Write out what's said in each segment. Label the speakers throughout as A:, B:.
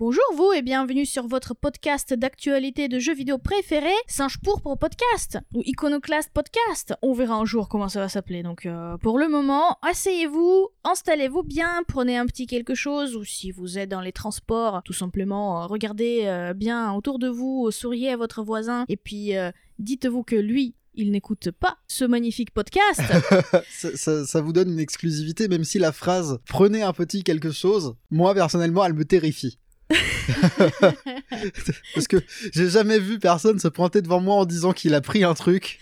A: Bonjour vous et bienvenue sur votre podcast d'actualité de jeux vidéo préféré, Singe Pourpre Podcast ou Iconoclast Podcast. On verra un jour comment ça va s'appeler. Donc euh, pour le moment, asseyez-vous, installez-vous bien, prenez un petit quelque chose ou si vous êtes dans les transports, tout simplement euh, regardez euh, bien autour de vous, euh, souriez à votre voisin et puis euh, dites-vous que lui, il n'écoute pas ce magnifique podcast.
B: ça, ça- ça vous donne une exclusivité, même si la phrase prenez un petit quelque chose, moi personnellement, elle me terrifie. Parce que j'ai jamais vu personne se pointer devant moi en disant qu'il a pris un truc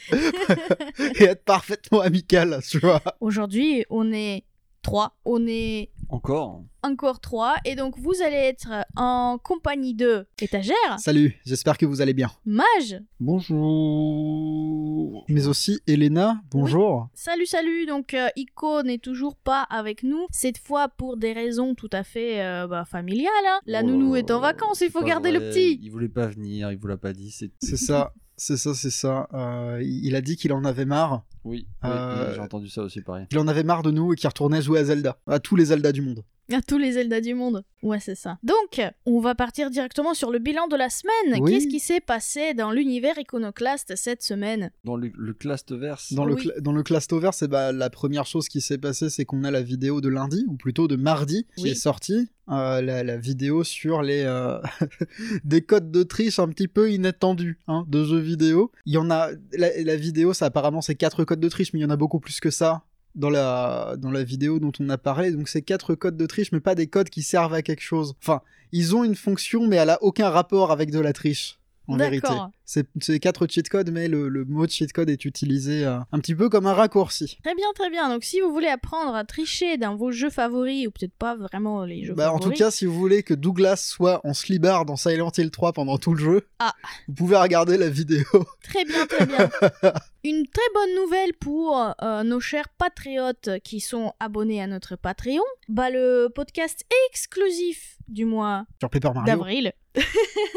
B: et être parfaitement amical, tu vois.
A: Aujourd'hui, on est trois, on est
C: Encore
A: encore trois et donc vous allez être en compagnie de étagère,
B: Salut, j'espère que vous allez bien.
A: mage
C: Bonjour
B: Mais aussi, Elena, bonjour.
A: Salut, salut. Donc, euh, Ico n'est toujours pas avec nous. Cette fois, pour des raisons tout à fait euh, bah, familiales. hein. La
C: Oh,
A: nounou est en vacances, il faut
C: pas
A: garder le
C: vrai,
A: petit.
C: Il voulait pas venir, il vous l'a pas dit, c'est...
B: C'est ça, c'est ça, c'est ça. Euh, il a dit qu'il en avait marre.
C: Oui,
B: Euh,
C: oui, j'ai entendu ça aussi, pareil.
B: Il en avait marre de nous et qu'il retournait jouer à Zelda. À tous les Zelda du monde.
A: À tous les Zelda du monde. Ouais, c'est ça. Donc, on va partir directement sur le bilan de la semaine.
B: Oui.
A: Qu'est-ce qui s'est passé dans l'univers iconoclaste cette semaine
C: Dans le, le clasteverse,
B: Dans, le,
A: Oui.
B: cla- dans le Clastover, c'est bah, la première chose qui s'est passée, c'est qu'on a la vidéo de lundi, ou plutôt de mardi, qui
A: Oui.
B: est sortie. Euh, la, la vidéo sur les euh, des codes de triche un petit peu inattendus hein, de jeux vidéo. Il y en a la, la vidéo, ça apparemment c'est quatre codes de triche, mais il y en a beaucoup plus que ça dans la dans la vidéo dont on a parlé. Donc c'est quatre codes de triche, mais pas des codes qui servent à quelque chose. Enfin, ils ont une fonction, mais elle a aucun rapport avec de la triche. En vérité.
A: D'accord.
B: C'est c'est quatre cheat codes, mais le, le mot cheat code est utilisé euh, un petit peu comme un raccourci.
A: Très bien, très bien. Donc, si vous voulez apprendre à tricher dans vos jeux favoris, ou peut-être pas vraiment les jeux
B: Bah, en
A: favoris.
B: tout cas, si vous voulez que Douglas soit en slibard dans Silent Hill 3 pendant tout le jeu,
A: Ah.
B: vous pouvez regarder la vidéo.
A: Très bien, très bien. Une très bonne nouvelle pour euh, nos chers patriotes qui sont abonnés à notre Patreon. Bah, le podcast exclusif du mois
B: Sur Paper Mario.
A: d'avril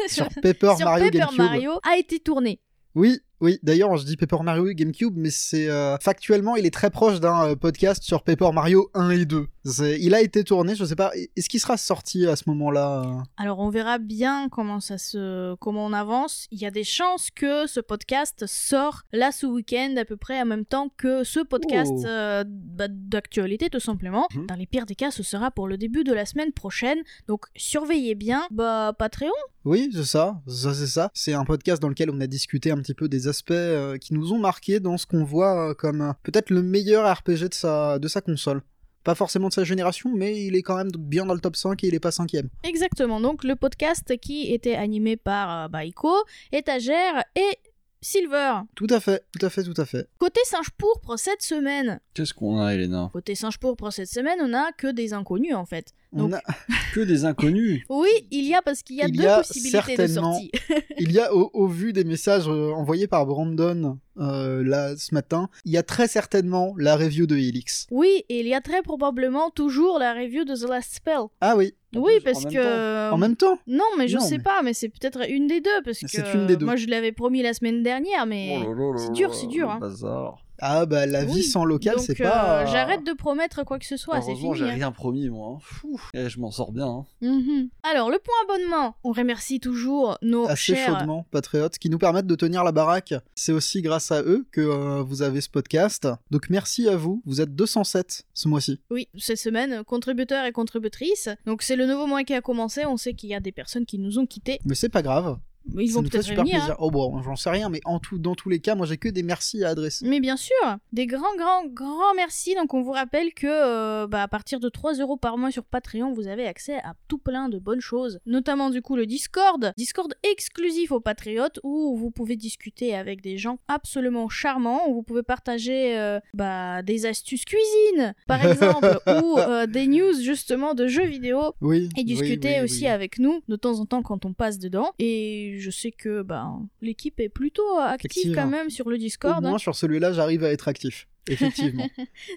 B: Sur Paper
A: sur
B: Mario
A: Paper
B: GameCube.
A: Mario a été tourné.
B: Oui, oui. D'ailleurs, je dis Paper Mario GameCube, mais c'est euh, factuellement, il est très proche d'un euh, podcast sur Paper Mario 1 et 2. C'est- Il a été tourné, je sais pas. Est-ce qu'il sera sorti à ce moment-là euh
A: Alors on verra bien comment ça se comment on avance. Il y a des chances que ce podcast sort là ce week-end à peu près en même temps que ce podcast
B: Oh.
A: euh, bah, d'actualité tout simplement.
C: Mhm.
A: Dans les pires des cas, ce sera pour le début de la semaine prochaine. Donc surveillez bien bah, Patreon.
B: Oui, c'est ça, ça c'est ça. C'est un podcast dans lequel on a discuté un petit peu des aspects euh, qui nous ont marqués dans ce qu'on voit euh, comme euh, peut-être le meilleur RPG de sa, de sa console. Pas forcément de sa génération, mais il est quand même bien dans le top 5 et il est pas cinquième.
A: Exactement, donc le podcast qui était animé par euh, bah, Ico, Étagère et Silver.
B: Tout à fait, tout à fait, tout à fait.
A: Côté singe pourpre cette semaine.
C: qu'est-ce qu'on a, Elena
A: Côté singe pourpre cette semaine, on a que des inconnus en fait.
B: On
A: Donc,
B: a-
C: Que des inconnus
A: Oui, il y a parce qu'il y a
B: Il
A: deux
B: y a
A: possibilités de
B: certainement-
A: sortie.
B: il y a, au, au vu des messages euh, envoyés par Brandon euh, là ce matin, il y a très certainement la review de Helix.
A: oui, et il y a très probablement toujours la review de The Last Spell.
B: Ah oui,
C: En
A: oui,
C: plus, en
A: parce
C: même
A: que.
B: en même temps
A: Non, mais je
B: Non,
A: sais
B: mais-
A: pas, mais c'est peut-être une des deux parce que.
B: C'est une des deux.
A: Moi, je l'avais promis la semaine dernière, mais.
C: Oh là là là
A: Eh, c'est dur,
C: là,
A: c'est dur,
C: le
A: hein.
C: bazar.
B: Ah bah la vie
A: Oui,
B: sans local,
A: Donc,
B: c'est pas.
A: euh, j'arrête de promettre quoi que ce soit, c'est
C: Heureusement,
A: fini.
C: j'ai
A: hein.
C: rien promis, moi. hein. Fou. Eh, je m'en sors bien. hein.
A: Mhm. Alors, le point abonnement, on remercie toujours nos
B: assez
A: chers...
B: chaudement patriotes qui nous permettent de tenir la baraque. C'est aussi grâce à eux que euh, vous avez ce podcast. Donc merci à vous. Vous êtes 207 ce mois-ci.
A: Oui, cette semaine, contributeurs et contributrices. Donc, c'est le nouveau mois qui a commencé. On sait qu'il y a des personnes qui nous ont quittés.
B: Mais c'est pas grave.
A: Mais Ils
B: Ça
A: vont
B: nous fait
A: peut-être hein.
B: super
A: revenir.
B: plaisir. Oh bon, j'en sais rien, mais en tout, dans tous les cas, moi j'ai que des merci à adresser.
A: Mais bien sûr, des grands, grands, grands merci. Donc, on vous rappelle que euh, bah, à partir de 3 euros par mois sur Patreon, vous avez accès à tout plein de bonnes choses, notamment du coup le Discord, Discord exclusif aux Patriotes où vous pouvez discuter avec des gens absolument charmants, où vous pouvez partager euh, bah, des astuces cuisine, par exemple, ou euh, des news justement de jeux vidéo.
B: Oui.
A: Et
B: oui,
A: discuter
B: oui,
A: aussi
B: oui.
A: avec nous de temps en temps quand on passe dedans. Et je sais que bah, l'équipe est plutôt active,
B: Active.
A: quand même sur le
B: Au
A: Discord. hein.
B: moins sur celui-là, j'arrive à être actif. effectivement.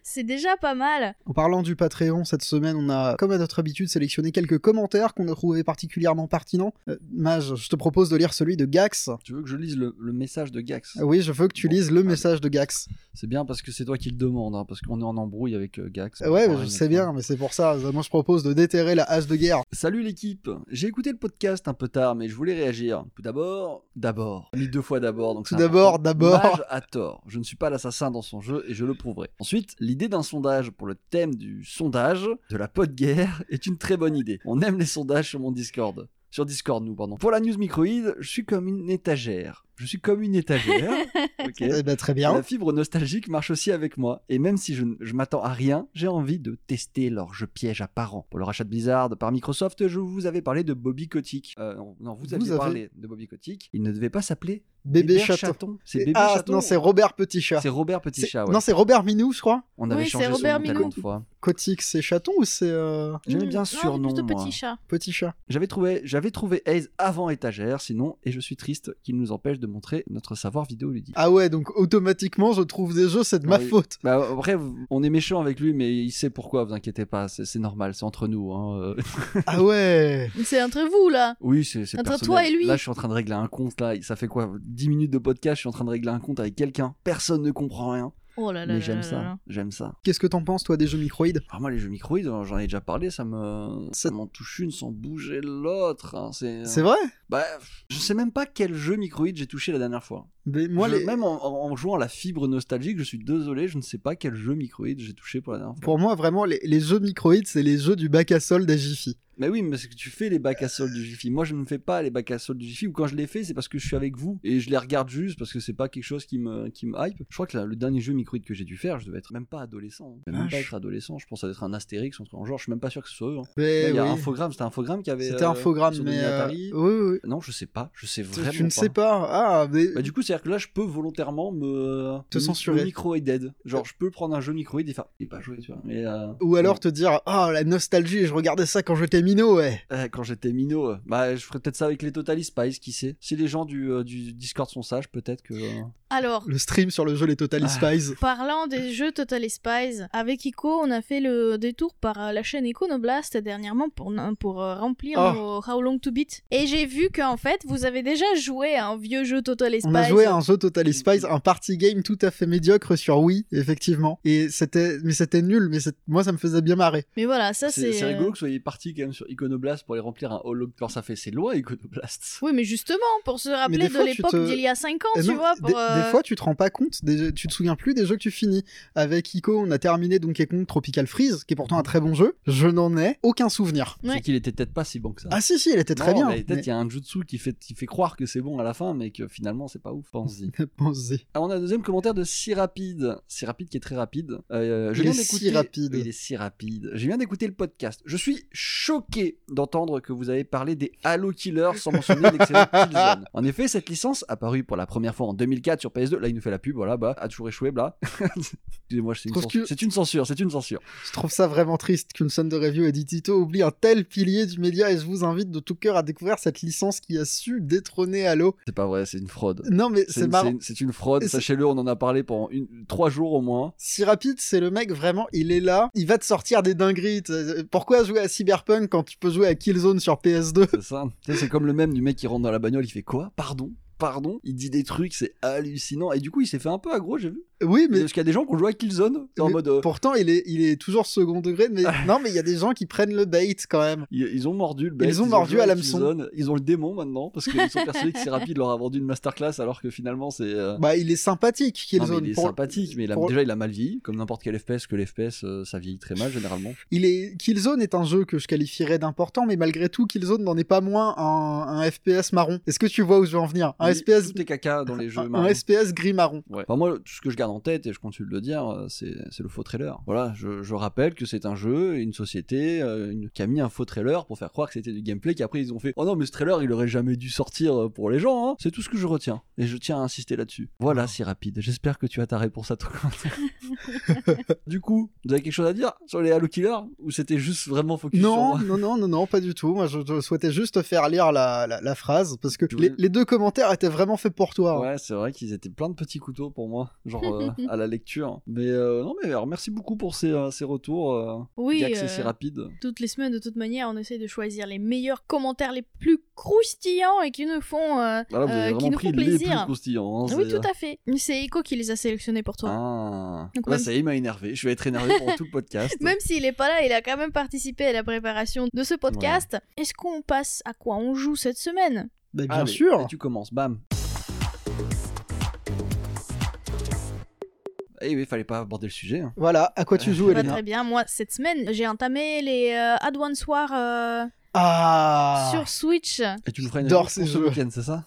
A: C'est déjà pas mal.
B: En parlant du Patreon, cette semaine, on a, comme à notre habitude, sélectionné quelques commentaires qu'on a trouvés particulièrement pertinents. Euh, Mage, je te propose de lire celui de Gax.
C: Tu veux que je lise le, le message de Gax
B: Ah Oui, je veux que tu
C: Bon,
B: lises le
C: allez.
B: message de Gax.
C: C'est bien parce que c'est toi qui le demande, hein, parce qu'on est en embrouille avec euh, Gax.
B: Euh, Ouais,
C: Pareil,
B: je
C: notre-
B: sais bien, mais c'est pour ça. Moi, je propose de déterrer la hache de guerre.
C: Salut l'équipe J'ai écouté le podcast un peu tard, mais je voulais réagir. Tout d'abord, d'abord. Mis deux fois d'abord, donc
B: Tout
C: c'est
B: d'abord,
C: important.
B: d'abord.
C: Mage a tort. Je ne suis pas l'assassin dans son jeu et je le prouverai. Ensuite, l'idée d'un sondage pour le thème du sondage de la pot de guerre est une très bonne idée. On aime les sondages sur mon Discord. Sur Discord, nous, pardon. Pour la news microïde, je suis comme une étagère. Je suis comme une étagère. Ok.
B: Eh ben, très
C: La
B: bien.
C: fibre nostalgique marche aussi avec moi, et même si je ne je m'attends à rien, j'ai envie de tester leur jeu piège apparent. Pour le rachat de Blizzard par Microsoft, je vous avais parlé de Bobby Kotick. Euh, non, non, vous,
B: Vous
C: aviez
B: avez-
C: parlé de Bobby Kotick. Il ne devait pas s'appeler
B: Bébé
C: Hébert
B: chaton.
C: C'est
B: Et-
C: Bébé
B: ah,
C: Chaton.
B: non, c'est Robert Petit Chat.
C: C'est Robert Petit
B: C'est-
C: Chat, ouais.
B: Non, c'est Robert Minou, je crois.
C: On avait
A: Oui,
C: changé
A: c'est
C: son
A: Robert Mm.
C: nom tellement
A: Minou.
C: de fois.
B: Kotick, c'est chaton ou c'est euh,
C: J'aimais bien
A: Non,
C: ce
A: c'est
C: surnom,
A: Mmh. Ah plutôt
C: moi.
A: petit chat.
B: Petit Chat
C: J'avais trouvé, j'avais trouvé Ace avant étagère, sinon, et je suis triste qu'il nous empêche de montrer notre savoir vidéoludique.
B: Ah ouais, donc automatiquement, je trouve des jeux, c'est de ma
C: Oui.
B: faute.
C: Bah, après, vous- on est méchant avec lui, mais il sait pourquoi, vous inquiétez pas, c'est c'est normal, c'est entre nous. Hein. euh.
B: Ah ouais.
A: C'est entre vous là.
C: Oui, c'est c'est
A: Entre
C: personnel.
A: toi et lui.
C: Là, je suis en train de régler un compte. Là, ça fait quoi 10 minutes de podcast, je suis en train de régler un compte avec quelqu'un. Personne ne comprend rien.
A: Oh là là.
C: mais
A: là
C: j'aime
A: là
C: ça.
A: là.
C: J'aime ça.
B: Qu'est-ce que t'en penses, toi, des jeux microïdes
C: Alors moi, les jeux microïdes, euh, j'en ai déjà parlé, ça me, ça m'en touche une sans bouger l'autre. hein, C'est,
B: C'est vrai
C: bah, pff, je sais même pas quel jeu microïde j'ai touché la dernière fois.
B: Mais moi,
C: Je-
B: les...
C: même en, en- en jouant à la fibre nostalgique, je suis désolé, je ne sais pas quel jeu microïde j'ai touché pour la dernière fois.
B: Pour moi, vraiment, les, les jeux microïdes, c'est les jeux du bac à sol des Jiffy.
C: Mais oui, mais c'est que tu fais les bacs à sol du Jiffy. Moi, je ne fais pas les bacs à sol du Jiffy. Ou quand je les fais, c'est parce que je suis avec vous et je les regarde juste parce que c'est pas quelque chose qui me, qui me hype. Je crois que là, le dernier jeu microïde que j'ai dû faire, je devais être même pas adolescent. Je devais même
B: Ah,
C: pas
B: je-
C: être adolescent. Je pense à être un Astérix, un truc en genre. Je suis même pas sûr que ce soit eux. hein.
B: Mais
C: Il y a
B: Eh oui.
C: Infogrames, c'était Infogrames qui avait.
B: C'était
C: euh,
B: infogramme,
C: sur
B: mais...
C: Denis
B: euh,
C: Atari.
B: Oui, oui.
C: Non, je sais pas. Je sais vraiment.
B: tu ne sais pas. Ah, mais...
C: Bah, du coup, c'est à dire que là, je peux volontairement me.
B: Te censurer. Euh.
C: Micro dead. Genre, je peux prendre un jeu microïde et faire. Il est pas joué, tu vois. Mais, euh,
B: Ou alors te dire, ah, la nostalgie, je regardais ça quand j'étais minot, ouais.
C: Euh, quand j'étais minot, euh, bah, je ferais peut-être ça avec les Totally Spies, qui sait. Si les gens du, euh, du Discord sont sages, peut-être que. euh,
A: Alors.
B: Le stream sur le jeu Les Total
C: Ah.
B: Spies.
A: Parlant des jeux Total Spies, avec Ico, on a fait le détour par euh, la chaîne Iconoblast dernièrement pour, pour euh, remplir
B: Oh.
A: nos How Long to Beat. Et j'ai vu qu'en fait, vous avez déjà joué à un vieux jeu Total Spies.
B: On a joué à un jeu
C: Mm.
B: Total Spies, un party game tout à fait médiocre sur Wii, effectivement. Et c'était, mais c'était nul, mais c'est- moi ça me faisait bien marrer.
A: Mais voilà, ça
C: C'est
A: c'est.
C: c'est
A: euh,
C: rigolo que vous soyez parti quand même sur Iconoblast pour aller remplir un holog. Alors, ça fait ses lois, Iconoblast.
A: Oui, mais justement, pour se rappeler
B: des
A: de
B: fois, tu
A: l'époque
B: te-
A: d'il y a 5 ans,
B: Et
A: tu
B: non,
A: vois.
B: des,
A: Pour,
B: des
A: euh,
B: fois tu te rends pas compte, des jeux- tu te souviens plus des jeux que tu finis. Avec Ico, on a terminé Donkey Kong Tropical Freeze, qui est pourtant un très bon jeu. Je n'en ai aucun souvenir.
A: Ouais.
C: C'est qu'il était peut-être pas si bon que ça.
B: Ah si si, elle était très
C: Non,
B: bien.
C: mais Peut-être
B: mais-
C: qu'il y a un jutsu qui fait, qui fait croire que c'est bon à la fin, mais que finalement c'est pas ouf. Pense-y.
B: Pensez.
C: Alors, on a un deuxième commentaire de Si Rapide. Si Rapide qui est très rapide. Euh, je
B: Il
C: viens
B: est
C: d'écouter-
B: si rapide.
C: Oui, Il est si rapide. Je viens d'écouter le podcast. Je suis choqué d'entendre que vous avez parlé des Halo Killers sans mentionner l'excellent Killzone. En effet, cette licence, apparue pour la première fois en 2004 sur PS2, là il nous fait la pub, voilà, bah, a toujours échoué, bla. Excusez-moi, c'est une,
B: Trouve
C: censure.
B: que-
C: C'est une censure, c'est une censure.
B: Je trouve ça vraiment triste qu'une scène de review et dit Tito oublie un tel pilier du média et je vous invite de tout cœur à découvrir cette licence qui a su détrôner Halo.
C: C'est pas vrai, c'est une fraude.
B: Non mais
C: C'est
B: c'est
C: une-
B: marrant.
C: c'est une- C'est une fraude,
B: Et c'est-
C: sachez-le, on en a parlé pendant une- trois jours au moins.
B: Si rapide, c'est le mec vraiment, il est là, il va te sortir des dingueries. T'as- Pourquoi jouer à Cyberpunk quand tu peux jouer à Killzone sur PS2
C: C'est ça. Tu sais, c'est comme le même du mec qui rentre dans la bagnole, il fait quoi Pardon Pardon Il dit des trucs, c'est hallucinant. Et du coup, il s'est fait un peu aggro, j'ai vu.
B: Oui, mais
C: Parce qu'il y a des gens qui ont joué à Killzone. c'est En
B: Mais
C: mode. euh,
B: pourtant il est, il est toujours second degré. Mais non, mais il y a des gens qui prennent le bait quand même.
C: Ils, ils ont mordu le bête,
B: Ils ont mordu
C: joué
B: à l'hameçon.
C: Killzone, Ils ont le démon maintenant parce qu'ils sont persuadés que c'est rapide leur a vendu une masterclass alors que finalement c'est. euh,
B: Bah, il est sympathique
C: non, mais
B: Killzone.
C: il est
B: Pour-
C: sympathique, mais il a-
B: pour-
C: déjà il a mal vieilli, comme n'importe quel FPS, que l'FPS euh, ça vieillit très mal généralement.
B: Il est Killzone est un jeu que je qualifierais d'important, mais malgré tout Killzone n'en est pas moins un, un FPS marron. Est-ce que tu vois où je veux en venir Un
C: Mais
B: FPS
C: Tout est caca dans les jeux.
B: un,
C: marrons.
B: FPS gris marron.
C: Ouais. Enfin, moi, tout ce que je garde en tête, et je continue de le dire, euh, c'est c'est le faux trailer. Voilà, je, je rappelle que c'est un jeu, une société euh, une- qui a mis un faux trailer pour faire croire que c'était du gameplay, qu'après ils ont fait Oh non, mais ce trailer, il aurait jamais dû sortir euh, pour les gens, hein. C'est tout ce que je retiens. Et je tiens à insister là-dessus. Voilà, si rapide. J'espère que tu as ta réponse à ton commentaire. du coup, vous avez quelque chose à dire sur les Halo Killer Ou c'était juste vraiment focus sur
B: Non,
C: moi
B: non, non, non, non, pas du tout. Moi, je, je souhaitais juste te faire lire la, la- la phrase parce que
C: Tu
B: les,
C: veux-
B: les deux commentaires c'était vraiment fait pour toi. hein.
C: Ouais, c'est vrai qu'ils étaient plein de petits couteaux pour moi, genre euh, à la lecture. Mais euh, non, mais alors merci beaucoup pour ces, euh, ces retours. Euh,
A: Oui,
C: gags, c'est
A: euh,
C: si rapide.
A: toutes les semaines, de toute manière, on essaye de choisir les meilleurs commentaires, les plus croustillants et qui nous font, euh,
C: Voilà, vous
A: euh,
C: avez
A: qui
C: vraiment
A: nous
C: pris
A: font
C: les plus
A: plaisir.
C: croustillants. hein,
A: oui,
C: c'est-
A: tout à fait. C'est Echo qui les a sélectionnés pour toi.
C: Ah,
A: Donc,
C: là,
A: même-
C: ça y est, il m'a énervé. Je vais être énervé pendant tout le podcast.
A: Même s'il est pas là, il a quand même participé à la préparation de ce podcast. Est-ce qu'on passe à quoi on joue cette semaine
B: Bah, bien
C: Allez,
B: sûr.
C: Ah, Et tu commences, bam. Eh oui, fallait pas aborder le sujet. hein.
B: Voilà, à quoi tu joues,
C: Bah,
A: Bah,
B: Elena
A: Très bien, moi cette semaine j'ai entamé les Adwan Soir euh,
B: Ah
A: sur Switch.
C: Et tu nous feras une
B: J'adore
C: réponse
B: ces
C: pour ce
B: jeux.
C: week-end, c'est ça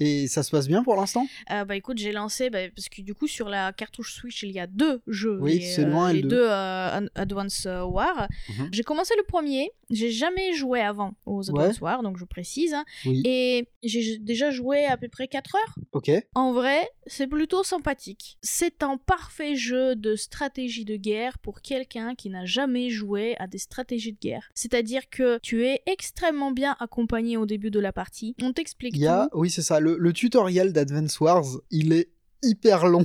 B: Et ça se passe bien pour l'instant
A: Euh, bah écoute, j'ai lancé bah, parce que du coup sur la cartouche Switch il y a deux jeux. les,
B: Oui, c'est loin,
A: les
B: le deux.
A: deux euh, Ad- Advance War.
C: Mhm.
A: J'ai commencé le premier. J'ai jamais joué avant aux
B: Ouais.
A: Advance War, donc je précise. hein.
B: Oui.
A: Et j'ai déjà joué à peu près 4 heures.
B: Ok.
A: En vrai, c'est plutôt sympathique. C'est un parfait jeu de stratégie de guerre pour quelqu'un qui n'a jamais joué à des stratégies de guerre. C'est-à-dire que tu es extrêmement bien accompagné au début de la partie. On t'explique
B: Il y a,
A: tout.
B: oui, c'est ça. Le, le tutoriel d'Advance Wars, il est hyper long.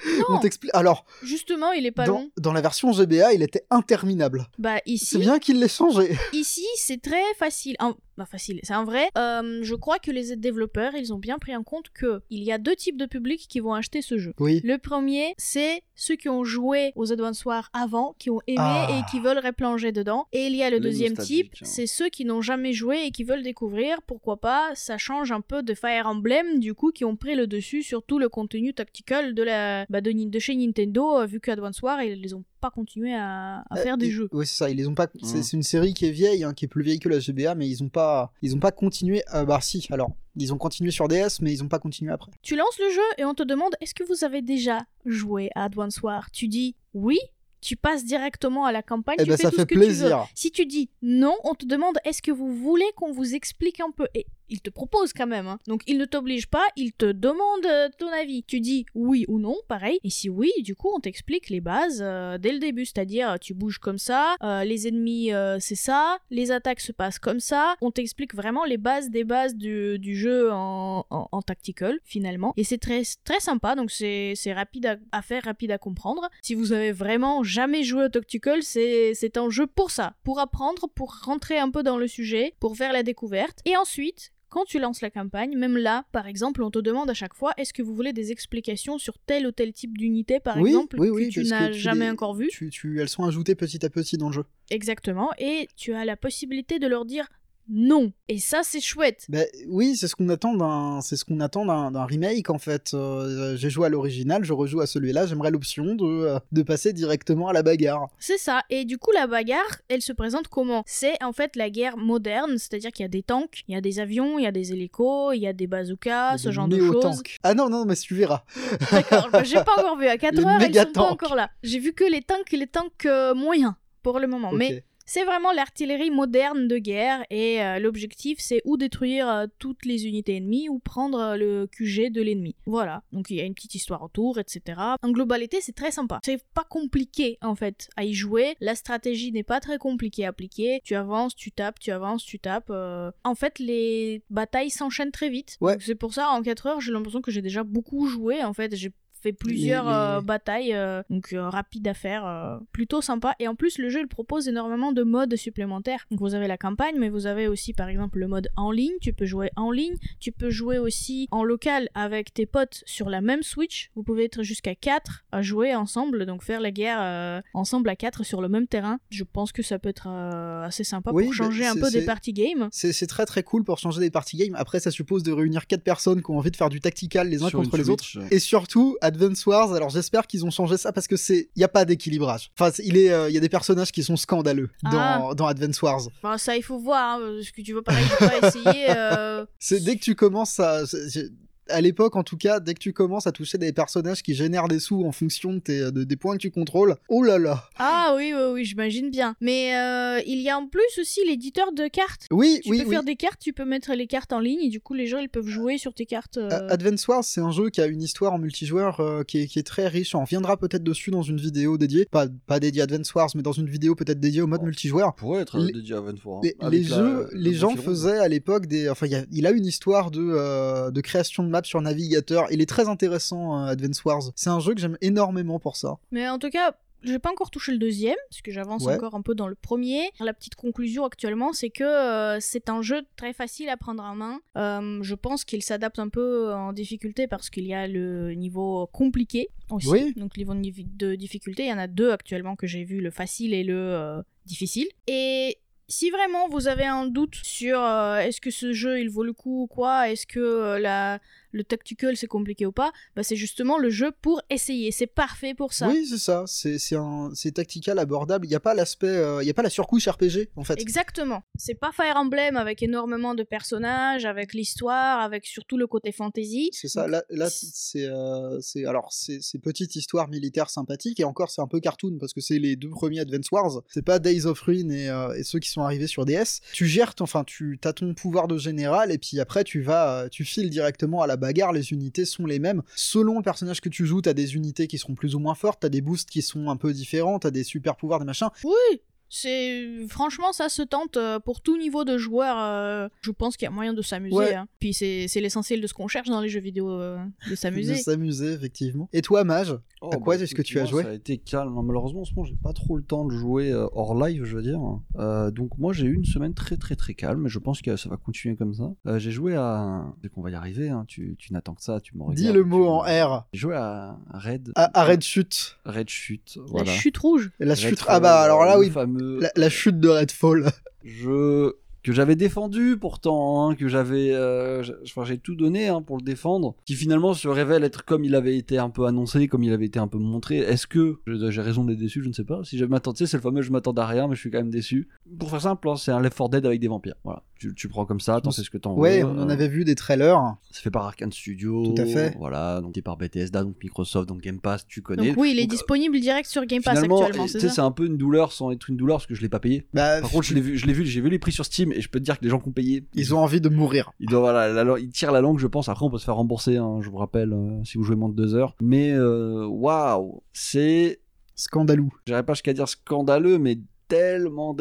B: On
A: Non,
B: t'explique. Alors,
A: justement, il est pas
B: dans,
A: long.
B: dans la version GBA, il était interminable.
A: Bah
B: C'est
A: ici,
B: bien qu'il l'ait changé.
A: ici c'est très facile. En- Bah facile, c'est un vrai. Euh, je crois que les développeurs, ils ont bien pris en compte que il y a deux types de publics qui vont acheter ce jeu.
B: Oui.
A: Le premier, c'est ceux qui ont joué aux Advance Wars avant, qui ont aimé
B: Ah.
A: et qui veulent replonger dedans. Et il y a le
C: Les
A: deuxième
C: nostalgiques,
A: type,
C: hein.
A: c'est ceux qui n'ont jamais joué et qui veulent découvrir. Pourquoi pas Ça change un peu de Fire Emblem, du coup, qui ont pris le dessus sur tout le contenu tactical de la bah, de, Nin- de chez Nintendo, euh, vu qu'Advance Wars, ils les ont pas continué à, à faire des
B: Ils-
A: jeux.
B: Oui, Euh, c'est ça. Ils les ont pas. C'est
C: Mm.
B: c'est une série qui est vieille, hein, qui est plus vieille que la GBA, mais ils ont pas. Ils ont pas continué. Ah bah si. Alors, ils ont continué sur DS, mais ils ont pas continué après.
A: Tu lances le jeu et on te demande est-ce que vous avez déjà joué à Advance Wars Tu dis oui, tu passes directement à la campagne,
B: Eh
A: tu
B: ben,
A: fais
B: ça
A: tout
B: fait
A: ce que tu veux.
B: plaisir.
A: Si tu dis non, on te demande est-ce que vous voulez qu'on vous explique un peu Et il te propose quand même. hein. Donc il ne t'oblige pas, il te demande euh, ton avis. Tu dis oui ou non, pareil. Et si oui, du coup, on t'explique les bases euh, dès le début. C'est-à-dire, tu bouges comme ça, euh, les ennemis, euh, c'est ça, les attaques se passent comme ça. On t'explique vraiment les bases des bases du, du jeu en, en- en tactical, finalement. Et c'est très, très sympa, donc c'est c'est rapide à, à faire, rapide à comprendre. Si vous avez vraiment jamais joué au tactical, c'est c'est un jeu pour ça, pour apprendre, pour rentrer un peu dans le sujet, pour faire la découverte. Et ensuite... Quand tu lances la campagne, même là, par exemple, on te demande à chaque fois est-ce que vous voulez des explications sur tel ou tel type d'unité, par
B: oui,
A: exemple,
B: oui, oui.
A: que tu
B: parce
A: n'as
B: les-
A: jamais encore vu
B: Tu, tu- elles sont ajoutées petit à petit dans le jeu.
A: Exactement, et tu as la possibilité de leur dire non. Et ça, c'est chouette.
B: Ben, oui, c'est ce qu'on attend d'un, c'est ce qu'on attend d'un, d'un remake en fait. Euh, j'ai joué à l'original, je rejoue à celui-là. J'aimerais l'option de, euh, de passer directement à la bagarre.
A: C'est ça. Et du coup, la bagarre, elle se présente comment C'est en fait la guerre moderne, c'est-à-dire qu'il y a des tanks, il y a des avions, il y a des hélicos, il y a des bazookas, ce
B: Des
A: genre de
B: néo-tanks.
A: choses.
B: Ah non non, mais tu verras.
A: D'accord, bah, j'ai pas encore vu. À 4
B: Les
A: heures, ils
B: méga
A: sont pas
B: tanks.
A: encore là. J'ai vu que les tanks et les tanks euh, moyens pour le moment.
B: Ok.
A: Mais C'est vraiment l'artillerie moderne de guerre et euh, l'objectif c'est ou détruire euh, toutes les unités ennemies ou prendre euh, le QG de l'ennemi. Voilà, donc il y a une petite histoire autour, etc. En globalité c'est très sympa. C'est pas compliqué en fait à y jouer, la stratégie n'est pas très compliquée à appliquer, tu avances, tu tapes, tu avances, tu tapes. euh. En fait les batailles s'enchaînent très vite.
B: Ouais.
A: Donc C'est pour ça en 4 heures j'ai l'impression que j'ai déjà beaucoup joué en fait, j'ai fait plusieurs
B: Les- les-
A: euh, bataille, euh, donc euh, rapide à faire, euh, plutôt sympa. Et en plus, le jeu il propose énormément de modes supplémentaires. Donc vous avez la campagne, mais vous avez aussi par exemple le mode en ligne, tu peux jouer en ligne, tu peux jouer aussi en local avec tes potes sur la même Switch. Vous pouvez être jusqu'à 4 à jouer ensemble, donc faire la guerre euh, ensemble à 4 sur le même terrain. Je pense que ça peut être euh, assez sympa
B: Oui,
A: pour
B: bah,
A: changer un
B: c'est-
A: peu des
B: c'est-
A: parties game.
B: C'est, c'est très très cool pour changer des party games. Après, ça suppose de réunir quatre personnes qui ont envie de faire du tactical les uns
C: Sur
B: contre
C: une
B: les autres.
C: Switch,
B: Et surtout, Advance Wars, alors j'espère qu'ils ont changé ça parce que c'est. Il n'y a pas d'équilibrage. Enfin, c'est- il est, euh, y a des personnages qui sont scandaleux
A: Ah.
B: dans, dans Advance Wars.
A: Enfin, ça, il faut voir, hein, parce que tu veux pareil, tu peux essayer. euh,
B: C'est dès que tu commences à. c'est- c'est- à l'époque, en tout cas, dès que tu commences à toucher des personnages qui génèrent des sous en fonction de tes, de- des points que tu contrôles, oh là là
A: Ah oui, oui, oui, j'imagine bien. Mais euh, il y a en plus aussi l'éditeur de cartes.
B: Oui,
A: Tu
B: oui,
A: peux
B: oui.
A: faire des cartes, tu peux mettre les cartes en ligne et du coup les gens ils peuvent jouer sur tes cartes. euh,
B: Euh, Advance Wars, c'est un jeu qui a une histoire en multijoueur euh, qui, est, qui est très riche. On reviendra peut-être dessus dans une vidéo dédiée, pas, pas dédiée à Advance Wars, mais dans une vidéo peut-être dédiée au mode
C: Oh.
B: multijoueur.
C: pourrait être
B: Les-
C: dédié à 24. hein,
B: Les,
C: avec
B: les
C: la-
B: jeux,
C: le
B: les
C: bon
B: gens
C: filon.
B: faisaient à l'époque des. Enfin, il y a, il a une histoire de, euh, de création de maps sur navigateur. Il est très intéressant, euh, Advance Wars. C'est un jeu que j'aime énormément pour ça.
A: Mais en tout cas, j'ai pas encore touché le deuxième, parce que j'avance
B: Ouais.
A: encore un peu dans le premier. La petite conclusion actuellement, c'est que euh, c'est un jeu très facile à prendre en main. Euh, je pense qu'il s'adapte un peu euh, en difficulté parce qu'il y a le niveau compliqué aussi.
B: Oui.
A: Donc, niveau de nivi- de difficulté, il y en a deux actuellement que j'ai vu, le facile et le euh, difficile. Et si vraiment vous avez un doute sur euh, est-ce que ce jeu il vaut le coup ou quoi, est-ce que euh, la, le tactical c'est compliqué ou pas, bah, c'est justement le jeu pour essayer. C'est parfait pour ça.
B: Oui, c'est ça. C'est c'est un- c'est tactical, abordable. Il n'y a pas l'aspect. euh, Il y a pas la surcouche RPG, en fait.
A: Exactement. C'est pas Fire Emblem avec énormément de personnages, avec l'histoire, avec surtout le côté fantasy.
B: C'est ça, là, là c'est euh, c'est- alors c'est c'est petite histoire militaire sympathique et encore c'est un peu cartoon parce que c'est les deux premiers Advance Wars, c'est pas Days of Ruin et, euh, et ceux qui sont arrivés sur DS. Tu gères, ton- enfin tu as ton pouvoir de général et puis après tu vas, euh, tu files directement à la bagarre. Les unités sont les mêmes selon le personnage que tu joues. T'as des unités qui seront plus ou moins fortes, t'as des boosts qui sont un peu différents, t'as des super pouvoirs, des machins.
A: Oui, c'est franchement ça se tente euh, pour tout niveau de joueur. euh, je pense qu'il y a moyen de s'amuser.
B: Ouais.
A: hein. Puis c'est c'est l'essentiel de ce qu'on cherche dans les jeux vidéo, euh, de
B: De
A: s'amuser.
B: s'amuser effectivement. Et toi, Mage
C: Oh,
B: À quoi est-ce que
C: écoute,
B: tu as
C: moi,
B: joué
C: Ça a été calme. Hein, Malheureusement, en ce moment, j'ai pas trop le temps de jouer euh, hors live, je veux dire. Euh, donc, moi, j'ai eu une semaine très, très, très calme. Et je pense que ça va continuer comme ça. Euh, j'ai joué à. un- Dès qu'on va y arriver, hein, tu, tu n'attends que ça. Tu me
B: Dis
C: regardes,
B: le
C: tu
B: mot
C: me-
B: en R. Ah,
C: J'ai joué à à Red.
B: À, à Red Chute.
C: Red Chute.
A: La
C: Voilà.
A: chute rouge.
B: La
C: Red
B: chute.
C: Fall,
B: Ah bah alors là
C: le
B: oui.
C: fameux
B: La, la chute de Redfall.
C: jeu que j'avais défendu pourtant, hein, que j'avais, euh, j'- enfin j'ai tout donné hein, pour le défendre, qui finalement se révèle être comme il avait été un peu annoncé, comme il avait été un peu montré. Est-ce que je- j'ai raison d'être déçu Je ne sais pas. Si je m'attendais, tu sais, c'est le fameux je m'attends à rien, mais je suis quand même déçu. Pour faire simple, hein, c'est un Left 4 Dead avec des vampires. Voilà, tu, tu prends comme ça, t'en sais ce que t'en
B: Ouais,
C: veux.
B: on en
C: euh,
B: avait vu des trailers.
C: C'est fait par Arkane Studio.
B: Tout à fait.
C: Voilà, donc c'est par Bethesda, donc Microsoft, donc Game Pass, tu connais.
A: Donc oui, il est
C: Donc, euh,
A: disponible direct sur Game Pass
C: Finalement,
A: actuellement,
C: et,
A: c'est
C: tu sais,
A: ça
C: c'est un peu une douleur sans être une douleur parce que je l'ai pas payé.
B: Bah,
C: Par contre, je l'ai vu, je l'ai vu, j'ai vu les prix sur Steam et je peux te dire que les gens qui ont payé,
B: ils ont envie de mourir.
C: ils doivent, voilà, la- la- ils tirent la langue, je pense. Après, on peut se faire rembourser, hein, je vous rappelle, euh, si vous jouez moins de deux heures. Mais euh, waouh, c'est,
B: Scandalou.
C: j'irais pas jusqu'à dire scandaleux, mais tellement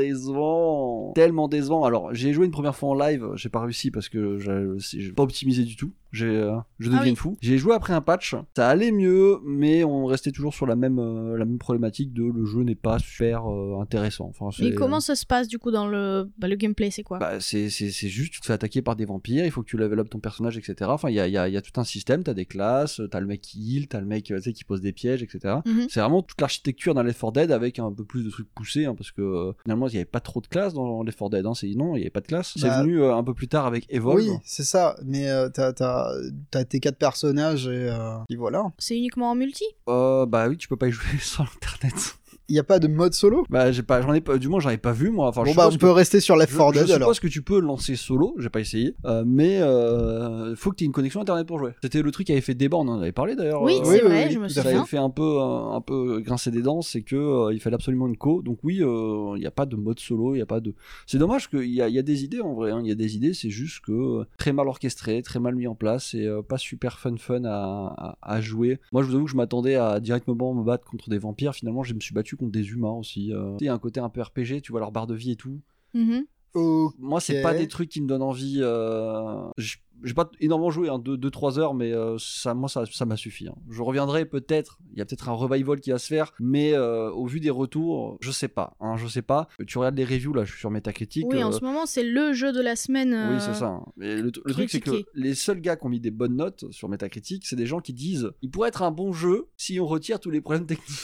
C: décevant, tellement décevant. Alors, j'ai joué une première fois en live, j'ai pas réussi parce que j'ai j'ai pas optimisé du tout. J'ai, euh, je
A: Ah
C: deviens
A: oui.
C: fou. J'ai joué après un patch, ça allait mieux, mais on restait toujours sur la même, euh, la même problématique de le jeu n'est pas super euh, intéressant. Enfin,
A: Mais
C: c'est-
A: comment ça se passe du coup dans le, bah, le gameplay C'est quoi
C: bah, c'est c'est- c'est juste, tu te fais attaquer par des vampires, il faut que tu level up ton personnage, etc. Enfin, il y a, il y a- il y a tout un système, t'as des classes, t'as le mec qui heal, t'as le mec euh, tu sais, qui pose des pièges, etc.
A: Mhm.
C: C'est vraiment toute l'architecture d'un Left 4 Dead avec un peu plus de trucs poussés, hein, parce que euh, finalement, il n'y avait pas trop de classes dans Left 4 Dead, hein, c'est- non, il n'y avait pas de classe. C'est
B: Bah-
C: venu euh, un peu plus tard avec Evolve.
B: Oui, c'est ça. Mais euh, t'as, t'as- t'as tes quatre personnages et, euh, et voilà.
A: C'est uniquement en multi
C: Euh, bah oui, tu peux pas y jouer sans internet.
B: Il n'y a pas de mode solo.
C: Bah, j'ai pas, j'en ai pas, du moins, j'en ai pas vu, moi. Enfin, je
B: bon bah,
C: suppose
B: on
C: que-
B: peut rester sur Left
C: Je,
B: 4
C: je
B: Dead
C: suppose
B: alors.
C: que tu peux lancer solo, j'ai pas essayé, euh, mais euh, faut que tu aies une connexion internet pour jouer. C'était le truc qui avait fait débat, on en avait parlé d'ailleurs.
A: Oui,
C: euh,
A: c'est
B: oui,
A: vrai,
B: oui,
A: je me
B: tout à
C: ça
A: souviens.
C: avait fait un peu, euh, un peu grincer des dents, c'est que euh, il fallait absolument une co. Donc oui, euh, il n'y a pas de mode solo, il y a pas de. C'est dommage qu'il y, a- il y a des idées en vrai. hein, Il y a des idées, c'est juste que euh, très mal orchestré, très mal mis en place et euh, pas super fun fun à, à- à jouer. Moi, je vous avoue que je m'attendais à directement me battre contre des vampires. Finalement, je me suis battu contre des humains aussi. euh. Tu sais, Il y a un côté un peu RPG, tu vois leur barre de vie et tout
A: Mhm.
B: Oh,
C: moi c'est
B: Ok.
C: pas des trucs qui me donnent envie euh, j- j'ai pas énormément joué hein, 2-3 heures mais euh, ça moi ça ça m'a suffi hein. je reviendrai peut-être il y a peut-être un revival qui va se faire mais euh, au vu des retours je sais pas hein, je sais pas tu regardes les reviews là je suis sur Metacritic
A: Oui, en
C: euh,
A: ce moment, c'est le jeu de la semaine.
C: oui,
A: euh,
C: c'est ça. hein. Mais le, le truc, c'est que
A: critiqué.
C: les seuls gars qui ont mis des bonnes notes sur Metacritic, c'est des gens qui disent il pourrait être un bon jeu si on retire tous les problèmes techniques.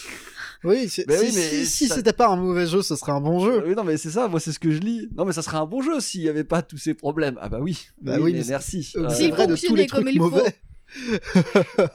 B: oui, c'est-
C: Bah
B: si,
C: oui, mais
B: si- si
C: ça- Euh,
B: c'était pas un mauvais jeu, ce serait un bon jeu.
C: Ah Oui, non, mais c'est ça, moi, c'est ce que je lis. Non, mais ça serait un bon jeu s'il n'y avait pas tous ces problèmes. Ah, bah oui.
B: Bah oui,
C: mais
B: mais c'est-
C: merci.
B: Euh,
C: Euh,
B: c'est vrai de
A: fonctionnait
B: tous les
A: comme
B: trucs
A: il faut.
B: mauvais.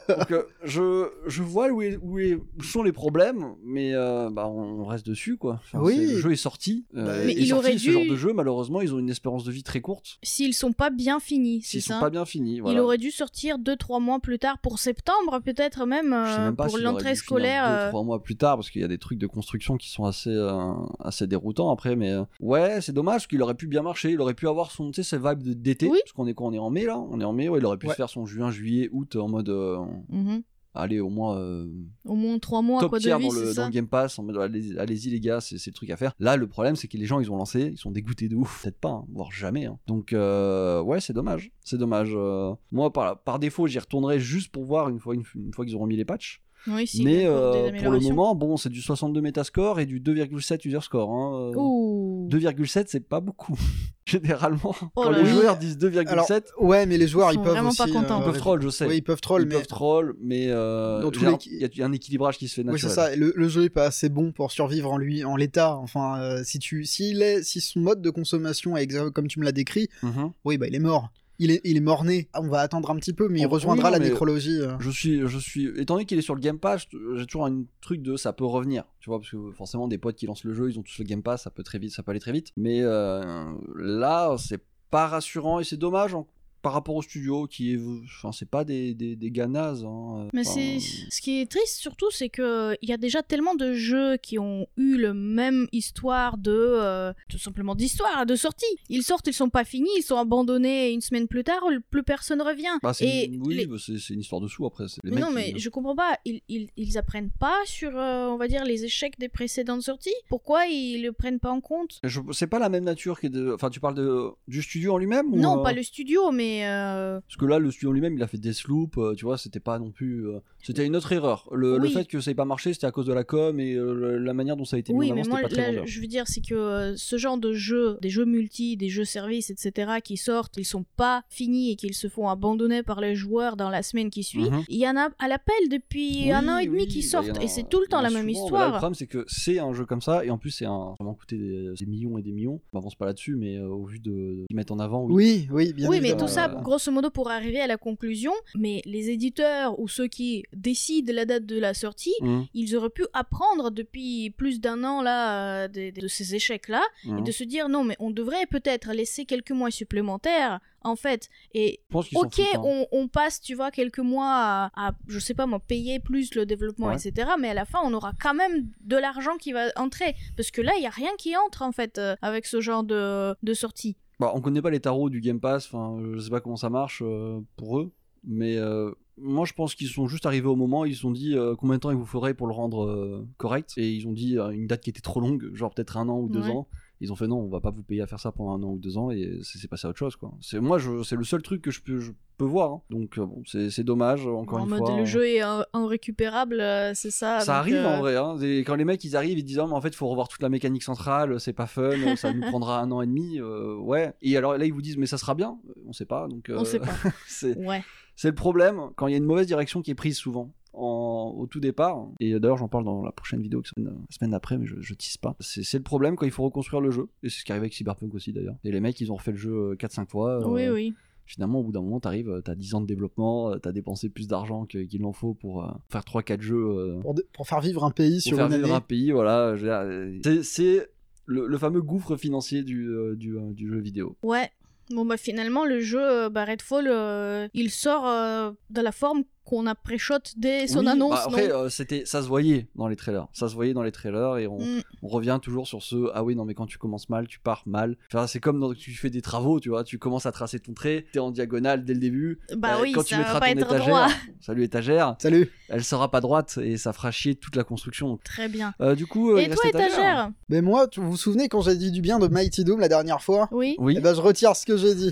C: Donc, euh, je, je vois où, est- où est- où sont les problèmes, mais euh, bah, on reste dessus, quoi.
B: Oui. Bah,
C: c'est- Le jeu est sorti. euh,
A: Mais
C: est
A: il
C: sorti,
A: aurait
C: Ce
A: dû-
C: genre de jeu, malheureusement, ils ont une espérance de vie très courte.
A: S'ils sont pas bien finis, c'est
C: S'ils
A: ça
C: sont pas bien finis.
A: Il
C: voilà.
A: aurait dû sortir 2-3 mois plus tard pour septembre, peut-être même,
C: Je sais
A: euh,
C: même pas
A: pour
C: s'il aurait
A: l'entrée
C: dû finir
A: scolaire.
C: deux,
A: euh,
C: trois mois plus tard, parce qu'il y a des trucs de construction qui sont assez, euh, assez déroutants après. Mais euh, ouais, c'est dommage parce qu'il aurait pu bien marcher. Il aurait pu avoir son, tu sais, ses vibes de- d'été.
A: Oui.
C: Parce qu'on est quoi On est en mai là On est en mai, ouais. Il aurait pu
B: Ouais.
C: se faire son juin, juillet, août en mode. euh,
A: mhm.
C: Allez, au moins euh,
A: Au moins 3 mois
C: top
A: quoi,
C: tier
A: de vie,
C: dans, le,
A: c'est
C: dans le
A: ça
C: Game Pass en mode allez- allez-y les gars, c'est c'est le truc à faire. Là, le problème c'est que les gens ils ont lancé, ils sont dégoûtés de ouf, peut-être pas, hein, voire jamais. hein. Donc euh, ouais, c'est dommage, c'est dommage. euh. moi par, par défaut j'y retournerai juste pour voir une fois, une, une fois qu'ils auront mis les patchs.
A: Oui, si, il y
C: Mais
A: a encore des
C: euh, pour le
A: améliorations.
C: moment, bon, c'est du 62 Metascore et du 2,7 user score. hein, euh,
A: Ouh.
C: 2,7 c'est pas beaucoup. Généralement,
A: Oh
C: quand
A: là
C: les
A: là.
C: joueurs disent
B: Alors,
C: 2,7,
B: ouais, mais les joueurs,
A: Ils
B: ils,
A: sont
B: peuvent
A: vraiment pas
B: aussi,
A: contents.
C: ils
A: euh,
C: peuvent troll, je sais.
B: Ouais, ils peuvent troll,
C: ils
B: mais
C: peuvent troll, mais euh,
B: Dans tous
C: généralement,
B: les-
C: il y a- il y, a un équilibrage qui se fait
B: Oui,
C: naturel.
B: c'est ça. Le, le jeu est pas assez bon pour survivre en lui, en l'état. Enfin, euh, si tu, s'il est, si son mode de consommation est exa- comme tu me l'as décrit,
C: Mhm.
B: oui, bah il est mort. Il est, il est mort né. Ah, On va attendre un petit peu, mais il
C: Oh, oui,
B: rejoindra
C: non,
B: la
C: mais-
B: nécrologie. euh.
C: Je suis, je suis. Étant donné qu'il est sur le Game Pass, je- j'ai toujours un truc de ça peut revenir, tu vois, parce que forcément des potes qui lancent le jeu, ils ont tous le Game Pass, ça peut très vite, ça peut aller très vite. Mais euh, là, c'est pas rassurant et c'est dommage en- par rapport au studio qui est, enfin, c'est pas des des, des gars nazes, hein.
A: Mais
C: Enfin,
A: c'est ce qui est triste surtout, c'est que euh, il y a déjà tellement de jeux qui ont eu le même histoire de euh, tout simplement d'histoire, hein, de sortie. Ils sortent, ils sont pas finis, ils sont abandonnés et une semaine plus tard, plus personne revient.
C: Bah, c'est
A: et
C: une- oui,
A: les-
C: bah, c'est c'est une histoire de sous après. c'est les
A: Mais
C: mecs
A: non,
C: qui-
A: mais je comprends pas. Ils, ils, ils apprennent pas sur, euh, on va dire, les échecs des précédentes sorties. Pourquoi ils le prennent pas en compte
C: Je- c'est pas la même nature que de. Enfin, tu parles de du studio en lui-même ou,
A: Non,
C: euh,
A: pas le studio, mais euh,
C: Parce que là, le studio lui-même, il a fait des sloops, tu vois, c'était pas non plus. euh, c'était une autre erreur. Le, le
A: Oui.
C: fait que ça ait pas marché, c'était à cause de la com et euh, le- la manière dont ça a été mis
A: Oui,
C: en
A: mais
C: avant,
A: moi,
C: c'était pas très
A: là,
C: vendeur.
A: je veux dire, c'est que euh, ce genre de jeux, des jeux multi, des jeux services, etc., qui sortent, ils sont pas finis et qu'ils se font abandonner par les joueurs dans la semaine qui suit,
C: Mhm.
A: il y en a à l'appel depuis un
C: Oui,
A: an et demi
C: oui,
A: qui
C: bah,
A: sortent,
C: il y en a-
A: et c'est tout le
C: il y
A: temps
C: en
A: la
C: a
A: même
C: souvent, mais là, le
A: histoire.
C: problème, c'est que c'est un jeu comme ça, et en plus, c'est un. Ça m'a coûté des, des millions et des millions. On avance pas là-dessus, mais euh, au vu de. de- qu'ils mettent en avant.
B: Oui, oui, bien
A: oui, mais tout
B: évidemment.
A: ça,
C: euh,
A: grosso modo, pour arriver à la conclusion, mais les éditeurs ou ceux qui décident la date de la sortie,
C: Mhm,
A: ils auraient pu apprendre depuis plus d'un an là euh, de, de ces échecs là
C: mhm.
A: et de se dire non mais on devrait peut-être laisser quelques mois supplémentaires en fait et
C: Je pense qu'ils s'en
A: Ok,
C: foutent, hein.
A: on, on passe, tu vois, quelques mois à, à, je sais pas moi, payer plus le développement,
C: Ouais.
A: etc. Mais à la fin, on aura quand même de l'argent qui va entrer. Parce que là, il y a rien qui entre, en fait, euh, avec ce genre de, de sortie.
C: Bah, on connaît pas les tarots du Game Pass, enfin, je sais pas comment ça marche euh, pour eux, mais euh, moi je pense qu'ils sont juste arrivés au moment, ils se sont dit euh, combien de temps il vous faudrait pour le rendre euh, correct, et ils ont dit euh, une date qui était trop longue, genre peut-être un an ou deux
A: Ouais.
C: ans. Ils ont fait non, on va pas vous payer à faire ça pendant un an ou deux ans, et c'est c'est passé à autre chose quoi. C'est moi, je- c'est le seul truc que je peux, je peux voir, hein. donc euh, bon, c'est c'est dommage encore
A: en
C: une
A: mode,
C: fois.
A: le
C: hein.
A: jeu est euh, irrécupérable, euh, c'est ça.
C: Ça
A: donc,
C: arrive
A: euh,
C: en vrai, hein. Et quand les mecs ils arrivent, ils disent Ah, mais en fait faut revoir toute la mécanique centrale, c'est pas fun, ça nous prendra un an et demi, euh, ouais. Et alors là ils vous disent mais ça sera bien, on sait pas, donc euh,
A: On sait pas.
C: c'est
A: Ouais.
C: c'est le problème quand il y a une mauvaise direction qui est prise souvent. en- au tout départ, et d'ailleurs j'en parle dans la prochaine vidéo qui sera une- la semaine d'après, mais je, je tease pas. C'est c'est le problème quand il faut reconstruire le jeu, et c'est ce qui arrive avec Cyberpunk aussi d'ailleurs. Et les mecs ils ont refait le jeu euh, 4-5 fois. euh,
A: Oui, oui.
C: finalement au bout d'un moment t'arrives euh, t'as 10 ans de développement euh, t'as dépensé plus d'argent que- qu'il en faut pour euh, faire 3-4 jeux euh,
B: Pour, de- pour faire vivre un pays
C: pour
B: sur
C: faire
B: une
C: vivre
B: année.
C: un pays voilà je veux dire, euh, c'est- c'est le, le fameux gouffre financier du, euh, du, euh, du jeu vidéo
A: Ouais. Bon, bah finalement, le jeu euh, bah, Redfall, euh, il sort euh, de la forme qu'on a pré-shot dès son
C: Oui,
A: annonce,
C: bah, après
A: non
C: euh, c'était ça se voyait dans les trailers ça se voyait dans les trailers et on,
A: Mm.
C: on revient toujours sur ce ah oui non mais quand tu commences mal tu pars mal Enfin, c'est comme dans, tu fais des travaux tu vois tu commences à tracer ton trait t'es en diagonale dès le début
A: Bah
C: Euh,
A: oui,
C: quand tu
A: ça va
C: mettras
A: pas
C: ton
A: être
C: étagère
A: droit.
C: salut étagère
B: Salut.
C: elle sera pas droite et ça fera chier toute la construction
A: Très bien.
C: Euh, du coup euh,
A: Et
C: il
A: toi,
C: reste étagère.
A: étagère
B: Mais moi, tu- vous vous souvenez quand j'ai dit du bien de Mighty Doom la dernière fois
A: Oui.
C: Oui.
B: Eh ben, je retire ce que j'ai dit.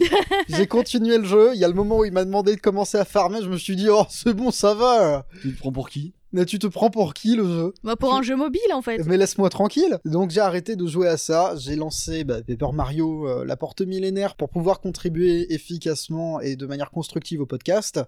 B: j'ai continué le jeu. Il y a le moment où il m'a demandé de commencer à farmer. Je me suis dit, oh, c'est bon, ça va.
C: Tu te prends pour qui
B: Mais tu te prends pour qui le jeu
A: Bah pour un jeu mobile en fait.
B: Mais laisse-moi tranquille. Donc j'ai arrêté de jouer à ça. J'ai lancé bah, Paper Mario, euh,
C: Eh ben.
A: Mhm.
B: la porte millénaire, pour pouvoir contribuer efficacement et de manière constructive au podcast.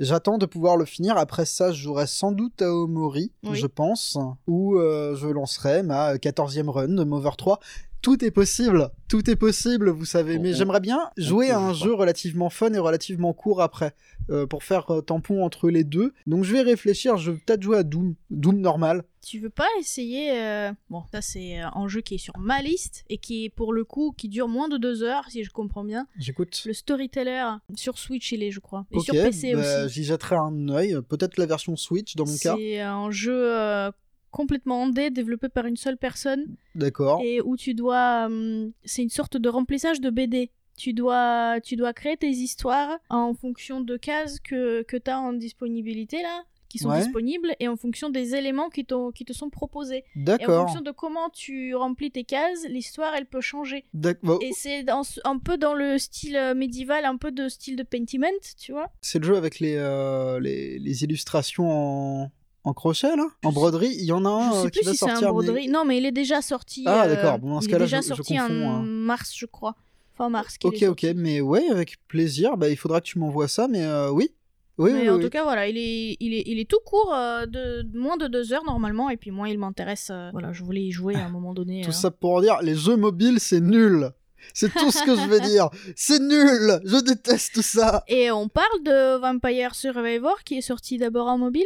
B: J'attends de pouvoir le finir. Après ça, je jouerai sans doute à Omori,
A: Oui.
B: je pense, ou euh, je lancerai ma 14e run de Mover 3. Tout est possible, tout est possible, vous savez. Mais
C: On-
B: j'aimerais bien jouer
C: peut
B: à un
C: jouer.
B: jeu relativement fun et relativement court après, euh, pour faire euh, tampon entre les deux. Donc je vais réfléchir, je vais peut-être jouer à Doom, Doom normal.
A: Tu veux pas essayer euh, Bon, ça c'est euh, un jeu qui est sur ma liste et qui est pour le coup qui dure moins de deux heures si je comprends bien.
B: J'écoute.
A: Le storyteller sur Switch il est je crois et
B: Ok,
A: sur PC
B: bah,
A: aussi.
B: j'y jetterai un œil. Peut-être la version Switch dans mon cas.
A: C'est un jeu euh, complètement endé développé par une seule personne
B: D'accord.
A: et où tu dois euh, c'est une sorte de remplissage de BD. Tu dois, tu dois créer tes histoires en fonction de cases que, que tu as en disponibilité là, qui sont
B: Ouais.
A: disponibles, et en fonction des éléments qui, t'ont- qui te sont proposés. Et en
B: D'accord.
A: fonction de comment tu remplis tes cases, l'histoire elle peut changer.
B: D'ac- bah,
A: Et c'est dans ce- un peu dans le style euh, médiéval, un peu de style de Pentiment, tu vois.
B: C'est le jeu avec les, euh, les, les illustrations en, en crochet, là En broderie Il y en a un
A: je
B: euh,
A: sais
B: qui
A: plus
B: va
A: si c'est un
B: sortir. mais-
A: broderie. Non, mais il est déjà sorti.
B: Ah,
A: euh,
B: d'accord. Bon, dans ce
A: il
B: cas-là,
A: est déjà
B: je- je
A: sorti
B: confonds,
A: en
B: hein.
A: mars, je crois. Fin mars. qu'il
B: Ok,
A: est
B: ok,
A: sorti.
B: mais ouais, avec plaisir. Bah, il faudra que tu m'envoies ça, mais euh, oui. Oui,
A: mais
B: oui,
A: en
B: oui.
A: tout cas, voilà, il est, il est, il est tout court, euh, de de moins de deux heures normalement, et puis moi, il m'intéresse. euh, voilà, je voulais y jouer à un moment donné.
B: Tout
A: euh.
B: ça pour dire, les jeux mobiles, c'est nul. C'est tout ce que je vais dire. C'est nul. Je déteste tout ça.
A: Et on parle de Vampire Survivor qui est sorti d'abord en mobile.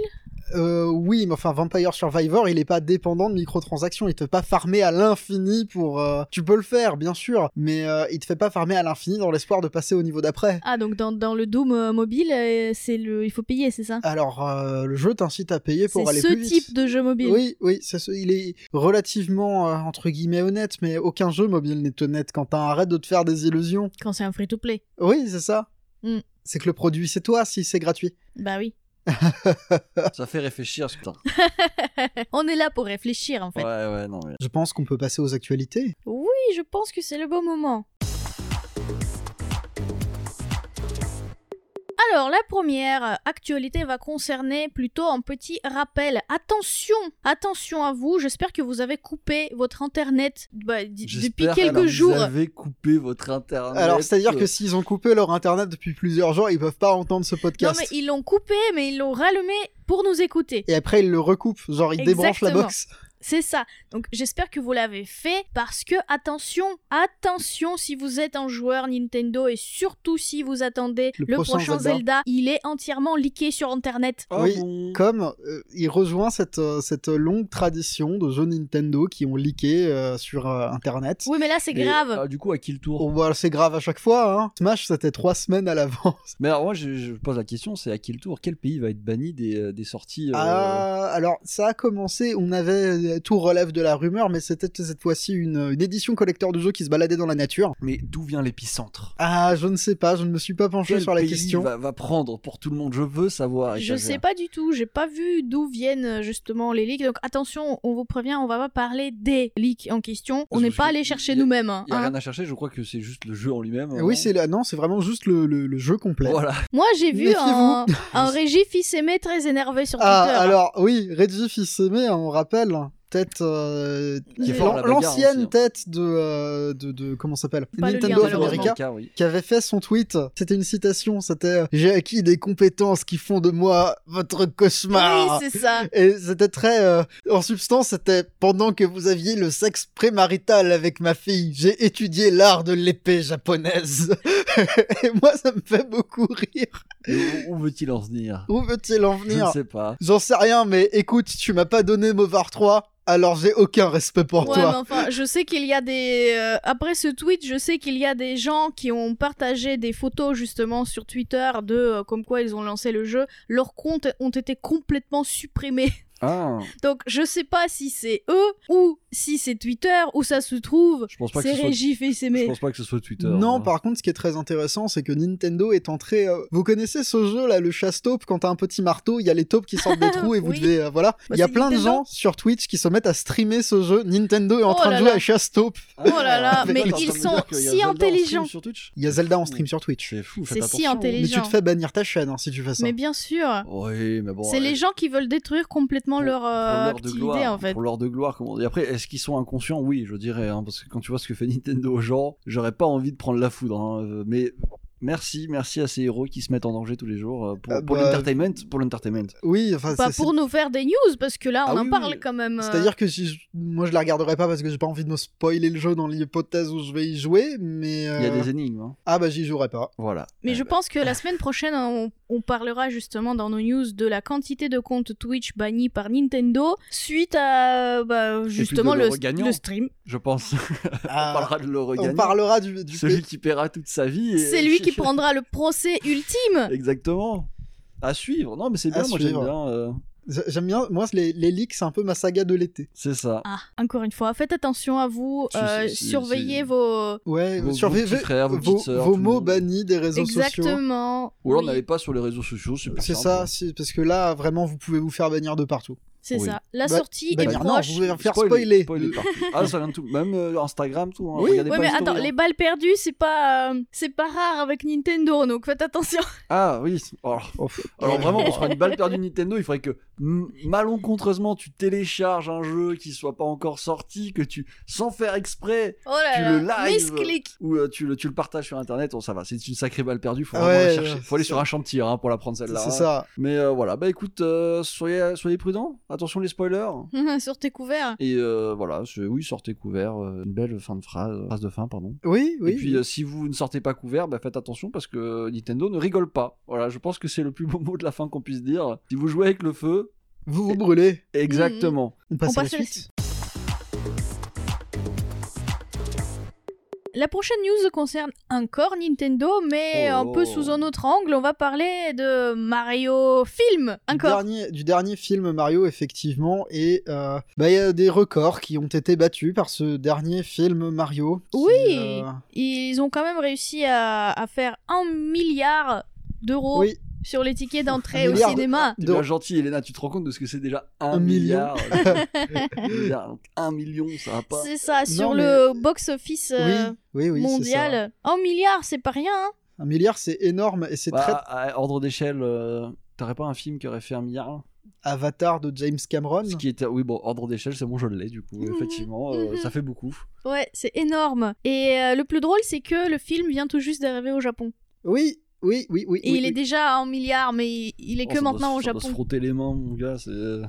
B: Euh, oui, mais enfin, Vampire Survivor, il est pas dépendant de microtransactions. Il te fait pas farmer à l'infini pour. euh, Tu peux le faire, bien sûr, mais euh, il te fait pas farmer à l'infini dans l'espoir de passer au niveau d'après.
A: Ah, donc dans, dans le Doom euh, mobile, euh, c'est le, il faut payer, c'est ça
B: Alors, euh, le jeu t'incite à payer
A: C'est
B: pour aller
A: ce
B: plus vite.
A: type de jeu mobile.
B: Oui, oui, c'est ce- il est relativement euh, entre guillemets honnête, mais aucun jeu mobile n'est honnête quand t'as arrête de te faire des illusions.
A: Quand c'est un free-to-play.
B: Oui, c'est ça.
A: Mm.
B: C'est que le produit, c'est toi si c'est gratuit.
A: Bah oui.
C: Ça fait réfléchir, ce putain.
B: Eh.
A: On est là pour réfléchir en fait.
C: Ouais, ouais, non, mais.
B: Je pense qu'on peut passer aux actualités.
A: Oui, je pense que c'est le bon moment. Alors, la première actualité va concerner plutôt un petit rappel. Attention, attention à vous, j'espère que vous avez coupé votre internet bah, d- depuis
C: J'espère
A: quelques
C: que
A: jours.
C: Vous avez coupé votre internet.
B: Alors, c'est-à-dire que s'ils ont coupé leur internet depuis plusieurs jours, ils peuvent pas entendre ce
A: Non,
B: podcast.
A: mais ils l'ont coupé, mais ils l'ont rallumé pour nous écouter.
B: Et après, ils le recoupent, genre ils débranchent la
A: Exactement.
B: box.
A: C'est ça. Donc j'espère que vous l'avez fait parce que attention, attention si vous êtes un joueur Nintendo et surtout si vous attendez
B: Le
A: le,
B: prochain
A: prochain,
B: Zelda.
A: Zelda. il est entièrement leaké sur internet.
C: Ah
B: Oui,
C: bon
B: Comme euh, il rejoint cette, euh, cette longue tradition de jeux Nintendo qui ont leaké euh, sur euh, internet.
A: Oui, mais là c'est
C: Mais,
A: grave.
C: alors, ah, du coup, à qui le tour
B: Oh, bah, c'est grave à chaque fois, hein. Smash, c'était trois semaines à l'avance.
C: Mais alors, moi, je, je pose la question c'est à qui le tour Quel pays va être banni des, euh, des sorties euh,
B: Ah, alors, ça a commencé, on avait, euh, tout relève de la rumeur, mais c'était cette fois-ci une, une édition collector de jeux qui se baladait dans la nature.
C: Mais d'où vient l'épicentre
B: Ah, je ne sais pas, je ne me suis pas penché
C: Quel
B: sur la
C: pays
B: question.
C: Va, va prendre pour tout le monde Je veux savoir.
A: Je
C: Ekaja.
A: sais pas du tout, j'ai pas vu d'où viennent euh, justement les leaks. Donc attention, on vous prévient, on va pas parler des leaks en question. On
C: Je
A: n'est
C: me
A: pas
C: suis-
A: allé chercher
C: y a-
A: nous-mêmes. hein,
C: Il n'y a
A: hein.
C: rien à chercher, je crois que c'est juste le jeu en lui-même. hein.
B: Oui, c'est là, non, c'est vraiment juste le, le- le jeu complet.
C: Voilà.
A: Moi j'ai vu un,
B: Méfiez-vous.
A: un Régis fils aimé très énervé sur
B: Ah,
A: Twitter.
B: alors, oui, Reggie Fils-Aimé, hein, on rappelle, tête. euh,
A: Qui est
B: l'an-
C: fort à la bagarre aussi,
B: L'ancienne
C: hein.
B: tête de, euh, de, de- Comment ça s'appelle
A: Pas le lien,
B: Nintendo of
A: malheureusement.
B: America.
C: America, oui.
B: qui avait fait son tweet. C'était une citation, c'était euh, J'ai acquis des compétences qui font de moi votre cauchemar.
A: Oui, c'est ça.
B: et c'était très. euh, en substance, c'était pendant que vous aviez le sexe prémarital avec ma fille, j'ai étudié l'art de l'épée japonaise. et moi, ça me fait beaucoup rire.
C: Mais Où où veut-il en venir
B: Où veut-il en
C: Je ne
B: venir
C: sais pas.
B: J'en sais rien, mais écoute, tu m'as pas donné Movar 3, alors j'ai aucun respect pour
A: ouais, mais
B: toi.
A: enfin, je sais qu'il y a des. euh, après ce tweet, je sais qu'il y a des gens qui ont partagé des photos justement sur Twitter de euh, comme quoi ils ont lancé le jeu. Leurs comptes ont été complètement supprimés.
C: Ah,
A: Donc je sais pas si c'est eux ou si c'est Twitter où ça se trouve.
C: je pense pas que
A: C'est
C: ce soit.
A: Régis fils
C: Je
A: aimé.
C: pense pas que ce soit Twitter.
B: Non,
C: hein.
B: par contre, ce qui est très intéressant, c'est que Nintendo est entré. euh, Vous connaissez ce jeu là, le chasse-taupe Quand t'as un petit marteau, il y a les taupes qui sortent des trous et vous
A: Oui. Bah,
B: devez. euh, voilà. Il y a
A: c'est
B: plein de
A: Nintendo.
B: gens sur Twitch qui se mettent à streamer ce jeu. Nintendo est en
A: Oh
B: train
A: là
B: de jouer
A: là.
B: à chasse-taupe.
C: Ah,
A: Oh là là,
C: t'es
A: mais
C: en train
A: ils
C: de me
A: sont
C: dire qu'il y a
A: si
C: Zelda en stream
A: intelligents.
C: Sur Twitch
B: Il y a Zelda en stream sur Twitch.
C: C'est fou, faites
A: C'est si
C: attention. hein.
B: Mais tu
A: intelligent.
B: te fais bannir ta chaîne hein, si tu fais ça.
A: Mais bien sûr.
C: Oui, mais bon.
A: c'est les gens qui veulent détruire complètement
C: pour-
A: leur, euh,
C: pour l'heure de
A: activité
C: gloire,
A: en fait.
C: Pour l'heure de gloire, comment on dit. Après, est-ce qu'ils sont inconscients Oui, je dirais, hein, parce que quand tu vois ce que fait Nintendo aux gens, j'aurais pas envie de prendre la foudre. hein, euh, mais Merci, merci à ces héros qui se mettent en danger tous les jours euh, pour,
B: Ah
C: pour
B: bah,
C: l'entertainment, pour l'entertainment.
B: Oui, enfin,
A: Pas
B: c'est- c'est-
A: pour nous faire des news, parce que là, on
C: Ah
A: en
C: oui,
A: parle
C: oui.
A: quand même. euh,
B: C'est-à-dire que si je- moi je la regarderai pas parce que j'ai pas envie de me spoiler le jeu dans l'hypothèse où je vais y jouer, mais
C: Il y a
B: euh,
C: des énigmes. hein.
B: ah bah j'y jouerai pas.
C: Voilà.
A: Mais
C: Eh
A: je
C: ben,
A: pense que la semaine prochaine, hein, on, on parlera justement dans nos news de la quantité de comptes Twitch bannis par Nintendo suite à bah, justement
C: de
A: le,
C: l'euro gagnant.
A: le stream.
C: je pense. on
B: Ah,
C: parlera de l'euro
B: on
C: gagnant.
B: parlera du, du
C: Celui qui paiera toute sa vie. et-
A: C'est lui qui prendra le procès ultime.
C: Exactement. À suivre. Non, mais c'est
B: À
C: bien, moi j'aime
B: suivre.
C: bien. euh,
B: J'aime bien, moi les, les leaks c'est un peu ma saga de l'été.
C: c'est ça.
A: Ah, encore une fois, faites attention à vous,
C: Si,
A: euh,
C: si, si,
A: surveillez
C: si.
A: vos...
B: Ouais,
C: Vos- vos
B: surveillez
C: petits frères, vos petites sœurs,
B: vos
C: tout le
B: mots
C: monde.
B: bannis des réseaux sociaux.
A: Exactement.
C: Ou alors
A: Oui,
C: on n'allait pas sur les réseaux sociaux, c'est plus
B: C'est
C: simple.
B: ça, c'est- parce que là vraiment vous pouvez vous faire bannir de partout.
A: C'est
C: Oui.
A: ça. La
B: Bah-
A: sortie est
B: Bannir, non,
A: proche.
B: vous pouvez faire
C: Spoiler,
B: spoiler.
C: spoiler partout. ah, ça vient de tout. Même euh, Instagram, tout. hein.
B: Oui.
C: Regardez
A: Ouais,
C: pas
A: mais
C: les stories,
A: attends,
C: hein.
A: les balles perdues, c'est pas, euh, c'est pas rare avec Nintendo, donc faites attention.
C: Ah oui. Oh.
B: Oh, pff.
C: Alors vraiment, pour se faire une balle perdue Nintendo, il faudrait que m- malencontreusement tu télécharges un jeu qui soit pas encore sorti, que tu, sans faire exprès,
A: Oh là
C: Tu
A: là,
C: le live.
A: misclick.
C: ou euh, tu, le, tu le partages sur internet, on ça va, c'est une sacrée balle perdue, faut
B: Ah
C: vraiment
B: ouais,
C: la chercher.
B: ouais,
C: faut aller
B: c'est
C: sur un chantier hein, pour la prendre
B: c'est
C: celle-là. hein.
B: ça.
C: Mais euh, voilà, bah écoute, euh, soyez, soyez prudents, attention les spoilers.
A: Sur tes couverts.
C: Et euh, voilà, c'est- oui, sortez couvert, euh, une belle fin de phrase, phrase de fin, pardon.
B: Oui, oui.
C: Et puis, euh, si vous ne sortez pas couvert, bah, faites attention parce que Nintendo ne rigole pas. Voilà, je pense que c'est le plus beau mot de la fin qu'on puisse dire. Si vous jouez avec le feu,
B: Vous vous brûlez.
C: exactement.
B: On passe,
A: On passe
B: à
A: à
B: la
A: la
B: suite.
A: La prochaine news concerne encore Nintendo, mais
C: Oh.
A: un peu sous un autre angle. On va parler de Mario Film,
B: Du
A: encore.
B: dernier, du dernier film Mario, effectivement, et euh, bah, il y a des records qui ont été battus par ce dernier film Mario. qui,
A: Oui.
B: euh,
A: Ils ont quand même réussi à, à faire un milliard d'euros
B: Oui,
C: Oh.
A: sur les tickets d'entrée
B: Un
A: au
B: milliard.
A: cinéma.
C: T'es
B: Donc-
C: bien gentil, Elena, tu te rends compte de ce que c'est déjà un
B: Un
C: milliard.
B: million.
C: Je veux dire, donc un million, ça va pas.
A: C'est ça, sur
B: mais-
A: le box-office euh,
B: oui, oui, oui, c'est ça.
A: mondial. Un milliard, c'est pas rien. hein.
B: Un milliard, c'est énorme et c'est
C: Bah,
B: très
C: à ordre d'échelle, euh, t'aurais pas un film qui aurait fait un milliard hein
B: Avatar de James Cameron.
C: Ce qui était, oui, bon, ordre d'échelle, c'est bon, je l'ai du coup.
A: Mhm,
C: Effectivement, euh,
A: mhm.
C: ça fait beaucoup.
A: Ouais, c'est énorme. Et euh, le plus drôle, c'est que le film vient tout juste d'arriver au Japon.
B: Oui, oui, oui, oui.
A: Et
B: oui,
A: il est
B: oui.
A: déjà à un milliard, mais il, il est
C: Oh,
A: que
C: ça doit
A: maintenant
C: se-
A: au
C: ça doit se
A: Japon.
C: frotter les mains, mon gars. C'est... euh,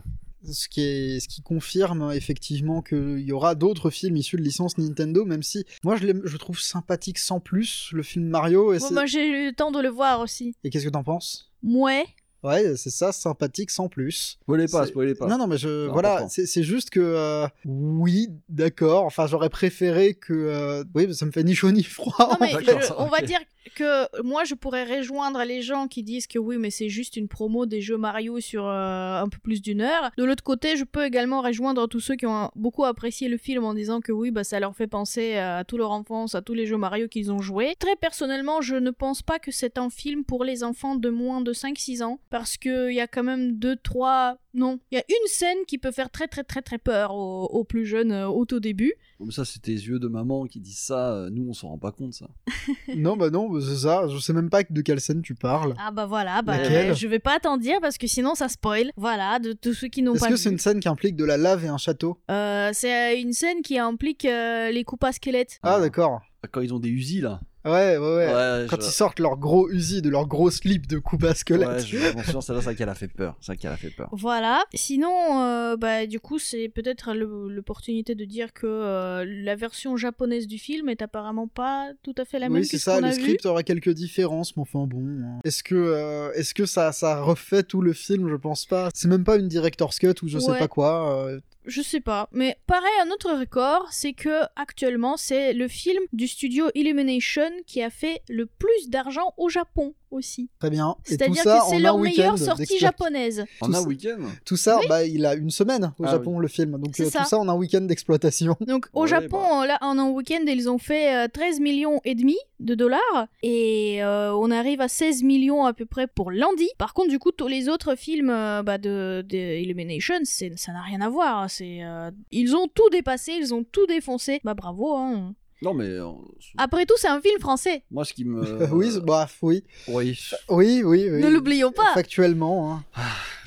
B: Ce qui est, ce qui confirme effectivement qu'il y aura d'autres films issus de licence Nintendo, même si moi je, l'aime- je trouve sympathique sans plus le film Mario. Et,
A: Bon,
B: c'est-
A: moi, j'ai eu le temps de le voir aussi.
B: et qu'est-ce que t'en penses
A: Mouais.
B: Ouais, c'est ça, sympathique sans plus.
C: Spoilez pas,
B: C'est-
C: spoilez pas.
B: Non, non, mais je.
C: C'est
B: Voilà,
C: important.
B: c'est c'est juste que. euh, oui, d'accord. Enfin, j'aurais préféré que. euh, oui, mais ça me fait ni chaud ni froid.
A: Non, mais
B: en fait.
C: D'accord,
A: je-
C: ça,
A: on va
C: ok.
A: dire que moi, je pourrais rejoindre les gens qui disent que oui, mais c'est juste une promo des jeux Mario sur euh, un peu plus d'une heure. De l'autre côté, je peux également rejoindre tous ceux qui ont euh, beaucoup apprécié le film en disant que oui, bah, ça leur fait penser à toute leur enfance, à tous les jeux Mario qu'ils ont joués. Très personnellement, je ne pense pas que c'est un film pour les enfants de moins de 5-6 ans parce qu'il y a quand même deux, trois... Non, il y a une scène qui peut faire très très très très peur aux, aux plus jeunes euh, au tout début.
C: Comme ça, c'est tes yeux de maman qui disent ça. euh, Nous, on s'en rend pas compte, ça.
B: non, bah non, bah, c'est ça. Je sais même pas de quelle scène tu parles.
A: Ah bah voilà, bah,
B: Laquelle
A: euh, je vais pas t'en dire parce que sinon ça spoil. Voilà, de tous ceux qui n'ont
B: Est-ce
A: pas
B: que
A: vu.
B: c'est une scène qui implique de la lave et un château
A: Euh, c'est une scène qui implique euh, les coupes à squelettes.
B: Ah,
C: Ah.
B: d'accord.
C: Quand ils ont des usines, là.
B: Ouais, ouais, ouais.
C: Ouais,
B: Quand
C: je-
B: ils sortent leur gros Uzi de leur gros slip de coupe à squelette.
C: Ouais, je m'en souviens, celle-là, ça qu'elle a fait peur. Ça qu'elle a fait peur.
A: Voilà. Sinon, euh, bah, du coup, c'est peut-être le- l'opportunité de dire que euh, la version japonaise du film est apparemment pas tout à fait la même
B: oui,
A: que
B: c'est
A: ce
B: ça.
A: qu'on
B: Le
A: a vu.
B: script aurait quelques différences, mais enfin bon. Est-ce que, euh, est-ce que ça, ça refait tout le film Je pense pas. C'est même pas une director's cut ou je sais
A: Ouais.
B: pas quoi. euh,
A: Je sais pas. Mais pareil, un autre record, c'est que actuellement, c'est le film du studio Illumination qui a fait le plus d'argent au Japon aussi.
B: très bien. Et tout
A: C'est-à-dire que
B: ça en
A: c'est
B: un
A: leur
B: week-end
A: meilleure sortie
B: d'expert-
A: japonaise.
C: En
B: Tout
C: un
B: ça-
C: week-end
B: Tout ça,
A: Oui.
B: bah, il a une semaine au
C: Ah
B: Japon le film, donc
A: C'est
B: euh,
A: ça.
B: tout ça en un week-end d'exploitation.
A: Donc au
C: Ouais,
A: Japon,
B: bah.
A: là, en un week-end, ils ont fait euh, 13 millions et demi de dollars et euh, on arrive à 16 millions à peu près pour lundi. Par contre, du coup, tous les autres films euh, bah, de, de Illumination, c'est- ça n'a rien à voir. hein. C'est, euh, ils ont tout dépassé, ils ont tout défoncé. Bah bravo. Hein.
C: Non, mais. euh,
A: Après tout, c'est un film français.
C: Moi, ce qui me.
B: Euh, oui, bah, oui.
C: Oui.
B: Oui, oui, oui.
A: Ne l'oublions pas.
B: Factuellement, hein.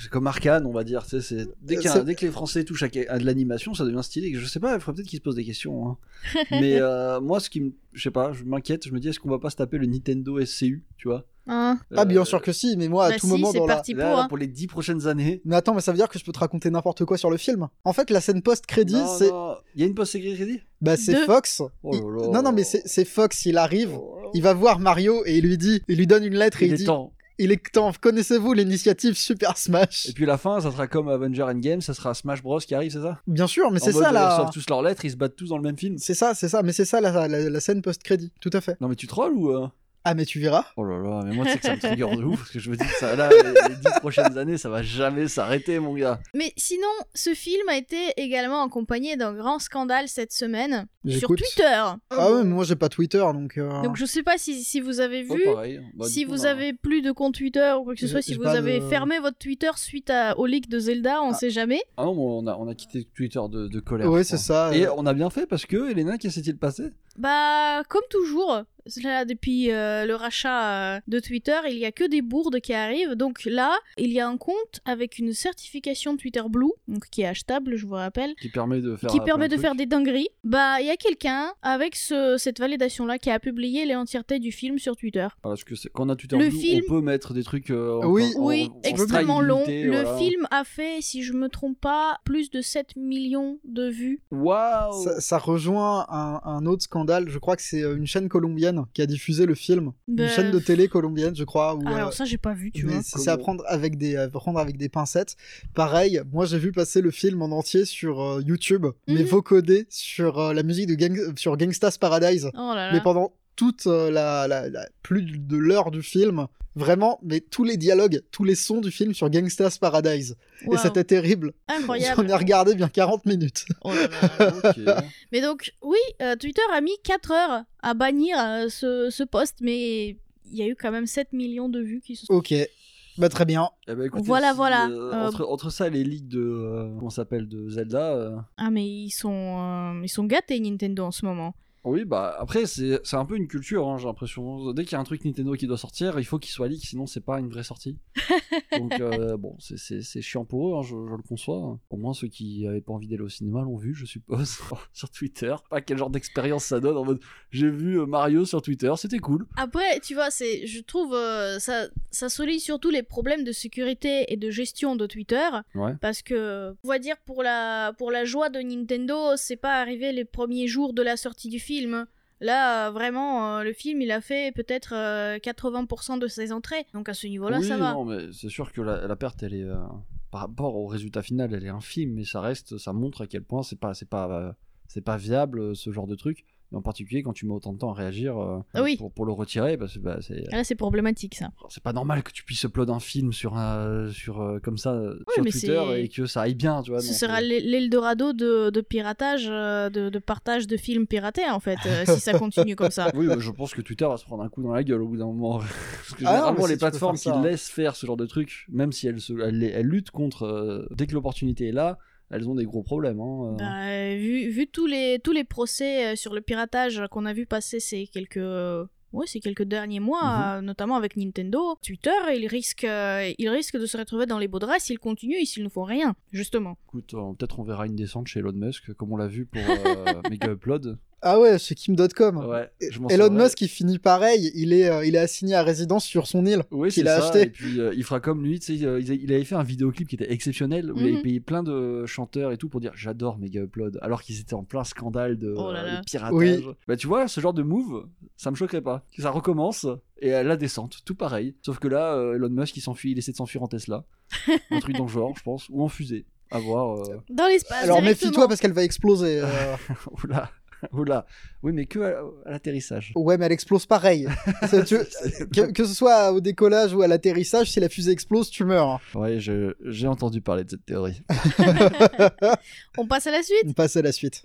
C: C'est comme Arkane, on va dire. tu sais, c'est- Dès, qu'un-
B: C'est-
C: dès que les Français touchent à, à de l'animation, ça devient stylé. Je sais pas, il faudrait peut-être qu'ils se posent des questions. hein. Mais euh, moi, ce qui me. Je sais pas, je m'inquiète. Je me dis, est-ce qu'on va pas se taper le Nintendo SCU, tu vois
A: Hein.
B: Ah, bien
C: Euh,
B: sûr que si, mais moi, à
A: Bah
B: tout
A: si,
B: moment
A: c'est
B: dans la.
A: parti
C: là,
A: pour.
C: là,
A: hein.
C: pour les dix prochaines années.
B: Mais attends, mais ça veut dire que je peux te raconter n'importe quoi sur le film. En fait, la scène post-crédit,
C: Non,
B: c'est.
C: non, Il y a une post crédit
B: Bah, c'est
A: Deux.
B: Fox.
C: Oh là
B: Il-
C: là.
B: Non, non, mais c'est c'est Fox, il arrive.
C: Il,
B: Il va voir Mario et il lui dit, il lui donne une lettre et il,
C: est
B: dit,
C: temps.
B: il est temps. Connaissez-vous l'initiative Super Smash
C: Et puis la fin, ça sera comme Avenger Endgame, ça sera Smash Bros qui arrive, c'est ça
B: Bien sûr, mais
C: En
B: c'est
C: mode, euh,
B: ça
C: Ils
B: la,
C: sortent tous leurs lettres, ils se battent tous dans le même film.
B: c'est ça, c'est ça, mais c'est ça la, la- la scène post-crédit, tout à fait.
C: Non mais tu trolls ou euh
B: Ah mais tu verras.
C: Oh là là, mais moi tu sais que ça me trigger de ouf parce que je me dis que ça là les, les 10 prochaines années, ça va jamais s'arrêter mon gars.
A: Mais sinon, ce film a été également accompagné d'un grand scandale cette semaine sur
B: J'écoute.
A: Twitter.
B: Ah ouais, mais moi j'ai pas Twitter donc. euh,
A: Donc je sais pas si, si vous avez
C: Oh,
A: vu,
C: pareil. Bah, du
A: si
C: coup,
A: vous
C: on a-
A: avez plus de compte Twitter ou quoi que ce
B: J'ai-
A: soit, si
B: j'ai
A: vous
B: pas
A: avez
B: de-
A: fermé votre Twitter suite à, au leak de Zelda, on
C: Ah.
A: sait jamais.
C: Ah non, on a on a quitté Twitter de, de colère.
B: ouais,
C: je
B: c'est
C: crois.
B: ça.
C: Et
B: euh,
C: on a bien fait parce que Elena, qu'est-ce qui s'est-il passé
A: Bah, comme toujours, là, depuis euh, le rachat euh, de Twitter, il y a que des bourdes qui arrivent. Donc là, il y a un compte avec une certification Twitter Blue, donc qui est achetable, je vous rappelle.
C: Qui permet de faire euh,
A: qui
C: plein
A: permet de
C: trucs.
A: faire des dingueries. Bah, il y a quelqu'un avec ce- cette validation-là qui a publié l'entièreté du film sur Twitter.
C: Parce que c'est- quand on a Twitter
A: Le
C: Blue,
A: film-
C: on peut mettre des trucs. euh, en-
B: Oui.
C: en-
A: Oui,
C: en- en
A: extrêmement
C: style
A: long.
C: limité,
A: le
C: voilà.
A: film a fait, si je me trompe pas, plus de 7 millions de vues.
C: Waouh
B: Ça, ça rejoint un, un autre scandale. Je crois que c'est euh, une chaîne colombienne qui a diffusé le film,
A: Bah,
B: une chaîne de télé colombienne, je crois. Où, euh,
A: Ah Alors ça, j'ai pas vu, tu
B: mais
A: vois.
B: c'est c'est à prendre avec des à prendre avec des pincettes. Pareil, moi j'ai vu passer le film en entier sur euh, YouTube, mais
A: Mhm.
B: vocodé sur euh, la musique de Gang- sur Gangsta's Paradise.
A: Oh là
B: Mais
A: là.
B: pendant toute euh, la, la- la- plus de l'heure du film, vraiment, mais tous les dialogues, tous les sons du film sur Gangsta's Paradise.
A: Waouh.
B: Et c'était terrible.
A: Incroyable.
B: J'en ai regardé bien 40 minutes.
A: Oh là là.
C: Ok.
A: Mais donc, oui, euh, Twitter a mis 4 heures à bannir euh, ce, ce post, mais il y a eu quand même 7 millions de vues qui se sont...
B: Ok. Bah très bien.
C: Eh ben, écoutez,
A: Voilà,
C: si,
A: voilà,
C: euh,
A: euh,
C: Entre, entre ça, les ligues de. euh, comment ça s'appelle De Zelda. euh,
A: Ah, mais ils sont, euh, ils sont gâtés, Nintendo, en ce moment.
C: Oui, bah après, c'est c'est un peu une culture, hein, j'ai l'impression. Dès qu'il y a un truc Nintendo qui doit sortir, il faut qu'il soit leak, sinon c'est pas une vraie sortie. Donc euh, bon, c'est- c'est c'est chiant pour eux, hein, je, je le conçois. Au moins, ceux qui avaient pas envie d'aller au cinéma l'ont vu, je suppose, sur Twitter. Pas quel genre d'expérience ça donne en mode j'ai vu euh, Mario sur Twitter, c'était cool.
A: Après, tu vois, c'est, je trouve, euh, ça, ça souligne surtout les problèmes de sécurité et de gestion de Twitter,
C: Ouais.
A: parce que, on va dire, pour la, pour la joie de Nintendo, c'est pas arrivé les premiers jours de la sortie du film. Là, euh, vraiment, euh, le film, il a fait peut-être euh, 80% de ses entrées, donc à ce niveau-là,
C: oui,
A: ça va.
C: non, mais c'est sûr que la, la perte, elle est. euh, par rapport au résultat final, elle est infime, mais ça reste. Ça montre à quel point c'est pas, c'est pas, euh, c'est pas viable euh, ce genre de truc. Et en particulier quand tu mets autant de temps à réagir euh,
A: Ah oui.
C: pour, pour le retirer, parce que bah, c'est
A: Ah Là, c'est problématique, ça.
C: c'est pas normal que tu puisses upload un film sur, un- sur euh, comme ça euh, sur
A: mais
C: Twitter
A: c'est-
C: et que ça aille bien, tu vois. euh,
A: Ce
C: non,
A: sera
C: c'est-
A: l'E- l'Eldorado de, de piratage, euh, de, de partage de films piratés, en fait, euh, si ça continue comme ça.
C: Oui, bah, je pense que Twitter va se prendre un coup dans la gueule au bout d'un moment. Parce que
B: Ah non, mais si
C: généralement, les
B: tu peux
C: plateformes
B: faire
C: qui
B: ça, hein.
C: laissent faire ce genre de truc, même si elles, se, elles, elles luttent contre. euh, dès que l'opportunité est là, elles ont des gros problèmes. hein, euh.
A: Bah, euh, vu vu tous, les, tous les procès euh, sur le piratage qu'on a vu passer ces quelques, euh, ouais, ces quelques derniers mois,
C: Mhm.
A: euh, notamment avec Nintendo, Twitter, ils risquent, euh, ils risquent de se retrouver dans les beaux draps s'ils continuent et s'ils ne font rien, justement.
C: Écoute, euh, peut-être on verra une descente chez Elon Musk, comme on l'a vu pour euh, Mega Upload.
B: Ah ouais, chez Kim.com.
C: Ouais, je m'en
B: Elon
C: souviens.
B: Musk, il finit pareil. Il est, euh, il est assigné à résidence sur son île.
C: Oui, c'est
B: qu'il a
C: ça.
B: acheté.
C: Et puis euh, il fera comme lui, tu sais, euh, il a- il avait fait un vidéoclip qui était exceptionnel où il
A: Mhm.
C: avait payé plein de chanteurs et tout pour dire j'adore Mega Upload, alors qu'ils étaient en plein scandale de,
A: Oh là
C: euh,
A: là.
C: de piratage.
B: Oui.
C: Bah tu vois, ce genre de move, ça me choquerait pas. Ça recommence et à la descente, tout pareil. Sauf que là, euh, Elon Musk, il s'enfuit, il essaie de s'enfuir en Tesla, un truc dans le genre, je pense, ou en fusée. À voir. euh,
A: Dans l'espace,
B: Alors méfie-toi
A: Ah, directement.
B: parce qu'elle va exploser. euh.
C: Oula, oula. Oui, mais que à, à l'atterrissage.
B: ouais, mais elle explose pareil. C'est- tu-
C: C'est-
B: que, que ce soit au décollage ou à l'atterrissage, si la fusée explose, tu meurs.
C: Ouais, je- j'ai entendu parler de cette théorie.
A: On passe à
B: Mm.
A: la suite
B: On passe à la suite.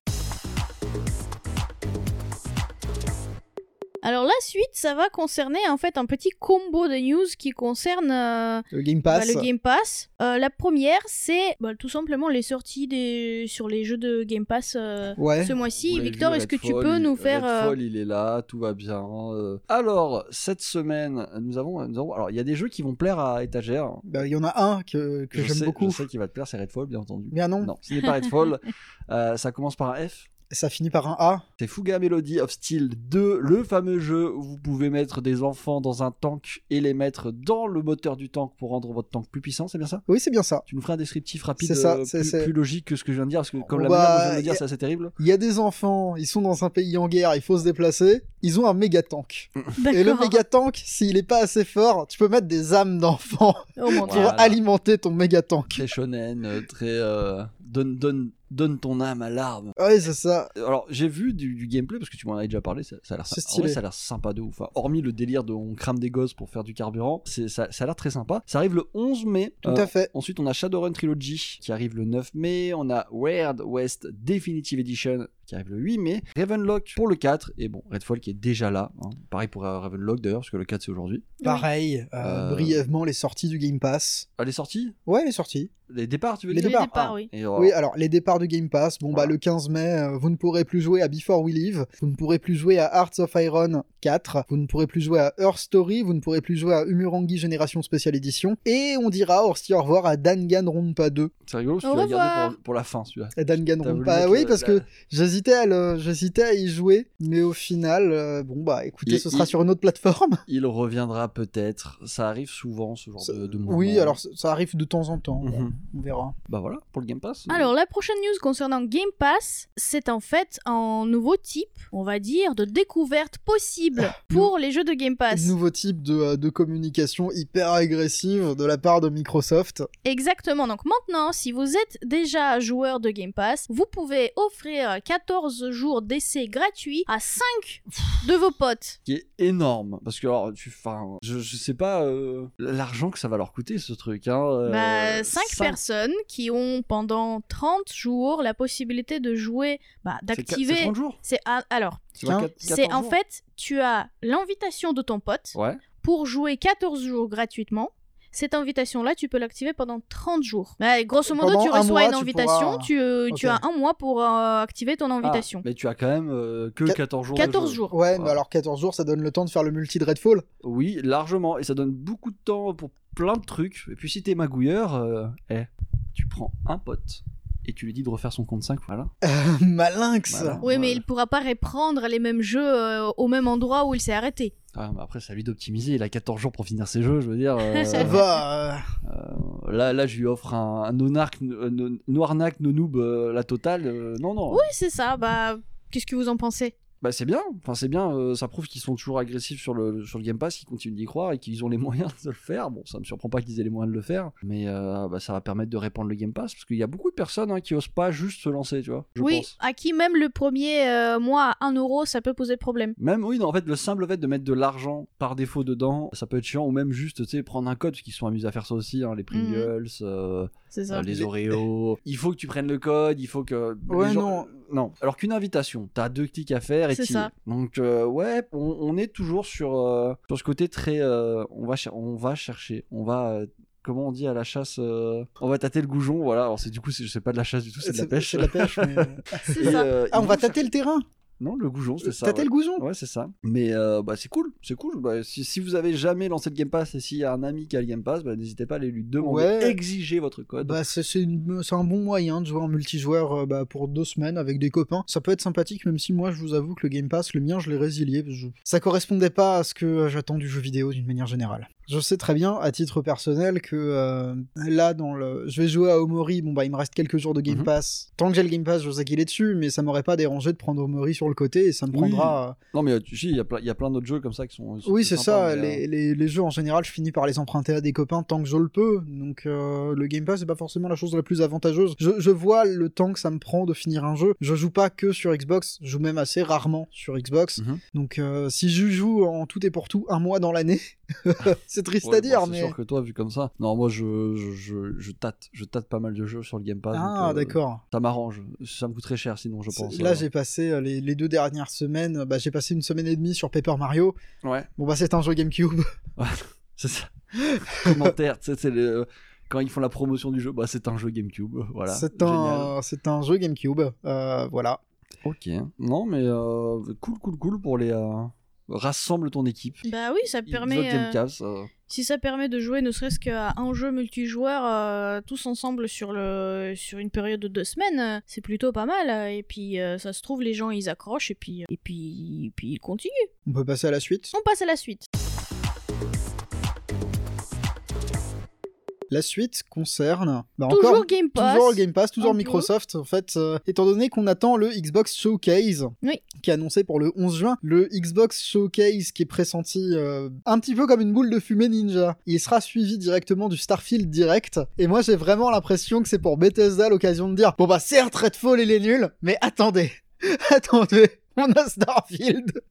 A: Alors la suite, ça va concerner en fait un petit combo de news qui concerne euh,
B: Le Game
A: bah,
B: Pass.
A: le Game Pass. Euh, la première, c'est bah, tout simplement les sorties des... sur les jeux de Game Pass euh,
B: Ouais.
A: ce mois-ci.
C: Vous l'avez
A: Victor,
C: vu,
A: est-ce que tu
C: Redfall,
A: peux
C: il-
A: nous faire... euh,
C: Redfall, il est là, tout va bien. euh. Alors, cette semaine, nous avons. Nous avons- Alors, il y a des jeux qui vont plaire à étagère. hein.
B: Bah, Il y en a un que, que
C: Je
B: j'aime
C: sais-
B: beaucoup.
C: Je sais qu'il va te plaire, c'est Redfall, bien entendu.
B: Bien non.
C: Non, ce n'est pas Redfall. Euh, ça commence par un F.
B: ça finit par un A.
C: C'est Fuga Melody of Steel 2, le fameux jeu où vous pouvez mettre des enfants dans un tank et les mettre dans le moteur du tank pour rendre votre tank plus puissant, c'est bien ça
B: Oui, c'est bien ça.
C: Tu nous feras un descriptif rapide,
B: C'est ça,
C: euh,
B: c'est-
C: plus,
B: c'est-
C: plus logique que ce que je viens de dire, parce que comme
B: On
C: la
B: va-
C: manière dont je viens de le dire, c'est assez terrible.
B: Il y a des enfants, ils sont dans un pays en guerre, il faut se déplacer. Ils ont un méga tank. Et le
A: d'accord.
B: méga tank, s'il est pas assez fort, tu peux mettre des âmes d'enfants
A: Oh mon
B: pour
A: dieu.
C: Voilà.
B: alimenter ton méga tank.
C: Très shonen, euh, très... euh, donne, donne, donne ton âme à l'arme.
B: Ouais, c'est ça.
C: Alors, j'ai vu du, du gameplay, parce que tu m'en avais déjà parlé, ça, ça a l'air
B: C'est
C: sympa. En
B: stylé.
C: vrai, ça a l'air sympa de ouf. Enfin, hormis le délire de on crame des gosses pour faire du carburant, c'est- ça, ça a l'air très sympa. Ça arrive le 11 mai.
B: Tout
C: Euh,
B: à fait.
C: Ensuite, on a Shadowrun Trilogy qui arrive le 9 mai. On a Weird West Definitive Edition qui arrive le 8 mai. Ravenlock pour le 4. Et bon, Redfall qui est déjà là. hein. Pareil pour euh, Ravenlock d'ailleurs, parce que le 4 c'est aujourd'hui.
A: Oui.
B: Pareil, euh,
C: Euh,
B: brièvement, les sorties du Game Pass.
C: Ah, les sorties
B: Ouais, les sorties.
C: Les départs, tu veux
B: Les
C: dire
B: départs,
C: Ah,
A: oui.
C: et, euh,
B: Oui, alors les départs du Game Pass, bon bah
C: Voilà.
B: le 15 mai, euh, vous ne pourrez plus jouer à Before We Leave, vous ne pourrez plus jouer à Hearts of Iron 4, vous ne pourrez plus jouer à Earth Story, vous ne pourrez plus jouer à Umurangi Génération Spéciale Edition, et on dira aussi au revoir à Danganronpa 2.
C: C'est rigolo, parce
A: Au
C: que tu l'as gardé
A: revoir.
C: pour, pour la fin celui-là.
B: Et
C: T'as voulu
B: Danganronpa,
C: mettre
B: Bah oui,
C: le-
B: parce
C: la-
B: que j'hésitais à, le- j'hésitais à y jouer, mais au final, euh, bon bah écoutez,
C: Il-
B: ce sera
C: il-
B: sur une autre plateforme.
C: Il reviendra peut-être. Ça arrive souvent ce genre
B: Ça-
C: bah, de, de mouvement.
B: Oui, alors ça- ça arrive de temps en temps,
C: Mhm.
B: on verra.
C: Bah voilà, pour le Game Pass.
A: Alors, la prochaine news concernant Game Pass, c'est en fait un nouveau type, on va dire, de découverte
C: Ah,
A: possible pour les jeux de Game Pass.
B: Nouveau type de, euh, de communication hyper agressive de la part de Microsoft.
A: Exactement. Donc maintenant, si vous êtes déjà joueur de Game Pass, vous pouvez offrir 14 jours d'essai gratuits à 5 de vos potes.
C: qui est énorme parce que alors tu enfin je, je sais pas euh, l'argent que ça va leur coûter ce truc hein euh,
A: Bah, 5
C: cinq-
A: personnes qui ont pendant 30 jours la possibilité de jouer, bah,
C: c'est qua- c'est
A: d'activer.
C: 30 jours
A: C'est ah, alors,
C: C'est pas
B: Tiens.
C: quat-
A: c'est
C: 14
A: en
C: jours
A: fait, tu as l'invitation de ton pote
C: ouais
A: pour jouer 14 jours gratuitement. Cette invitation-là, tu peux l'activer pendant 30 jours. Bah, grosso modo,
B: Pendant
A: tu
B: un
A: reçois
B: mois,
A: une
B: tu
A: invitation,
B: pourras-
A: tu, euh, tu
B: Ok.
A: as un mois pour euh, activer ton
C: Ah,
A: invitation.
C: mais tu as quand même euh, que
B: Quat-
C: 14 jours de
A: 14
C: jeu.
A: jours.
B: Ouais, mais
C: Voilà.
B: alors 14 jours, ça donne le temps de faire le multi de Redfall.
C: oui largement et ça donne beaucoup de temps pour plein de trucs et puis si t'es magouilleur euh, eh, tu prends un pote et tu lui dis de refaire son compte 5 voilà
B: Malinx
C: Voilà.
A: Oui, mais
C: Ouais.
A: il pourra pas reprendre les mêmes jeux euh, au même endroit où il s'est arrêté.
C: Ah, mais après c'est à lui d'optimiser il a 14 jours pour finir ses jeux je veux dire euh,
A: Ça
B: Ça va. euh,
C: là là je lui offre un, un nonarc euh, non- noirnac nonoob euh, la totale euh, non non
A: Oui, c'est ça. Bah, qu'est-ce que vous en pensez
C: Bah c'est bien, enfin c'est bien, euh, ça prouve qu'ils sont toujours agressifs sur le, sur le Game Pass, qu'ils continuent d'y croire et qu'ils ont les moyens de le faire. Bon, ça me surprend pas qu'ils aient les moyens de le faire, mais euh, bah, ça va permettre de répandre le Game Pass, parce qu'il y a beaucoup de personnes hein, qui osent pas juste se lancer, tu vois, je
A: Oui,
C: pense.
A: à qui même le premier euh, mois à 1 euro, ça peut poser problème.
C: Même, oui, non, en fait, le simple fait de mettre de l'argent par défaut dedans, ça peut être chiant, ou même juste, tu sais, prendre un code, parce qu'ils sont amusés à faire ça aussi, hein, les
A: Mhm.
C: Pringles, euh,
A: C'est
C: euh,
A: ça.
C: les Oreos. Il faut que tu prennes le code, il faut que. les
B: Ouais, non.
C: Non. Alors qu'une invitation, t'as deux clics à faire et
A: C'est
C: t'y
A: ça.
C: es. Donc, euh, ouais, on, on est toujours sur, euh, sur ce côté très. euh, on, va cher- on va chercher, on va. euh, Comment on dit à la chasse euh, On va tâter le goujon, voilà. Alors, c'est du coup, c'est- je sais pas de la chasse du tout, c'est de la pêche.
B: C'est de la pêche. mais, euh,
A: C'est
C: Et,
A: ça.
C: euh,
B: Ah,
C: ils
B: on va
C: vont cher-
B: tâter le terrain.
C: Non, le goujon, c'est ça.
B: tâter
C: ouais.
B: le goujon.
C: Ouais, c'est ça. Mais euh, bah, c'est cool, c'est cool. Bah, si, si vous avez jamais lancé le Game Pass et s'il y a un ami qui a le Game Pass, bah, n'hésitez pas à aller lui demander,
B: Ouais.
C: exiger votre code.
B: Bah, c'est c'est une- c'est un bon moyen de jouer en multijoueur euh, bah, pour deux semaines avec des copains. Ça peut être sympathique, même si moi, je vous avoue que le Game Pass, le mien, je l'ai résilié. parce que je- Ça correspondait pas à ce que euh, j'attends du jeu vidéo d'une manière générale. Je sais très bien, à titre personnel, que euh, là, dans le... je vais jouer à Omori. Bon, bah, il me reste quelques jours de Game
C: Mhm.
B: Pass. Tant que j'ai le Game Pass, je sais qu'il est dessus, mais ça m'aurait pas dérangé de prendre Omori sur le côté et ça me
C: Oui.
B: prendra. euh,
C: Non, mais euh, tu sais, il y a plein, il y a plein d'autres jeux comme ça qui sont. sont
B: Oui,
C: plus
B: c'est
C: sympas,
B: ça.
C: mais,
B: Les,
C: euh,
B: les- les jeux, en général, je finis par les emprunter à des copains tant que je le peux. Donc, euh, le Game Pass, c'est pas forcément la chose la plus avantageuse. Je, je vois le temps que ça me prend de finir un jeu. Je joue pas que sur Xbox. Je joue même assez rarement sur Xbox.
C: Mhm.
B: Donc, euh, si je joue en tout et pour tout un mois dans l'année, c'est triste
C: ouais,
B: à dire,
C: bon, C'est
B: mais.
C: sûr que toi, vu comme ça. Non, moi, je, je, je, je tâte. Je tâte pas mal de jeux sur le Game Pass.
B: Ah,
C: donc, euh,
B: d'accord.
C: Ça m'arrange. Ça me coûterait cher sinon, je pense.
B: Là,
C: euh.
B: j'ai passé euh, les, les les deux dernières semaines, bah, j'ai passé une semaine et demie sur Paper Mario.
C: Ouais,
B: Bon, bah, c'est un jeu GameCube.
C: c'est ça. Commentaire, tu sais, c'est le- euh, quand ils font la promotion du jeu, bah, c'est un jeu GameCube. Voilà.
B: c'est
C: Génial.
B: un, c'est un jeu GameCube. Euh, voilà.
C: Ok. Non, mais euh, cool, cool, cool pour les. euh, rassemble ton équipe.
A: Bah oui, ça
C: Zot
A: permet. euh,
C: Gamecast, euh,
A: Si ça permet de jouer ne serait-ce qu'à un jeu multijoueur euh, tous ensemble sur, le, sur une période de deux semaines, euh, c'est plutôt pas mal. euh, Et puis euh, ça se trouve, les gens ils accrochent et puis, euh, et puis, et puis ils continuent.
B: On peut passer à la suite.
A: On passe à la suite.
B: La suite concerne. bah,
A: Toujours
B: encore.
A: Game Pass.
B: Toujours le Game Pass, toujours
A: Un peu.
B: Microsoft, en fait, euh, étant donné qu'on attend le Xbox Showcase,
A: Oui.
B: qui est annoncé pour le 11 juin, le Xbox Showcase qui est pressenti euh, un petit peu comme une boule de fumée ninja. Il sera suivi directement du Starfield Direct, et moi j'ai vraiment l'impression que c'est pour Bethesda l'occasion de dire, bon bah certes Redfall il est nul, mais attendez, attendez, on a Starfield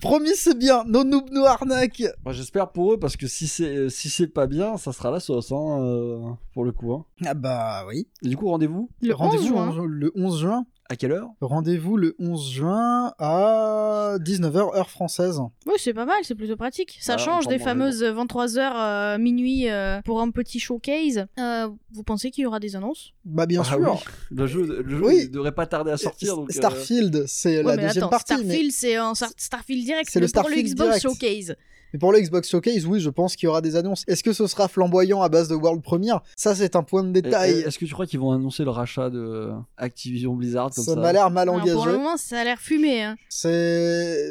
B: Promis c'est bien, nos noobs nos arnaques
C: moi, J'espère pour eux parce que si c'est euh, si c'est pas bien, ça sera la sauce hein, euh, pour le coup. hein.
B: Ah bah oui.
C: Et du coup, rendez-vous
A: Le 11
B: Rendez-vous
A: juin.
B: en- le 11 juin
C: à quelle heure
B: Rendez-vous le 11 juin à 19h heure française.
A: Oui, c'est pas mal, c'est plutôt pratique. Ça
B: Bah,
C: Voilà, on
A: change
C: prend
A: des
C: mon
A: fameuses 23h minuit euh, pour un petit showcase. Euh, vous pensez qu'il y aura des annonces
B: Bah bien
C: Ah
B: sûr.
C: oui. Le jeu, le jeu
B: Oui.
C: il devrait pas tarder à sortir. Donc, euh,
B: Starfield, c'est
A: Ouais,
B: la
A: mais
B: deuxième
A: attends,
B: partie.
A: Starfield,
B: Mais,
A: c'est en Star- Starfield direct.
B: C'est le
A: mais pour
B: Starfield
A: le Xbox
B: direct.
A: Showcase.
B: mais pour le Xbox Showcase, oui, je pense qu'il y aura des annonces. Est-ce que ce sera flamboyant à base de World Premiere Ça, c'est un point de
C: et-
B: détail.
C: et- Est-ce que tu crois qu'ils vont annoncer le rachat de euh, Activision Blizzard comme ça,
B: ça m'a l'air mal
A: Alors, pour le
B: engagé.
A: moment, ça a l'air fumé. hein.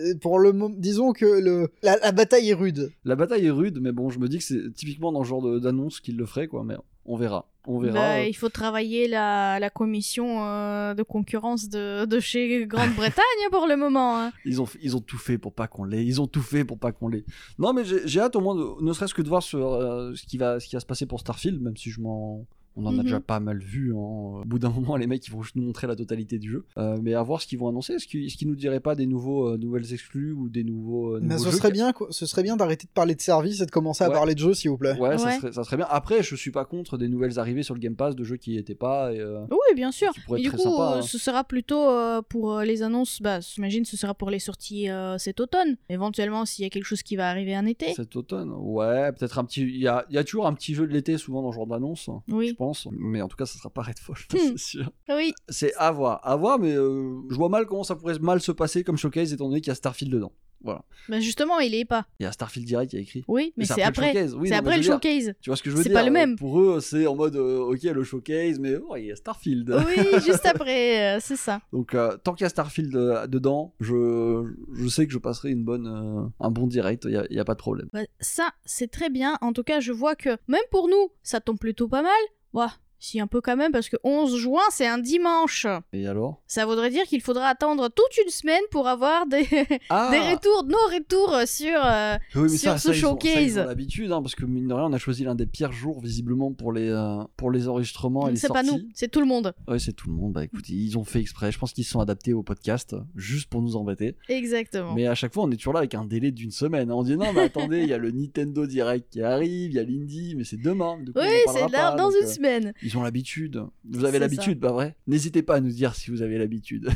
B: C'est pour le moment, disons que le la, la bataille est rude.
C: La bataille est rude, mais bon, je me dis que c'est typiquement dans le genre de- d'annonce qu'ils le feraient, quoi. Mais on verra. On verra.
A: Bah,
C: euh,
A: il faut travailler la, la commission euh, de concurrence de, de chez Grande-Bretagne pour le moment. hein.
C: Ils ont, ils ont tout fait pour pas qu'on l'ait. Ils ont tout fait pour pas qu'on l'ait. Non, mais j'ai j'ai hâte au moins, de- ne serait-ce que de voir ce, euh, ce, qui va, ce qui va se passer pour Starfield, même si je m'en. On en a
A: Mhm.
C: déjà pas mal vu. hein. Au bout d'un moment, les mecs, ils vont juste nous montrer la totalité du jeu. Euh, mais à voir ce qu'ils vont annoncer. Est-ce qu'ils est-ce qu'ils nous diraient pas des nouveaux, euh, nouvelles exclus ou des nouveaux. euh,
B: Mais
C: nouveaux
B: ce
C: jeux
B: serait bien, quoi. ce serait bien d'arrêter de parler de service et de commencer à
C: Ouais.
B: parler de jeu, s'il vous plaît.
C: Ouais, Ça,
A: Ouais.
C: serait, ça serait bien. Après, je suis pas contre des nouvelles arrivées sur le Game Pass de jeux qui n'y étaient pas. Et, euh,
A: Oui, bien sûr.
C: Qui pourrait
A: Et
C: être
A: du
C: très
A: coup,
C: sympa,
A: euh,
C: hein.
A: ce sera plutôt euh, pour euh, les annonces. Bah, j'imagine ce sera pour les sorties euh, cet automne. Éventuellement, s'il y a quelque chose qui va arriver en été.
C: Cet automne, ouais, peut-être un petit. Il y a, il y a toujours un petit jeu de l'été souvent dans ce genre d'annonce, je
A: Oui. Hmm.
C: pense. Mais en tout cas, ça sera pas Redfall, c'est sûr.
A: Oui.
C: C'est à voir, à voir, mais euh, je vois mal comment ça pourrait mal se passer comme showcase étant donné qu'il y a Starfield dedans. Voilà.
A: Bah, justement, il est pas.
C: Il y a Starfield direct, il y a écrit.
A: Oui, mais c'est
C: le
A: après.
C: showcase. Oui,
A: c'est
C: non, mais
A: après
C: je
A: le
C: veux dire,
A: showcase.
C: Tu vois ce que je veux
A: C'est
C: dire
A: pas le
C: euh,
A: même.
C: Pour eux, c'est en mode, euh, ok, le showcase, mais oh, il y a Starfield.
A: Oui, juste après, euh, c'est ça.
C: Donc euh, tant qu'il y a Starfield euh, dedans, je, je sais que je passerai une bonne, euh, un bon direct. Il y a- il y a pas de problème.
A: Bah, ça, c'est très bien. En tout cas, je vois que même pour nous, ça tombe plutôt pas mal. Ouah, si un peu quand même, parce que 11 juin, c'est un dimanche.
C: Et alors
A: Ça voudrait dire qu'il faudra attendre toute une semaine pour avoir des,
C: Ah
A: des retours, nos retours sur. euh,
C: Oui, mais
A: sur
C: ça,
A: ce
C: ça, ils ont- ça,
A: showcase.
C: ils ont l'habitude, hein, parce que mine de rien, on a choisi l'un des pires jours visiblement pour les, euh, pour les enregistrements et les
A: c'est
C: sorties.
A: pas nous, c'est tout le monde.
C: Ouais, c'est tout le monde. Bah écoute, ils ont fait exprès. Je pense qu'ils se sont adaptés au podcast euh, juste pour nous embêter.
A: Exactement.
C: Mais à chaque fois, on est toujours là avec un délai d'une semaine. hein. On dit non, mais attendez, il y a le Nintendo Direct qui arrive, il y a l'Indie, mais c'est demain. du coup, on en
A: oui,
C: parlera
A: c'est là,
C: pas,
A: dans
C: donc,
A: une
C: euh,
A: semaine.
C: Ils ont l'habitude. Vous
A: C'est
C: avez l'habitude, pas vrai N'hésitez pas à nous dire si vous avez l'habitude.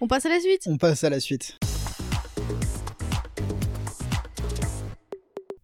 A: On passe à la suite.
B: On passe à la suite.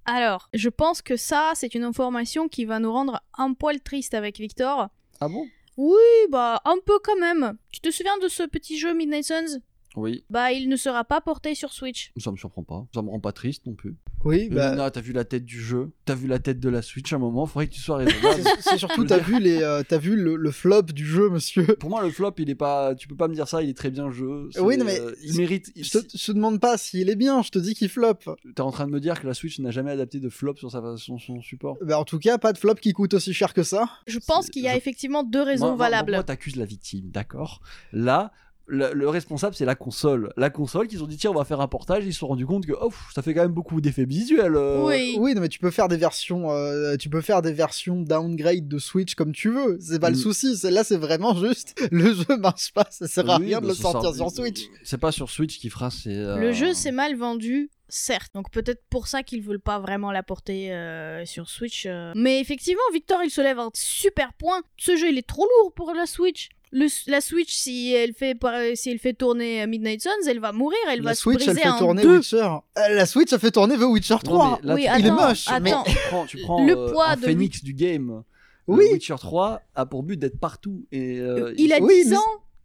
A: Alors, je pense que ça, c'est une information qui va nous rendre un poil triste avec Victor.
C: ah bon
A: Oui, bah, un peu quand même. Tu te souviens de ce petit jeu Midnight Suns
C: Oui,
A: Bah, il ne sera pas porté sur Switch.
C: ça me surprend pas. Ça me rend pas triste non plus.
B: Oui,
C: Mais
B: bah,
C: Nina, t'as vu la tête du jeu, t'as vu la tête de la Switch à un moment, faudrait que tu sois
B: c'est
C: raisonnable.
B: c'est surtout t'as vu les, euh, t'as vu le- le flop du jeu, monsieur.
C: Pour moi, le flop, il est pas. Tu peux pas me dire ça, il est très bien le jeu. C'est,
B: Oui, non, mais-
C: euh, il mérite. il-
B: Je te, je te demande pas s'il est bien, je te dis qu'il flop.
C: T'es en train de me dire que la Switch n'a jamais adapté de flop sur sa, son, son support.
B: Bah, en tout cas, pas de flop qui coûte aussi cher que ça.
A: Je pense
C: C'est-
A: qu'il y a
C: je-
A: effectivement deux raisons
C: Moi- moi-
A: valables.
C: Moi, t'accuses la victime, d'accord. Là. Le, le responsable, c'est la console. La console, qu'ils ont dit, tiens, on va faire un portage. Ils se sont rendus compte que, oh, pff, ça fait quand même beaucoup d'effets visuels. euh.
A: oui.
B: Oui, non, mais tu peux faire des versions, euh, tu peux faire des versions downgrade de Switch comme tu veux. C'est pas le
C: Mm.
B: souci. Là, c'est vraiment juste le jeu marche pas, ça sert à
C: Oui,
B: rien de
C: bah,
B: le
C: ça
B: sortir
C: sort-
B: sur Switch.
C: C'est pas sur Switch qui fera, c'est. euh,
A: Le jeu s'est mal vendu, certes. Donc peut-être pour ça qu'ils veulent pas vraiment l'apporter euh, sur Switch. euh. Mais effectivement, Victor, il se lève un super point. Ce jeu, il est trop lourd pour la Switch. le- la Switch, si elle fait, par- si elle fait tourner euh, Midnight Suns, elle va mourir, elle va
B: la Switch,
A: se
B: elle
A: briser
B: fait
A: en
B: tourner
A: deux.
B: Witcher. Euh, La Switch, elle fait tourner The Witcher 3.
C: mais là,
A: oui,
C: tu-
A: attends,
B: il est moche, mais-
A: attends.
C: Tu prends, tu prends,
A: Le
C: euh,
A: poids
C: un
A: de
C: phénix du game.
B: Oui.
C: Le Witcher 3 a pour but d'être partout. Et, euh,
A: il a
B: oui,
A: 10
B: mais-
A: ans.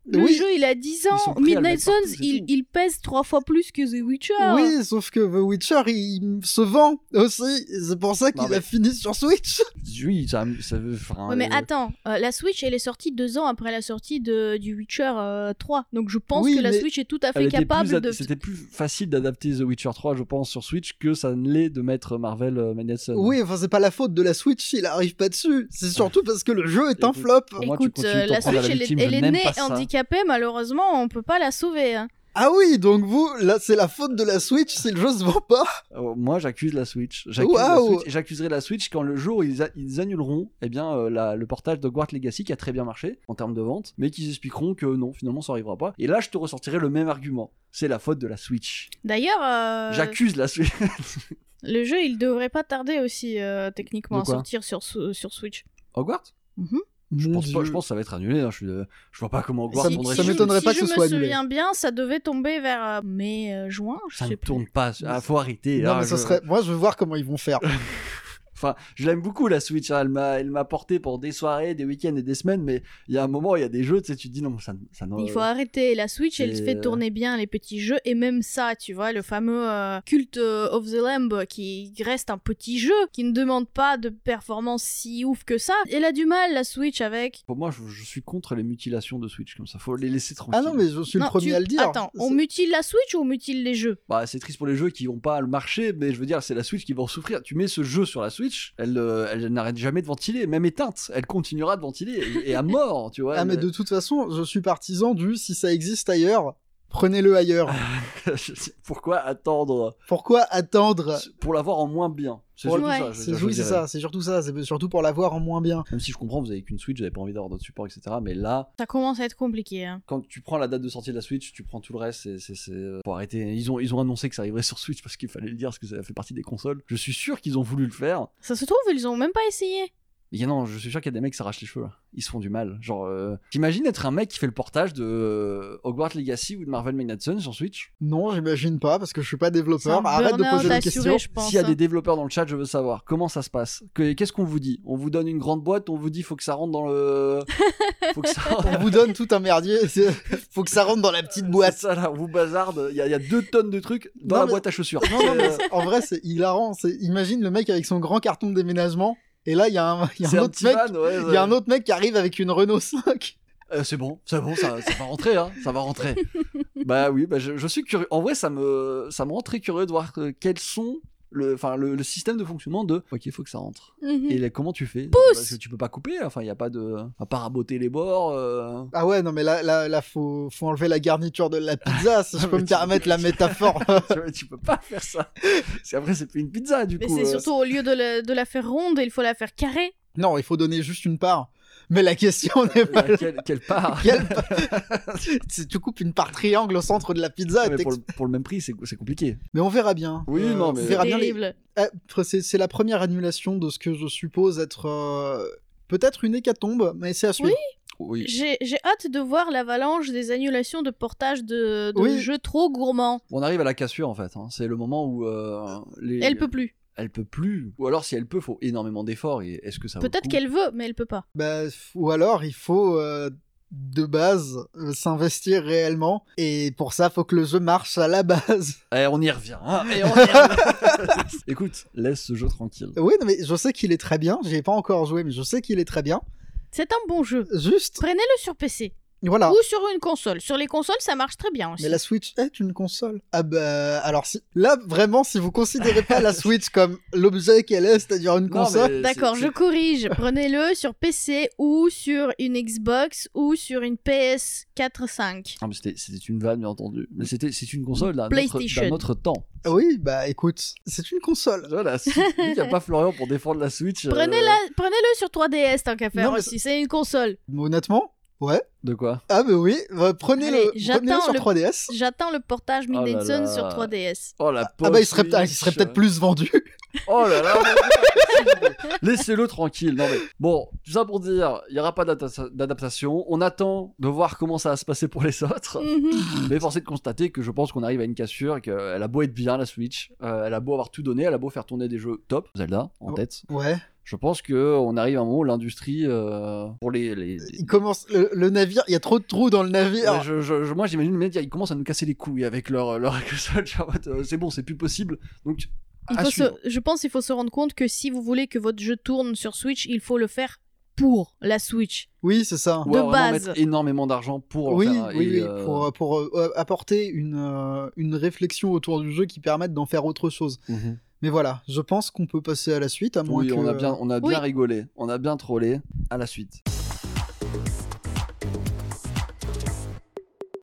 A: Le
B: oui.
A: jeu, il a 10
C: sont
A: ans.
C: prêts à le
A: Midnight
C: mettre partout,
A: Suns,
C: c'est
A: il,
C: tout.
A: il pèse trois fois plus que The Witcher.
B: Oui, sauf que The Witcher, il se vend aussi. C'est pour ça qu'il
C: Non, mais-
B: a fini sur Switch.
C: Oui, ça, ça veut. enfin,
A: Ouais, mais
C: euh,
A: attends, euh, la Switch, elle est sortie deux ans après la sortie de, du Witcher euh, 3. Donc je pense
B: Oui,
A: que la
B: mais
A: Switch est tout à
C: elle
A: fait
C: était plus
A: capable
C: ad-
A: de.
C: C'était plus facile d'adapter The Witcher 3, je pense, sur Switch que ça ne l'est de mettre Marvel euh, Midnight Suns.
B: Oui, enfin, c'est pas la faute de la Switch, il arrive pas dessus. C'est surtout parce que le jeu est un
C: Écoute,
B: flop.
C: pour moi, tu
A: Écoute,
C: continues
A: euh,
C: de t'en
A: la
C: prendre à
A: Switch, elle, est-
C: victime,
A: elle
C: je
A: est
C: n'aime
A: née
C: pas ça.
A: handicapée, malheureusement, on peut pas la sauver. hein.
B: Ah oui, donc vous, là, c'est la faute de la Switch si le jeu se vend pas.
C: Euh, Moi, j'accuse la Switch. J'accuse la
B: Waouh.
C: Switch. Et J'accuserai la Switch quand le jour ils, a- ils annuleront eh bien, euh, la- le portage de Guard Legacy qui a très bien marché en termes de vente, mais qu'ils expliqueront que non, finalement, ça arrivera pas. Et là, je te ressortirai le même argument. C'est la faute de la Switch.
A: D'ailleurs, euh,
C: J'accuse la Switch.
A: le jeu, il devrait pas tarder aussi, euh, techniquement,
C: De
A: à
C: quoi
A: sortir sur, sou- sur Switch.
C: Hogwarts
A: Mhm.
C: je pense, pas, je pense que ça va être annulé. hein. Je, suis, euh, je vois pas comment Hogwarts
B: Ça-
C: prendrait
B: ça
A: je-
C: ça.
B: m'étonne- m'étonnerait pas
A: si
B: que ce soit
A: je me
B: annulé.
A: souviens bien, ça devait tomber vers euh, mai, euh, juin, je
C: Ça ne
A: sais plus.
C: tourne pas. Ah, faut arrêter.
B: Non,
C: Ah,
B: mais ça
C: je-
B: serait. Moi, je veux voir comment ils vont faire.
C: Enfin, je l'aime beaucoup la Switch, hein. elle m'a, elle m'a porté pour des soirées, des week-ends et des semaines, mais il y a un moment, il y a des jeux, tu sais, tu te dis non, mais ça, ça n'en-
A: Il faut arrêter. La Switch, elle
C: c'est,
A: fait
C: euh,
A: tourner bien les petits jeux. Et même ça, tu vois, le fameux euh, Cult euh, of the Lamb qui reste un petit jeu, qui ne demande pas de performance si ouf que ça. Elle a du mal, la Switch, avec.
C: Pour moi, je, je suis contre les mutilations de Switch comme ça. Faut les laisser tranquilles.
B: Ah non, mais je suis
A: Non,
B: le premier
A: tu-
B: à le dire.
A: Attends, on mutile la Switch ou on mutile les jeux
C: Bah, c'est triste pour les jeux qui n'ont pas le marché, mais je veux dire, c'est la Switch qui va en souffrir. Tu mets ce jeu sur la Switch, elle, euh, elle n'arrête jamais de ventiler, même éteinte, elle continuera de ventiler et, et à mort, tu vois.
B: Ah, mais
C: elle-
B: de toute façon, je suis partisan du si ça existe ailleurs, prenez-le ailleurs.
C: Ah. Je sais- Pourquoi attendre
B: Pourquoi attendre
C: pour l'avoir en moins bien C'est
B: Ouais,
C: surtout
A: c'est
C: ça. je-
B: C'est
C: je- je
B: oui, c'est
C: dirais.
B: ça, c'est surtout ça, c'est surtout pour l'avoir en moins bien.
C: Même si je comprends, vous avez qu'une Switch, vous n'avez pas envie d'avoir d'autres supports, etc. Mais là,
A: Ça commence à être compliqué. hein.
C: quand tu prends la date de sortie de la Switch, tu prends tout le reste, c'est- c'est c'est, euh, faut arrêter. Ils ont, ils ont annoncé que ça arriverait sur Switch parce qu'il fallait le dire, parce que ça fait partie des consoles. Je suis sûr qu'ils ont voulu le faire.
A: Ça se trouve, ils ont même pas essayé.
C: Mais non, je suis sûr qu'il y a des mecs qui s'arrachent les cheveux. là. Ils se font du mal. Genre, euh, t'imagines être un mec qui fait le portage de euh, Hogwarts Legacy ou de Marvel Midnight Suns sur Switch
B: Non, j'imagine pas, parce que je suis pas
A: C'est un
B: développeur. Arrête de
A: burn-out
B: poser des
A: assuré,
B: questions.
A: je pense. hein.
C: S'il
B: hein.
C: y a des développeurs dans le chat, je veux savoir comment ça se passe. Que- Qu'est-ce qu'on vous dit On vous donne une grande boîte, on vous dit faut que ça rentre dans le. faut que ça rentre.
B: On vous donne tout un merdier, c'est- faut que ça rentre dans la petite boîte.
C: C'est Ça là, on vous bazarde. Il y, a- il y a deux tonnes de trucs dans
B: Non,
C: la
B: mais-
C: boîte à chaussures.
B: Non, non, mais
C: Euh,
B: c'est- en vrai, c'est hilarant. c'est- Imagine le mec avec son grand carton de déménagement, et là, il y a un, il y a un
C: c'est un
B: autre
C: petit
B: mec.
C: van, ouais,
B: Il y a
C: ouais.
B: un autre mec qui arrive avec une Renault 5.
C: Euh, c'est bon, c'est bon, ça, ça va rentrer, hein, ça va rentrer. bah oui, bah, je, je suis curieux. En vrai, ça me, ça me rend très curieux de voir euh, quels sont le, enfin le, le système de fonctionnement de. Ok, il faut que ça rentre. Hmm.
A: Mhm.
C: Et là, comment tu fais Parce que tu peux pas couper. hein, Enfin, il y a pas de, à part raboter les bords. euh.
B: Ah ouais, non, mais là, là, là faut, faut enlever la garniture de la pizza, si je peux
C: mais
B: me
C: tu-
B: permettre la métaphore.
C: Tu vois, tu peux pas faire ça. Parce qu'après, c'est plus une pizza du
A: Mais
C: coup.
A: c'est
C: euh.
A: surtout au lieu de la, de la faire ronde, il faut la faire carrée.
B: non, il faut donner juste une part. Mais la question n'est pas là.
C: Laquelle- quelle part
B: Quelle part- Si tu coupes une part triangle au centre de la pizza,
C: Ouais,
B: t'ex- mais,
C: pour, le, pour le même prix, c'est c'est compliqué.
B: on verra bien. Euh,
C: Oui, non, mais-
B: On
A: C'est
B: verra bien les-
A: terrible.
B: Ah, après, c'est c'est la première annulation de ce que je suppose être euh, peut-être une hécatombe, mais c'est à suivre.
C: Oui.
A: J'ai j'ai hâte de voir l'avalanche des annulations de portage de, de
B: Oui.
A: jeux trop gourmands.
C: On arrive à la cassure en fait. hein. C'est le moment où euh, les...
A: Elle peut plus.
C: elle peut plus. Ou alors si elle peut, faut énormément d'efforts. Et est-ce que ça vaut le
A: Peut-être
C: coup
A: qu'elle veut, mais elle peut pas.
B: Bah, f- ou alors il faut euh, de base euh, s'investir réellement, et pour ça faut que le jeu marche à la base.
C: Eh, on y revient. hein, eh, on y revient. Écoute, laisse ce jeu tranquille.
B: oui, non, mais je sais qu'il est très bien. J'y ai pas encore joué, mais je sais qu'il est très bien.
A: C'est un bon jeu.
B: Juste,
A: Prenez-le sur PC
B: voilà.
A: ou sur une console. Sur les consoles, ça marche très bien aussi.
B: Ah. Mais la Switch est une console. Ah bah alors si là vraiment si vous considérez pas la Switch comme l'objet qu'elle est, c'est-à-dire une
C: Non,
B: console,
C: mais
A: D'accord,
C: c'est-
A: je corrige. Prenez-le sur PC ou sur une Xbox ou sur une PS4 5.
C: Non, Ah, mais c'était, c'était une vanne bien entendu. Mais c'était, c'est une console d'un autre,
A: PlayStation.
C: d'un autre temps.
B: oui bah écoute, c'est une console.
C: Voilà, il n'y a pas Florian pour défendre la Switch. euh,
A: Prenez-la- Prenez-le sur 3DS tant qu'à faire
B: Non, mais
A: aussi. C'est une console.
B: Mais honnêtement, Ouais.
C: De quoi
B: Ah, bah oui, bah, prenez
A: Allez,
B: le prenez-le
A: j'attends
B: sur
A: le-
B: 3DS.
A: J'attends le portage
C: Oh là
A: Midnight Sun
C: là.
A: sur 3DS.
C: Oh la pauvre
B: Ah, bah il serait, ah, il
C: Switch.
B: serait peut-être plus vendu.
C: Oh là là mon Dieu. Laissez-le tranquille. Non mais bon, tout ça pour dire, il n'y aura pas d'adapta- d'adaptation. On attend de voir comment ça va se passer pour les autres.
A: Mhm.
C: Mais force est de constater que je pense qu'on arrive à une cassure et qu'elle a beau être bien la Switch, euh, elle a beau avoir tout donné, elle a beau faire tourner des jeux top, Zelda en
B: Oh.
C: tête.
B: Ouais.
C: Je pense que on arrive à un moment où l'industrie euh, pour les, les- les-
B: Il commence le, le navire, il y a trop de trous dans le
C: Ouais,
B: navire.
C: je- je- je- moi j'imagine les médias, ils commencent à nous casser les couilles avec leur euh, leur console, tu vois, euh, c'est bon, c'est plus possible. Donc
A: Il
C: à
A: faut
C: suivre.
A: se- Je pense qu'il faut se rendre compte que si vous voulez que votre jeu tourne sur Switch, il faut le faire pour la Switch.
B: Oui, c'est ça.
C: Ou alors
A: de
C: vraiment
A: base.
C: mettre énormément d'argent pour
B: Oui,
C: en faire un-
B: oui,
C: et,
B: oui,
C: euh,
B: pour, pour, euh, apporter une, euh, une réflexion autour du jeu qui permette d'en faire autre chose.
C: mhm.
B: Mais voilà, je pense qu'on peut passer à la suite, à moins
C: Oui,
B: que...
C: on a bien, on a bien
A: Oui.
C: rigolé, on a bien trollé. À la suite.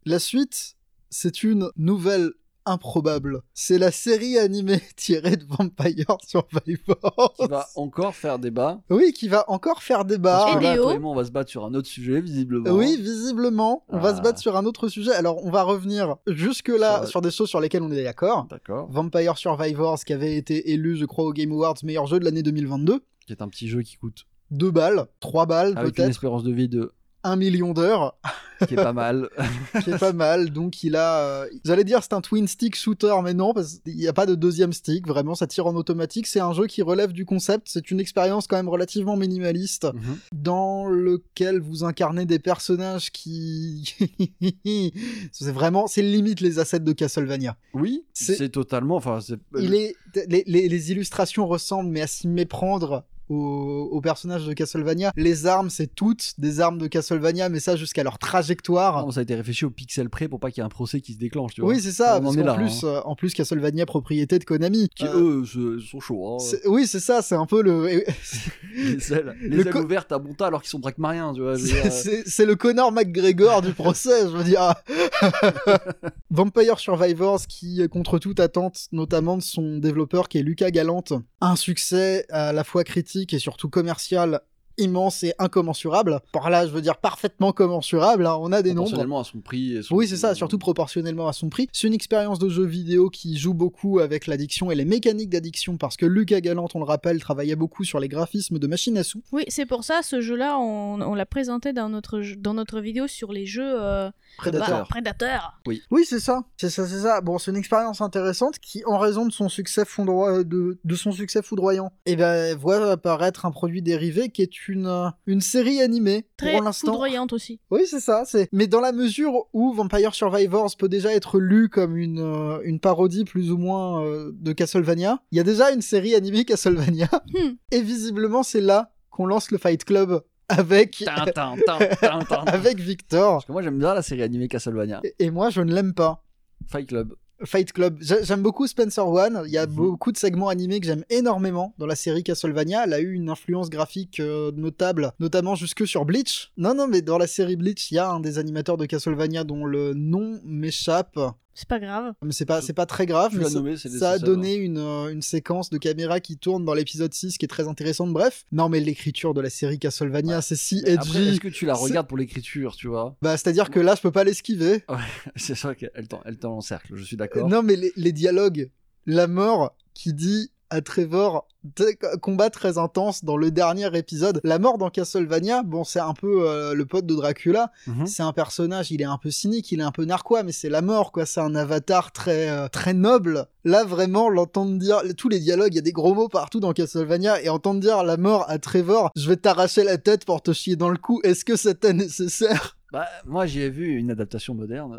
B: La suite, c'est une nouvelle improbable. C'est la série animée tirée de Vampire
C: Qui
B: Survivor.
C: va encore faire débat.
B: Oui, qui va encore faire débat. Eh
C: Parce que
A: Et
C: là,
A: Léo
C: toi et moi, on va se battre sur un autre sujet, visiblement.
B: Ah. Oui, visiblement, on va
C: Ah.
B: se battre sur un autre sujet. Alors, on va revenir jusque-là
C: Sur-
B: sur des choses sur lesquelles on est d'accord.
C: D'accord.
B: Vampire Survivors, qui avait été élu, je crois, au Game Awards meilleur jeu de l'année 2022.
C: Qui est un petit jeu qui coûte
B: deux balles, trois balles
C: avec une
B: peut-être,
C: espérance de vie de
B: un million d'heures,
C: qui est pas mal.
B: qui est pas mal. Donc il a, euh, j'allais dire c'est un twin stick shooter, mais non parce qu'il n'y a pas de deuxième stick. Vraiment, ça tire en automatique. C'est un jeu qui relève du concept. C'est une expérience quand même relativement minimaliste
C: Mhm.
B: dans lequel vous incarnez des personnages qui, c'est vraiment, c'est limite les assets de Castlevania.
C: Oui,
B: C'est-
C: c'est totalement. Enfin, c'est-
B: Il est, les, les- les illustrations ressemblent, mais à s'y méprendre aux, aux personnages de Castlevania. Les armes, c'est toutes des armes de Castlevania, mais ça jusqu'à leur trajectoire.
C: Non, Ah. ça a été réfléchi au pixel près pour pas qu'il y ait un procès qui se déclenche, Oh, tu vois.
B: Oui, c'est ça.
C: On
B: parce
C: en est
B: qu'en
C: là, hein.
B: plus, euh, en plus, Castlevania, propriété de Konami.
C: Qui
B: Euh,
C: eux se- sont chauds. hein.
B: c'est- oui, c'est ça. C'est un peu le,
C: Les ailes, les
B: Le
C: ailes
B: co-
C: ouvertes à bon tas alors qu'ils sont drachmariens, tu vois. je
B: C'est-
C: veux dire, euh,
B: C'est c'est le Connor McGregor du procès, je veux dire. Vampire Survivors qui, contre toute attente, notamment de son développeur qui est Lucas Galante, a un succès à la fois critique et surtout commercial immense et incommensurable. Par là, je veux dire parfaitement commensurable, hein, on a des nombres.
C: proportionnellement à son prix. et son-
B: Oui, c'est ça, surtout proportionnellement à son prix. C'est une expérience de jeu vidéo qui joue beaucoup avec l'addiction et les mécaniques d'addiction parce que Lucas Galante, on le rappelle, travaillait beaucoup sur les graphismes de Machine à sous.
A: Oui, c'est pour ça, ce jeu-là, on, on l'a présenté dans notre, jeu- dans notre vidéo sur les jeux euh,
B: Predator.
A: bah, Predator.
B: Oui, c'est ça. C'est ça, c'est ça. Bon, c'est une expérience intéressante qui, en raison de son succès, fondro- de, de son succès foudroyant, eh ben, voit apparaître un produit dérivé qui est une, euh, une série animée
A: Très
B: pour l'instant.
A: foudroyante aussi.
B: Oui, c'est ça. C'est. Mais dans la mesure où Vampire Survivors peut déjà être lu comme une, euh, une parodie plus ou moins euh, de Castlevania, il y a déjà une série animée Castlevania.
A: Hmm.
B: Et visiblement, c'est là qu'on lance le Fight Club avec
C: Tin, tin, tin, tin, tin.
B: avec Victor.
C: Parce que moi j'aime bien la série animée Castlevania.
B: Et- et moi, je ne l'aime pas.
C: Fight Club.
B: Fight Club. J'a- J'aime beaucoup Spencer One. Il y a
C: Mhm.
B: beaucoup de segments animés que j'aime énormément dans la série Castlevania. Elle a eu une influence graphique euh, notable, notamment jusque sur Bleach. Non, non, mais dans la série Bleach, il y a un des animateurs de Castlevania dont le nom m'échappe.
A: C'est pas grave.
B: Mais c'est pas, c'est pas très grave.
C: Tu
B: Ah, mais
C: l'as
B: ça-
C: nommé, c'est
B: ça a
C: nécessaire.
B: donné une, euh, une séquence de caméra qui tourne dans l'épisode 6 qui est très intéressante. Bref, non, mais l'écriture de la série Castlevania, c'est si
C: Mais hein. après,
B: edgy.
C: Est-ce que tu la
B: C'est-
C: regardes pour l'écriture, tu vois
B: Bah, c'est-à-dire que là, je peux pas l'esquiver.
C: C'est ça qu'elle t'en- elle t'encercle, je suis d'accord.
B: Non, mais les, les dialogues, la mort qui dit à Trevor T- combat très intense dans le dernier épisode. La mort dans Castlevania, bon, c'est un peu euh, le pote de Dracula.
C: Mhm.
B: C'est un personnage, il est un peu cynique, il est un peu narquois, mais c'est la mort, quoi. C'est un avatar très euh, très noble. Là, vraiment, l'entendre dire tous les dialogues, il y a des gros mots partout dans Castlevania, et entendre dire la mort à Trevor, je vais t'arracher la tête pour te chier dans le cou. Est-ce que c'était nécessaire
C: Bah, moi j'y ai vu une adaptation moderne.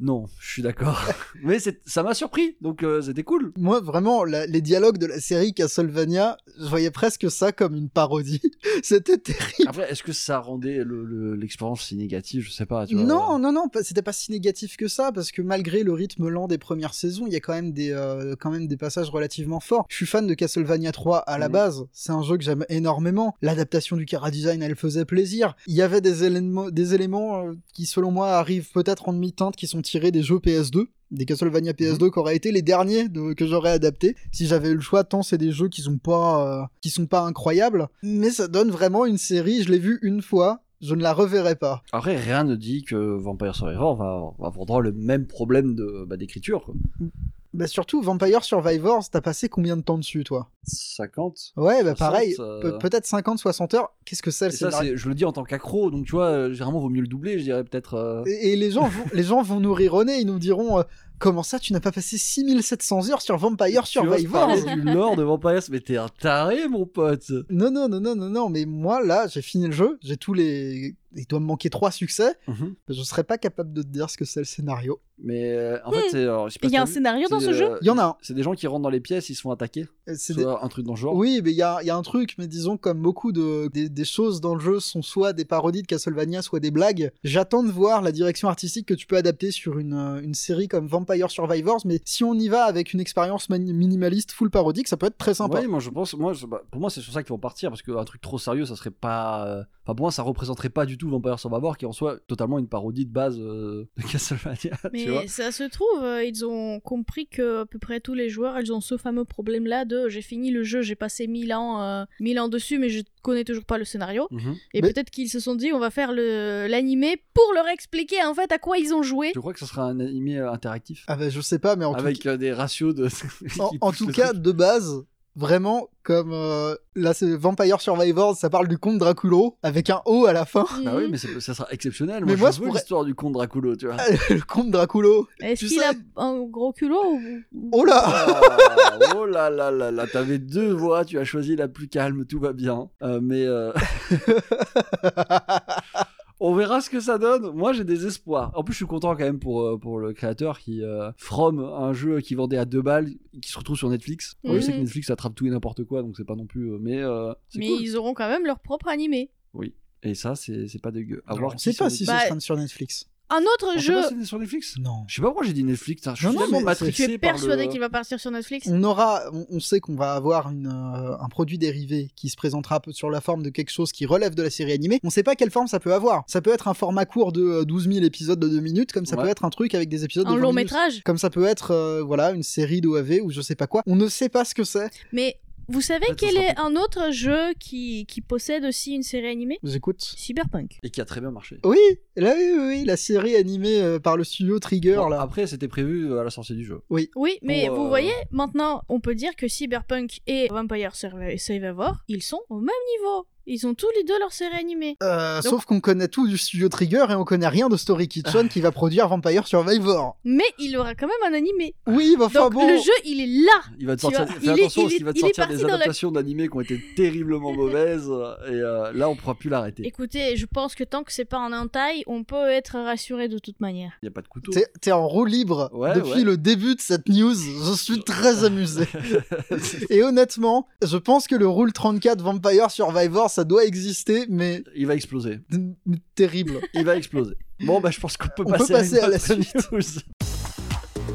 C: non, je suis d'accord. Mais c'est- ça m'a surpris, donc euh, c'était cool.
B: Moi, vraiment, la- les dialogues de la série Castlevania, je voyais presque ça comme une parodie. C'était terrible.
C: Après, est-ce que ça rendait le- le- l'expérience si négative Je sais pas. Tu vois.
B: Non, non, non, pas- c'était pas si négatif que ça, parce que malgré le rythme lent des premières saisons, il y a quand même des, euh, quand même des passages relativement forts. Je suis fan de Castlevania 3 à la
C: Mhm.
B: base, c'est un jeu que j'aime énormément. L'adaptation du Cara Design, elle faisait plaisir. Il y avait des éléments, des éléments euh, qui, selon moi, arrivent peut-être en demi-teinte, qui sont tirés des jeux PS2. Des Castlevania PS2
C: Mhm.
B: qui auraient été les derniers de- que j'aurais adapté si j'avais eu le choix tant c'est des jeux qui sont pas euh, qui sont pas incroyables mais ça donne vraiment une série je l'ai vue une fois je ne la reverrai pas.
C: Après, rien ne dit que Vampire Survivor va, va avoir le même problème de- bah, d'écriture. quoi.
B: Bah surtout, Vampire Survivors, t'as passé combien de temps dessus, toi
C: 50.
B: Ouais, bah
C: 60,
B: pareil,
C: euh,
B: pe- peut-être 50, 60 heures. Qu'est-ce que c'est le
C: Et ça,
B: scénario
C: c'est- je le dis en tant qu'accro, donc tu vois, euh, généralement, vaut mieux le doubler, je dirais peut-être. euh,
B: Et, et les, gens vont, les gens vont nous rironner, ils nous diront euh, Comment ça, tu n'as pas passé 6700 heures sur Vampire
C: tu vois, je
B: Survivors
C: parlais du lore de Vampire, mais t'es un taré, mon pote.
B: Non, non, non, non, non, non, mais moi, là, j'ai fini le jeu, j'ai tous les. Il doit me manquer trois succès, je serais pas capable de te dire ce que c'est le scénario.
C: Mais euh, en fait, c'est. alors, je sais
A: Hmm. Il
C: pas si
A: y a
C: t'as
A: un
C: vu,
A: scénario dans
C: c'est,
A: ce jeu
C: euh,
B: Il y en a un.
C: C'est des gens qui rentrent dans les pièces, ils se font attaquer.
B: Euh, C'est
C: Tu
B: des-
C: vois, Un truc dans le genre.
B: Oui, mais il y a, il y a un truc, mais disons, comme beaucoup de, des, des choses dans le jeu sont soit des parodies de Castlevania, soit des blagues, j'attends de voir la direction artistique que tu peux adapter sur une, euh, une série comme Vampire Survivors, mais si on y va avec une expérience mani- minimaliste, full parodique, ça peut être très sympa.
C: Oui, moi je pense, moi, je- bah, pour moi c'est sur ça qu'ils vont partir parce qu'un truc trop sérieux ça serait pas. euh, Enfin, pour moi ça représenterait pas du tout Vampire Survivor qui en soit totalement une parodie de base euh, de Castlevania. tu vois
A: Mais ça se trouve, euh, ils ont compris que à peu près tous les joueurs, ils ont ce fameux problème-là de j'ai fini le jeu, j'ai passé 1000 ans, euh, 1000 ans dessus, mais je connais toujours pas le scénario.
C: Mhm.
A: Et
B: Mais-
A: peut-être qu'ils se sont dit, on va faire le- l'animé pour leur expliquer en fait à quoi ils ont joué.
C: Tu crois que ça sera un animé euh, interactif
B: Ah ben, je sais pas, mais en tout
C: avec euh, des ratios de. qui
B: En, en
C: poussent
B: tout
C: le
B: cas,
C: truc.
B: de base, vraiment, comme euh, là, c'est Vampire Survivors, ça parle du comte Draculo avec un O à la fin.
C: Bah oui,
A: Mhm.
C: mais c'est- ça sera exceptionnel.
B: Mais
C: Moi,
B: moi,
C: je
B: je
C: veux
B: pourrais-
C: l'histoire du comte Draculo, tu vois.
B: Le comte Draculo.
A: Est-ce
B: tu
A: qu'il
B: sais-
A: a un gros culot ou- ou-
B: Oh là
C: Ah, oh là là là là, t'avais deux voix, tu as choisi la plus calme, tout va bien. Euh, mais euh, on verra ce que ça donne. Moi, j'ai des espoirs. En plus, je suis content quand même pour, euh, pour le créateur qui, euh, From, un jeu qui vendait à deux balles, qui se retrouve sur Netflix. Bon, Je sais que
A: Mhm.
C: Netflix attrape tout et n'importe quoi, donc c'est pas non plus. euh, mais euh, c'est
A: Mais
C: cool.
A: ils auront quand même leur propre animé.
C: Et ça, c'est c'est pas dégueu. À
B: Alors,
C: voir
B: on sait
C: qui
B: pas
C: sur
B: si
C: Netflix.
A: Bah,
B: ce sera sur Netflix.
A: Un autre
C: On sait
A: jeu.
C: pas si c'est sur Netflix.
B: Non.
C: Je sais pas pourquoi j'ai dit Netflix. putain, Je suis
B: Non, non,
C: tellement
B: mais
A: Tu
C: matrixé
A: es
C: par le-
A: persuadé qu'il va partir sur Netflix
B: On aura, on, on sait qu'on va avoir une, euh, un produit dérivé qui se présentera peu- sur la forme de quelque chose qui relève de la série animée. On sait pas quelle forme ça peut avoir. Ça peut être un format court de euh, 12 000 épisodes de 2 minutes, comme ça
C: Ouais.
B: peut être un truc avec des épisodes
A: Un
B: de 20
A: long
B: minutes.
A: métrage.
B: Comme ça peut être, euh, voilà, une série d'OAV ou je sais pas quoi. On ne sait pas ce que c'est.
A: Mais vous savez
C: Peut-être
A: quel
C: ça sera
A: est un autre jeu qui, qui possède aussi une série animée
B: J'écoute.
A: Cyberpunk.
C: Et qui a très bien marché.
B: Oui, là, oui, oui, oui, la série animée euh, par le studio Trigger,
C: Bon,
B: là.
C: Après, c'était prévu euh, à la sortie du jeu.
A: Oui, mais
C: Pour,
A: vous
C: euh,
A: voyez, maintenant, on peut dire que Cyberpunk et Vampire Survi- Survivor, ils sont au même niveau. Ils ont tous les deux leur série animée.
B: Euh,
A: donc-
B: Sauf qu'on connaît tout du studio Trigger et on connaît rien de Story Kitchen qui va produire Vampire Survivor.
A: Mais il aura quand même un animé.
B: Oui, bah enfin
A: Donc
B: bon.
A: le jeu, il est là.
C: Il va te
A: Tu
C: sortir,
A: vois,
C: fais
A: il est-
C: attention
A: il
C: parce
A: est-
C: qu'il va te
A: il est
C: sortir
A: parti
C: des
A: dans la-
C: adaptations d'animés qui ont été terriblement mauvaises euh, et euh, là on pourra plus l'arrêter.
A: Écoutez, je pense que tant que c'est pas en entaille, on peut être rassuré de toute manière.
C: Il y a pas de couteau.
B: T'es t'es en roue libre
C: Ouais,
B: depuis
C: ouais.
B: le début de cette news. Je suis très amusé. et honnêtement, je pense que le rule 34 Vampire Survivor, ça doit exister, mais
C: Il va exploser.
B: mais terrible.
C: Il va exploser. Bon bah je pense qu'on peut
B: On peut
C: passer,
B: passer à la
C: autre
B: suite.
C: news.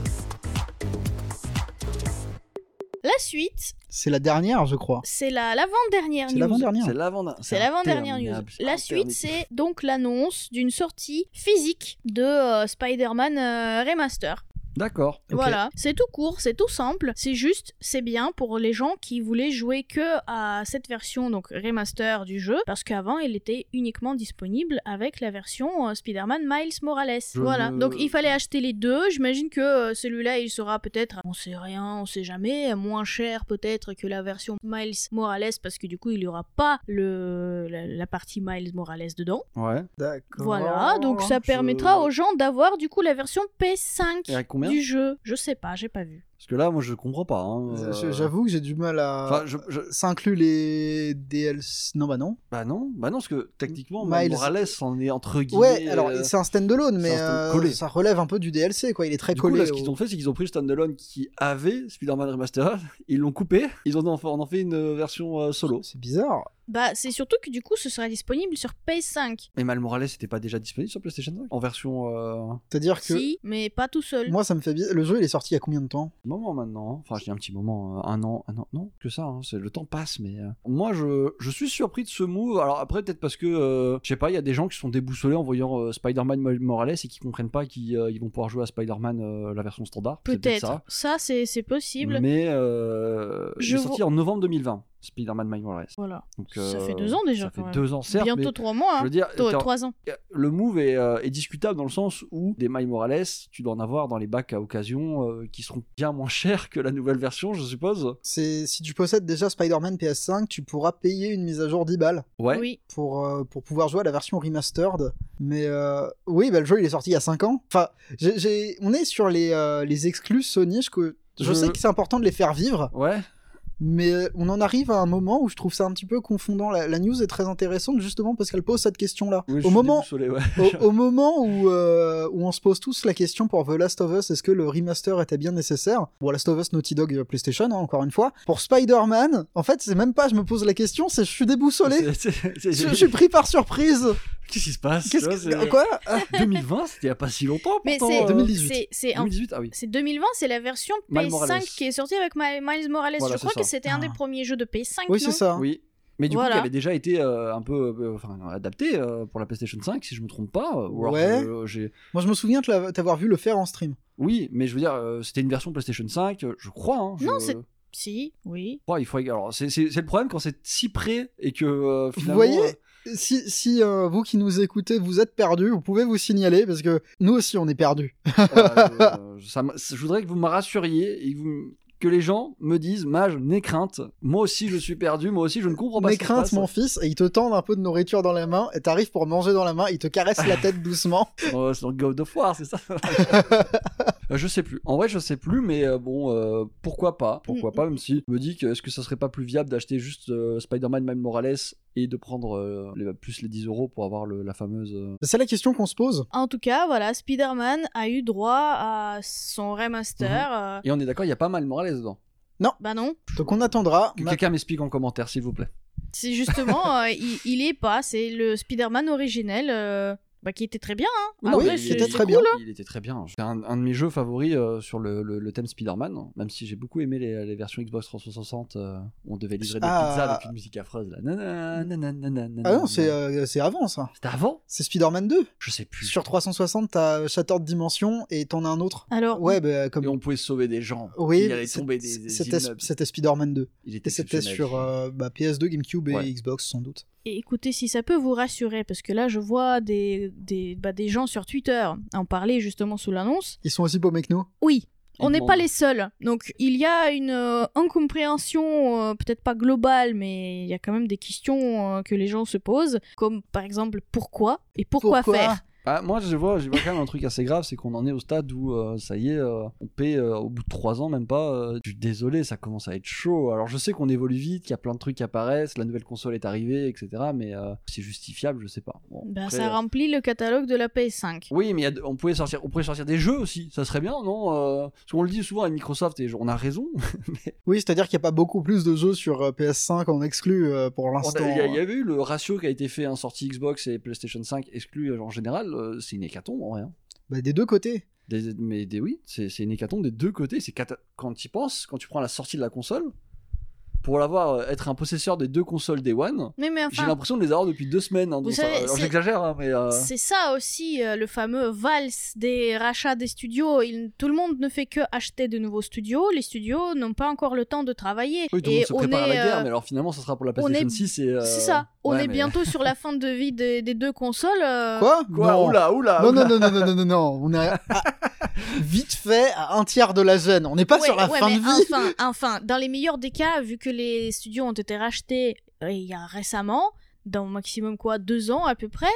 A: La suite,
B: C'est la dernière, je crois.
A: c'est la l'avant-dernière
B: C'est
A: news.
B: l'avant-dernière.
C: C'est l'avant-dernière.
A: C'est l'avant-dernière news.
C: interminable, c'est
A: La suite,
C: interminable.
A: c'est donc l'annonce d'une sortie physique de euh, Spider-Man euh, Remaster.
C: D'accord.
B: Ok.
A: Voilà, c'est tout court, c'est tout simple, c'est juste, c'est bien pour les gens qui voulaient jouer que à cette version donc remaster du jeu parce qu'avant il était uniquement disponible avec la version euh, Spider-Man Miles Morales.
C: Je
A: voilà,
C: ne-
A: donc il fallait acheter les deux. J'imagine que euh, celui-là il sera peut-être, on sait rien, on sait jamais, moins cher peut-être que la version Miles Morales parce que du coup il n'y aura pas le la- la partie Miles Morales dedans.
C: Ouais.
B: D'accord.
A: Voilà, donc ça
C: je-
A: permettra aux gens d'avoir du coup la version PS5
C: Et à combien
A: du jeu. Je sais pas, j'ai pas vu.
C: Parce que là moi je comprends pas. hein, euh,
B: Je- J'avoue euh, que j'ai du mal à.
C: Enfin, je- je-
B: Ça inclut les DLC. Non, bah non.
C: Bah non, bah non parce que techniquement
B: Miles-
C: Morales en est entre guillemets.
B: Ouais, alors
C: euh,
B: c'est un standalone, mais
C: c'est un stand-
B: euh,
C: collé.
B: ça relève un peu du DLC, quoi. Il est très
C: Du coup,
B: collé.
C: là, ce qu'ils
B: au-
C: ont fait, c'est qu'ils ont pris le standalone qui avait Spider-Man Remastered, ils l'ont coupé, ils en ont fait, on en fait une euh, version euh, solo.
B: C'est bizarre.
A: Bah, c'est surtout que du coup, ce sera disponible sur PS5.
C: Mais Mal Morales n'était pas déjà disponible sur PlayStation 5 En version. Euh...
B: C'est-à-dire que
A: Si, mais pas tout seul.
B: moi, ça me fait bizarre. Le jeu, il est sorti il y a combien de temps
C: Moment maintenant. hein. Enfin, je dis un petit moment, euh, un an, un an, non, que ça. hein, c'est- Le temps passe, mais. euh, Moi, je, je suis surpris de ce move. Alors après, peut-être parce que, euh, je sais pas, il y a des gens qui sont déboussolés en voyant euh, Spider-Man Miles Morales et qui comprennent pas qu'ils euh, ils vont pouvoir jouer à Spider-Man euh, la version standard. C'est
A: Peut-être.
C: ça.
A: Ça, c'est c'est possible.
C: Mais euh, il
A: Je
C: est sorti en novembre 2020. Spider-Man Miles Morales.
A: Voilà.
C: Donc,
A: Ça
C: euh,
A: fait deux ans déjà,
C: Ça fait
A: quand même.
C: deux ans, certes.
A: Bientôt
C: mais
A: trois mois.
C: je
A: Hein.
C: veux dire,
A: Toi,
C: t'as-
A: Trois ans.
C: le move est, euh, est discutable dans le sens où des Miles Morales, tu dois en avoir dans les bacs à occasion euh, qui seront bien moins chers que la nouvelle version, je suppose.
B: C'est si tu possèdes déjà Spider-Man PS5, tu pourras payer une mise à jour 10 balles
C: Ouais.
A: Oui.
B: pour, euh, pour pouvoir jouer à la version remastered. Mais euh, oui, bah, le jeu il est sorti il y a 5 ans. Enfin, j'ai- j'ai- on est sur les, euh, les exclus Sony. Je, co- je
C: Je-
B: sais que c'est important de les faire vivre,
C: Ouais.
B: mais euh, on en arrive à un moment où je trouve ça un petit peu confondant. La, la news est très intéressante justement parce qu'elle pose cette question-là.
C: Oui, je
B: au,
C: suis
B: moment,
C: déboussolé, ouais.
B: au, au moment où, euh, où on se pose tous la question pour The Last of Us, est-ce que le remaster était bien nécessaire Bon, Last of Us, Naughty Dog, euh, PlayStation, hein, encore une fois. Pour Spider-Man, en fait, c'est même pas je me pose la question, c'est je suis déboussolé.
C: C'est- c'est-
B: Je,
C: c'est-
B: je suis pris par surprise.
C: Qu'est-ce qui se passe
B: Qu'est-ce
C: tu vois,
B: que.
C: c'est-
B: Quoi
C: Ah, 2020, c'était il y a pas si longtemps.
A: Mais
C: pourtant,
A: c'est.
C: euh,
B: 2018.
A: c'est- C'est en
C: 2018, ah oui.
A: C'est 2020, c'est la version
C: Miles Morales.
A: PS5 qui est sortie avec Mi- Miles Morales.
C: Voilà,
A: je crois
C: c'est
A: que
C: ça.
A: c'était un des
B: Ah.
A: premiers jeux de PS5.
B: Oui,
A: non
B: c'est ça.
C: Oui. Mais du coup,
A: Voilà.
C: qui avait déjà été euh, un peu euh, enfin, adapté euh, pour la PlayStation 5, si je me trompe pas. euh, ou alors,
B: Ouais.
C: euh, j'ai-
B: Moi, je me souviens de la- t'avoir vu le faire en stream.
C: Oui, mais je veux dire, euh, c'était une version PlayStation 5, euh, je crois. hein, je-
A: Non, c'est- Si, oui.
C: Ouais, il faut... Alors, c'est, c'est- c'est le problème quand c'est si près et que euh,
B: Vous
C: finalement.
B: voyez,
C: euh,
B: si, si euh, vous qui nous écoutez, vous êtes perdus, vous pouvez vous signaler parce que nous aussi, on est perdus.
C: euh, voilà, je- je- ça me- je voudrais que vous me rassuriez et que, vous m- que les gens me disent Mage, n'aie crainte. Moi aussi, je suis perdu. Moi aussi, Oh, bah, je ne comprends pas
B: Mes
C: ce qui se
B: craintes,
C: passe.
B: mon fils, et ils te tendent un peu de nourriture dans la main, et t'arrives pour manger dans la main, ils te caressent la tête doucement.
C: Euh, c'est dans God of War, c'est ça Euh, Je sais plus. En vrai, je sais plus, mais euh, bon, euh, pourquoi pas Pourquoi
A: Mm,
C: pas Même si je me dis que est-ce que ça serait pas plus viable d'acheter juste euh, Spider-Man Miles Morales et de prendre euh, les- plus les 10 euros pour avoir le- la fameuse. euh,
B: C'est la question qu'on se pose.
A: En tout cas, voilà, Spider-Man a eu droit à son remaster. euh,
C: Et on est d'accord, il y a pas Miles Morales dedans.
A: Bah non,
B: Donc on attendra. Bah,
C: Que
B: Ma-
C: quelqu'un m'explique en commentaire, s'il vous plaît.
A: c'est justement, euh, il, il est pas. C'est le Spider-Man originel, euh, bah, qui était très bien. hein.
B: Oui,
A: Après,
B: oui,
A: c'est-
B: il était
A: c'est
B: très
A: cool,
B: bien.
A: hein.
C: Il était très bien. C'est un, un de mes jeux favoris euh, sur le, le- le thème Spider-Man, hein. même si j'ai beaucoup aimé les, les versions Xbox 360 euh, où on devait livrer des
B: Ah.
C: pizzas avec une musique affreuse. Là. Nanana, nanana, nanana.
B: Ah non, c'est euh, c'est avant ça.
C: C'était avant
B: C'est Spider-Man 2.
C: Je sais plus.
B: Sur 360, t'as Shattered Dimension et t'en as un autre.
A: Alors,
B: Ouais, bah,
C: Ah, Et
B: comme.
C: on pouvait sauver des gens.
B: Oui,
C: il allait
B: c'est-
C: tomber des, des
B: c'était
C: immeubles.
B: c'était Spider-Man 2.
C: Il était
B: Et c'était
C: exceptionnel.
B: sur euh, bah, PS2, GameCube et
C: Ouais.
B: Xbox sans doute.
A: Et Écoutez, si ça peut vous rassurer, parce que là, je vois des, des, bah, des gens sur Twitter en parler justement sous l'annonce.
B: Ils sont aussi paumés que nous.
A: Oui,
C: Il
A: on n'est pas
C: demande.
A: les seuls. Donc, il y a une euh, incompréhension, euh, peut-être pas globale, mais il y a quand même des questions euh, que les gens se posent, comme par exemple pourquoi et pourquoi,
B: Pourquoi
A: faire.
C: Ah, moi, je vois, je vois quand même un truc assez grave, c'est qu'on en est au stade où, euh, ça y est, euh, on paie euh, au bout de trois ans, même pas. euh, je suis désolé, ça commence à être chaud. Alors, je sais qu'on évolue vite, qu'il y a plein de trucs qui apparaissent, la nouvelle console est arrivée, etc. Mais euh, c'est justifiable, je sais pas. Bon,
A: Ben,
C: après,
A: ça
C: euh,
A: remplit le catalogue de la PS5.
C: Oui, mais il y a de- on, pouvait sortir, on pouvait sortir des jeux aussi, ça serait bien, non euh, Parce qu'on le dit souvent à Microsoft, et on a raison.
B: Oui, c'est-à-dire qu'il n'y a pas beaucoup plus de jeux sur euh, PS5 en exclu euh, pour
C: On
B: l'instant.
C: a- Il y, a- il y avait eu le ratio qui a été fait, hein, sortie Xbox et PlayStation 5 exclu euh, en général, euh, c'est une hécatombe en vrai. hein.
B: Bah, des deux côtés.
C: Des- mais des, oui, c'est c'est une hécatombe des deux côtés. C'est cata- quand tu penses, quand tu prends la sortie de la console, pour l'avoir, euh, être un possesseur des deux consoles Day One,
A: Mais, mais
C: j'ai
A: enfin,
C: l'impression de les avoir depuis deux semaines. hein,
A: Vous
C: donc ça-
A: savez,
C: alors
A: c'est-
C: j'exagère, hein, mais euh,
A: c'est ça aussi euh, le fameux valse des rachats des studios. Il- tout le monde ne fait que acheter de nouveaux studios. Les studios n'ont pas encore le temps de travailler.
C: oui, tout le monde se
A: on
C: prépare à
A: est,
C: la guerre.
A: euh,
C: Mais alors finalement, ça sera pour la
A: on est-
C: PlayStation 6 et. euh,
A: C'est ça. On
C: ouais,
A: est
C: mais-
A: bientôt sur la fin de vie des, des deux consoles. euh,
B: Quoi,
C: Quoi
B: non.
C: Oula, oula,
B: non,
C: oula.
B: non, non, non, non, non, non, non. On est à- vite fait à un tiers de la gêne. On n'est pas
A: ouais,
B: sur la
A: ouais,
B: fin
A: mais
B: de vie.
A: Enfin, enfin, dans les meilleurs des cas, vu que les studios ont été rachetés euh, il y a récemment, dans maximum quoi, deux ans à peu près,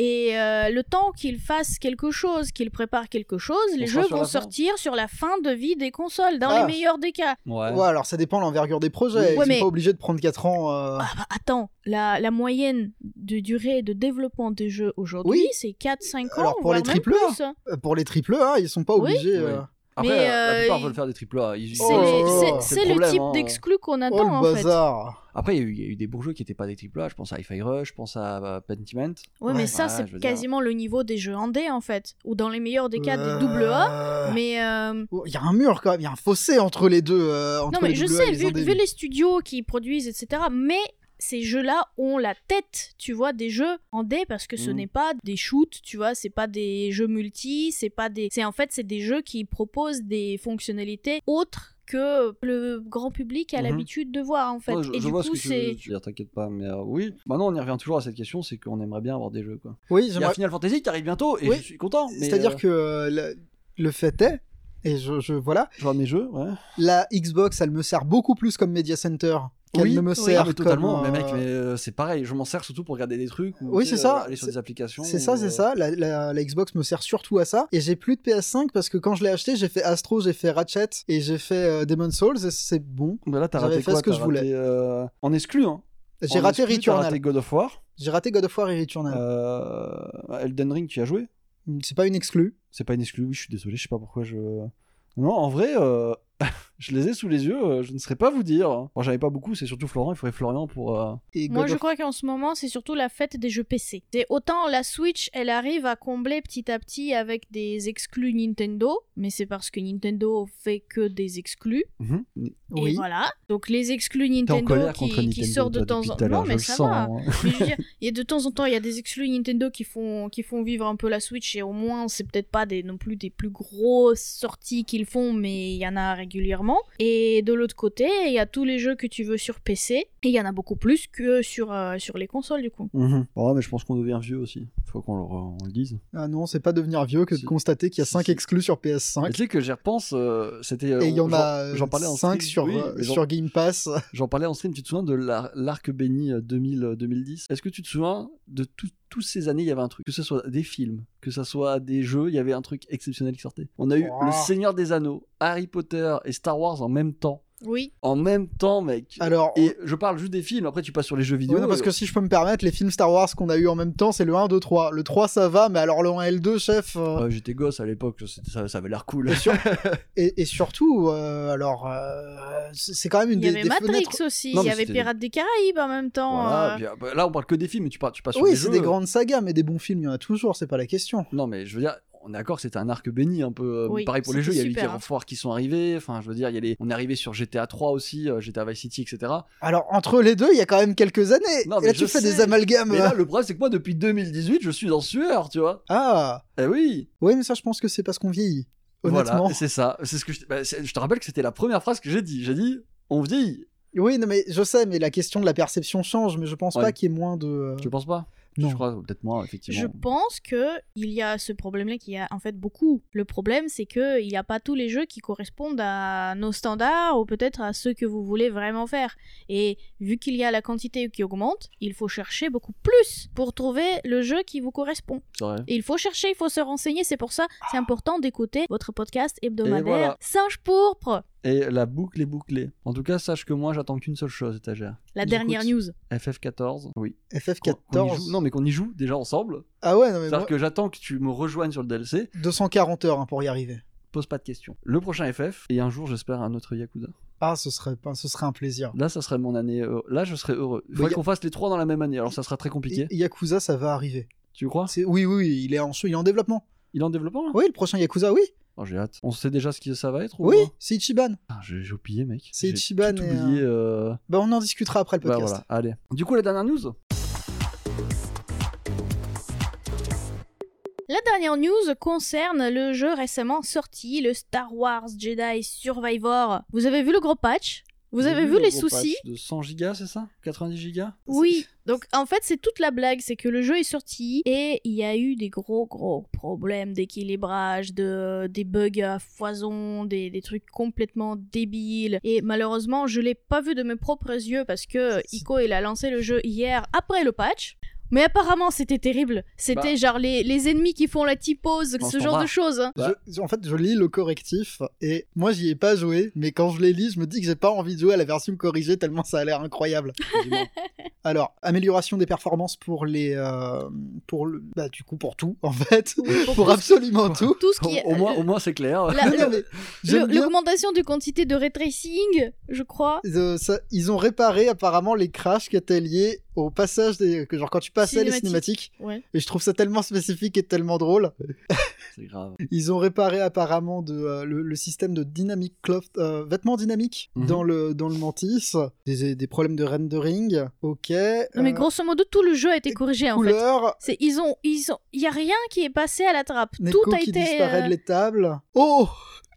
A: et euh, le temps qu'ils fassent quelque chose, qu'ils préparent quelque chose, les
C: sera
A: jeux
C: sur
A: vont
C: la fin.
A: sortir sur la fin de vie des consoles, dans
B: Ah.
A: les meilleurs des cas.
C: Ouais.
B: Ouais, alors ça dépend de l'envergure des projets.
A: Oui.
B: Ils
A: Ouais,
B: sont
A: mais-
B: pas obligés de prendre 4 ans. euh,
A: Ah bah, attends, la, la moyenne de durée de développement des jeux aujourd'hui,
B: Oui.
A: c'est 4-5 ans.
B: Alors, pour
A: voire
B: les
A: même
B: triple A,
A: plus. hein.
B: Pour les triple A, hein. ils sont pas
A: Oui.
B: obligés.
C: Oui.
B: euh,
C: Après,
A: Mais,
C: la- la
A: euh,
C: plupart
A: il-
C: veulent faire des triple A. Ils-
A: C'est
B: Oh là
A: les-
B: là.
A: c'est-
C: C'est
A: c'est
C: le
A: le
C: problème,
A: type
C: hein.
A: d'exclus qu'on
B: Oh
A: attend
B: le
A: en fait.
B: bazar.
C: Après, il y, a eu- il y a eu des bourgeois qui n'étaient pas des triple A. Je pense à Hi-Fi Rush, je pense à euh, Pentiment.
A: Ouais,
B: Ouais.
A: mais ça,
C: Ouais, je
A: c'est
C: veux dire.
A: quasiment le niveau des jeux indés, en fait. Ou dans les meilleurs des cas, des double A.
B: Euh,
A: Mais. euh,
B: oh, Il y a un mur quand même. Il y a un fossé entre les deux. euh, entre
A: Non, mais
B: les
A: je
B: double A
A: sais,
B: et les
A: vu,
B: indés.
A: vu les studios qui produisent, etc. Mais ces jeux-là ont la tête, tu vois, des jeux indés, parce que ce
C: Mm.
A: n'est pas des shoots, tu vois, c'est pas des jeux multi, c'est pas des. C'est en fait, c'est des jeux qui proposent des fonctionnalités autres que le grand public a
C: Mhm.
A: l'habitude de voir en fait.
C: Ouais, je,
A: Et
C: je
A: du
C: vois
A: coup,
C: ce que tu veux-
A: c'est
C: tu veux dire, t'inquiète pas, mais euh, oui. Maintenant, on y revient toujours à cette question, c'est qu'on aimerait bien avoir des jeux, quoi.
B: Oui,
C: Il y a
B: j'aimerais.
C: Final Fantasy qui arrive bientôt, et
B: Oui.
C: je suis content. mais,
B: C'est-à-dire
C: euh,
B: que euh, la- le fait est, et je, je- voilà,
C: je vois mes jeux, ouais.
B: la Xbox, elle me sert beaucoup plus comme media center qu'elle
C: Oui,
B: ne me
A: oui.
B: sert
C: Ah, mais totalement,
B: comme,
C: mais mec,
B: euh,
C: mais euh, c'est pareil, je m'en sers surtout pour regarder des trucs ou
B: Oui,
C: tu sais,
B: c'est ça,
C: euh, aller sur
B: c'est-
C: des applications.
B: C'est ça,
C: ou, euh,
B: c'est ça. La, la- la Xbox me sert surtout à ça. Et j'ai plus de PS5 parce que quand je l'ai acheté, j'ai fait Astro, j'ai fait Ratchet et j'ai fait euh, Demon's Souls et c'est bon.
C: Bah là, t'as
B: J'avais
C: raté
B: fait
C: quoi
B: ce que
C: T'as
B: je voulais.
C: raté, euh, En exclu, hein.
B: J'ai
C: En
B: raté
C: exclu, t'as
B: Returnal.
C: raté God of War.
B: J'ai raté God of War et Returnal.
C: Euh, Elden Ring, tu y as joué
B: C'est pas une exclue.
C: C'est pas une exclu, oui, je suis désolé, je sais pas pourquoi je. Non, en vrai, euh, je les ai sous les yeux, euh, je ne saurais pas vous dire. Bon, j'avais pas beaucoup, c'est surtout Florent, il faudrait Florian pour. euh,
B: Et
A: Moi,
B: God
A: je
B: of-
A: crois qu'en ce moment, c'est surtout la fête des jeux PC. C'est autant la Switch, elle arrive à combler petit à petit avec des exclus Nintendo, mais c'est parce que Nintendo fait que des exclus.
C: mhm.
A: Et
B: Oui.
A: voilà. Donc les exclus
C: T'es en
A: Nintendo
C: colère
A: qui,
C: contre
A: qui
C: Nintendo.
A: sortent de
C: toi,
A: temps
C: depuis
A: en
C: tout à
A: Non,
C: l'heure,
A: mais
C: je
A: ça
C: le sens,
A: va.
C: hein.
A: Mais je veux dire, il y a de temps en temps, il y a des exclus Nintendo qui font, qui font vivre un peu la Switch et au moins, c'est peut-être pas des, non plus des plus grosses sorties qu'ils font, mais il y en a régulièrement. Et de l'autre côté, il y a tous les jeux que tu veux sur PC et il y en a beaucoup plus que sur, euh, sur les consoles du coup.
C: Mhm. Bon, mais je pense qu'on devient vieux aussi. Faut qu'on le, re- on le dise.
B: Ah non, c'est pas devenir vieux que de
C: Si.
B: constater qu'il y a
C: Si,
B: 5
C: si.
B: exclus sur
C: Mais
B: PS5.
C: tu sais que j'y repense, euh, c'était.
B: Et il y en a
C: J'en parlais en
B: 5
C: stream,
B: sur,
C: oui,
B: euh,
C: mais j'en-
B: sur Game Pass.
C: J'en parlais en stream, tu te souviens de l'ar- l'arc béni euh, 2000, euh, 2010 Est-ce que tu te souviens de tout- toutes ces années, il y avait un truc Que ce soit des films, que ce soit des jeux, il y avait un truc exceptionnel qui sortait. On a eu
B: Oh.
C: Le Seigneur des Anneaux, Harry Potter et Star Wars en même temps.
A: Oui.
C: En même temps, mec
B: Alors,
C: Et je parle juste des films, après tu passes sur les jeux vidéo.
B: Ouais, non, parce
C: euh,
B: que si je peux me permettre, les films Star Wars qu'on a eu en même temps, c'est le 1, 2, 3. Le 3, ça va, mais alors le 1 et le 2, chef. euh,
C: ouais, J'étais gosse à l'époque, c'était- ça, ça avait l'air cool.
B: Bien sûr. et, et surtout, euh, alors, euh, c'est c'est quand même une
A: Il y
B: des,
A: avait
B: des
A: Matrix
B: fenêtres.
A: aussi,
C: Non,
A: il y
C: mais
A: avait
C: c'était-
A: Pirates des Caraïbes en même temps.
C: Voilà,
A: euh,
C: puis, euh, bah, là on parle que des films, mais tu, parles, tu passes sur
B: Oui,
C: les
B: c'est
C: jeux. euh,
B: des grandes sagas, mais des bons films, il y en a toujours, c'est pas la question.
C: Non, mais je veux dire, on est d'accord que c'était un arc béni un peu. euh,
A: Oui,
C: pareil pour les
A: c'était
C: jeux, il y a eu les
A: super, hein.
C: renforts qui sont arrivés. Enfin, je veux dire, il y a les... on est arrivé sur GTA 3 aussi, euh, GTA Vice City, etc.
B: Alors, entre les deux, il y a quand même quelques années.
C: Non,
B: Et
C: mais
B: là, tu
C: je
B: fais des
C: sais.
B: amalgames.
C: Mais
B: euh.
C: là, le problème, c'est que moi, depuis 2018, je suis en sueur, tu vois.
B: Ah,
C: Eh oui
B: oui, mais ça, je pense que c'est parce qu'on vieillit. Honnêtement.
C: Voilà, c'est ça. C'est ce que je... bah, c'est- je te rappelle que c'était la première phrase que j'ai dit. J'ai dit, on vieillit.
B: Oui, non, mais je sais, mais la question de la perception change, mais je pense
C: Ouais.
B: pas qu'il y ait moins de. euh,
C: Je pense pas.
B: Non.
C: Je crois, peut-être moi, effectivement.
A: Je pense que il y a ce problème-là qu'il y a en fait beaucoup. Le problème, c'est que il n'y a pas tous les jeux qui correspondent à nos standards ou peut-être à ceux que vous voulez vraiment faire. Et vu qu'il y a la quantité qui augmente, il faut chercher beaucoup plus pour trouver le jeu qui vous correspond.
C: C'est vrai.
A: Et il faut chercher, il faut se renseigner. C'est pour ça, c'est important d'écouter votre podcast hebdomadaire
C: Ah. Et voilà.
A: Singe pourpre.
C: Et la boucle est bouclée. En tout cas, sache que moi, j'attends qu'une seule chose, étagère.
A: La
B: J'écoute.
A: dernière news.
C: FF14. Oui.
B: euh,
C: Qu'on- qu'on y joue-
B: FF14.
C: Non, mais qu'on y joue déjà ensemble.
B: Ah ouais, non, mais
C: C'est-à-dire
B: moi,
C: que j'attends que tu me rejoignes sur le DLC.
B: 240 heures hein, pour y arriver.
C: pose pas de questions. Le prochain FF, et un jour j'espère un autre Yakuza.
B: Ah, ce serait, pas- ce serait un plaisir.
C: Là, ça serait mon année. euh, là, je serais heureux. Il faudrait
B: Mais Bah, y a-
C: qu'on fasse les trois dans la même année, alors ça sera très compliqué.
B: Y- Yakuza, ça va arriver.
C: Tu crois
B: C'est- Oui, oui, oui, il est en, il est en développement.
C: Il est en développement là
B: Oui, le prochain Yakuza, oui.
C: Oh, J'ai hâte. On sait déjà ce que ça va être ou
B: Oui,
C: pas
B: c'est Ichiban.
C: Ah, J'ai j'ai oublié, mec.
B: C'est
C: J'ai
B: Ichiban
C: tout
B: et,
C: oublié. euh,
B: Bah, on en discutera après le
C: Bah
B: podcast.
C: voilà, allez. Du coup, la dernière news
A: La dernière news concerne le jeu récemment sorti, le Star Wars Jedi Survivor. Vous avez vu le gros patch Vous
C: J'ai
A: avez vu
C: le
A: les
C: gros
A: soucis
C: patch De 100 gigas, c'est ça 90 gigas
A: Oui. Donc en fait, c'est toute la blague, c'est que le jeu est sorti et il y a eu des gros gros problèmes d'équilibrage, de des bugs à foison, des, des trucs complètement débiles. Et malheureusement, je l'ai pas vu de mes propres yeux parce que Ico il a lancé le jeu hier après le patch. Mais apparemment, c'était terrible. C'était
C: Bah.
A: genre les, les ennemis qui font la typose,
C: Bon,
A: ce
C: c'est
A: genre de
C: rare.
A: choses. hein.
C: Bah.
B: Je- en fait, je lis le correctif et moi, j'y ai pas joué, mais quand je les lis, je me dis que j'ai pas envie de jouer à la version corrigée tellement ça a l'air incroyable.
C: Dis-moi.
B: Alors, amélioration des performances pour les, euh, pour le, bah, du coup, pour tout en fait,
A: Oui, pour
B: pour
A: tout-
B: absolument tout.
A: tout ce
C: Au-
A: qui est
C: au, moins,
A: le-
C: au moins c'est clair.
A: la-
B: Non, non,
A: le-
B: mais
A: le-
B: j'aime bien.
A: l'augmentation de quantité de retracing, je crois.
B: Euh, ça- ils ont réparé apparemment les crashs qui étaient liés au passage des. que Genre quand tu passais les
A: Cinématiques.
B: cinématiques.
A: Ouais.
B: Et je trouve ça tellement spécifique et tellement drôle.
C: C'est grave.
B: Ils ont réparé apparemment de, euh, le, le système de dynamic cloth, euh, vêtements dynamiques
C: Mhm.
B: dans, le, dans le mantis. Des, des problèmes de rendering. Ok.
A: Non mais
B: euh,
A: grosso modo tout le jeu a été corrigé en fait.
B: couleurs.
A: C'est ils ont ils ont il y a rien qui est passé à la trappe.
B: Neko
A: tout a
B: qui
A: été
B: disparaît
A: euh,
B: de l'étable. Oh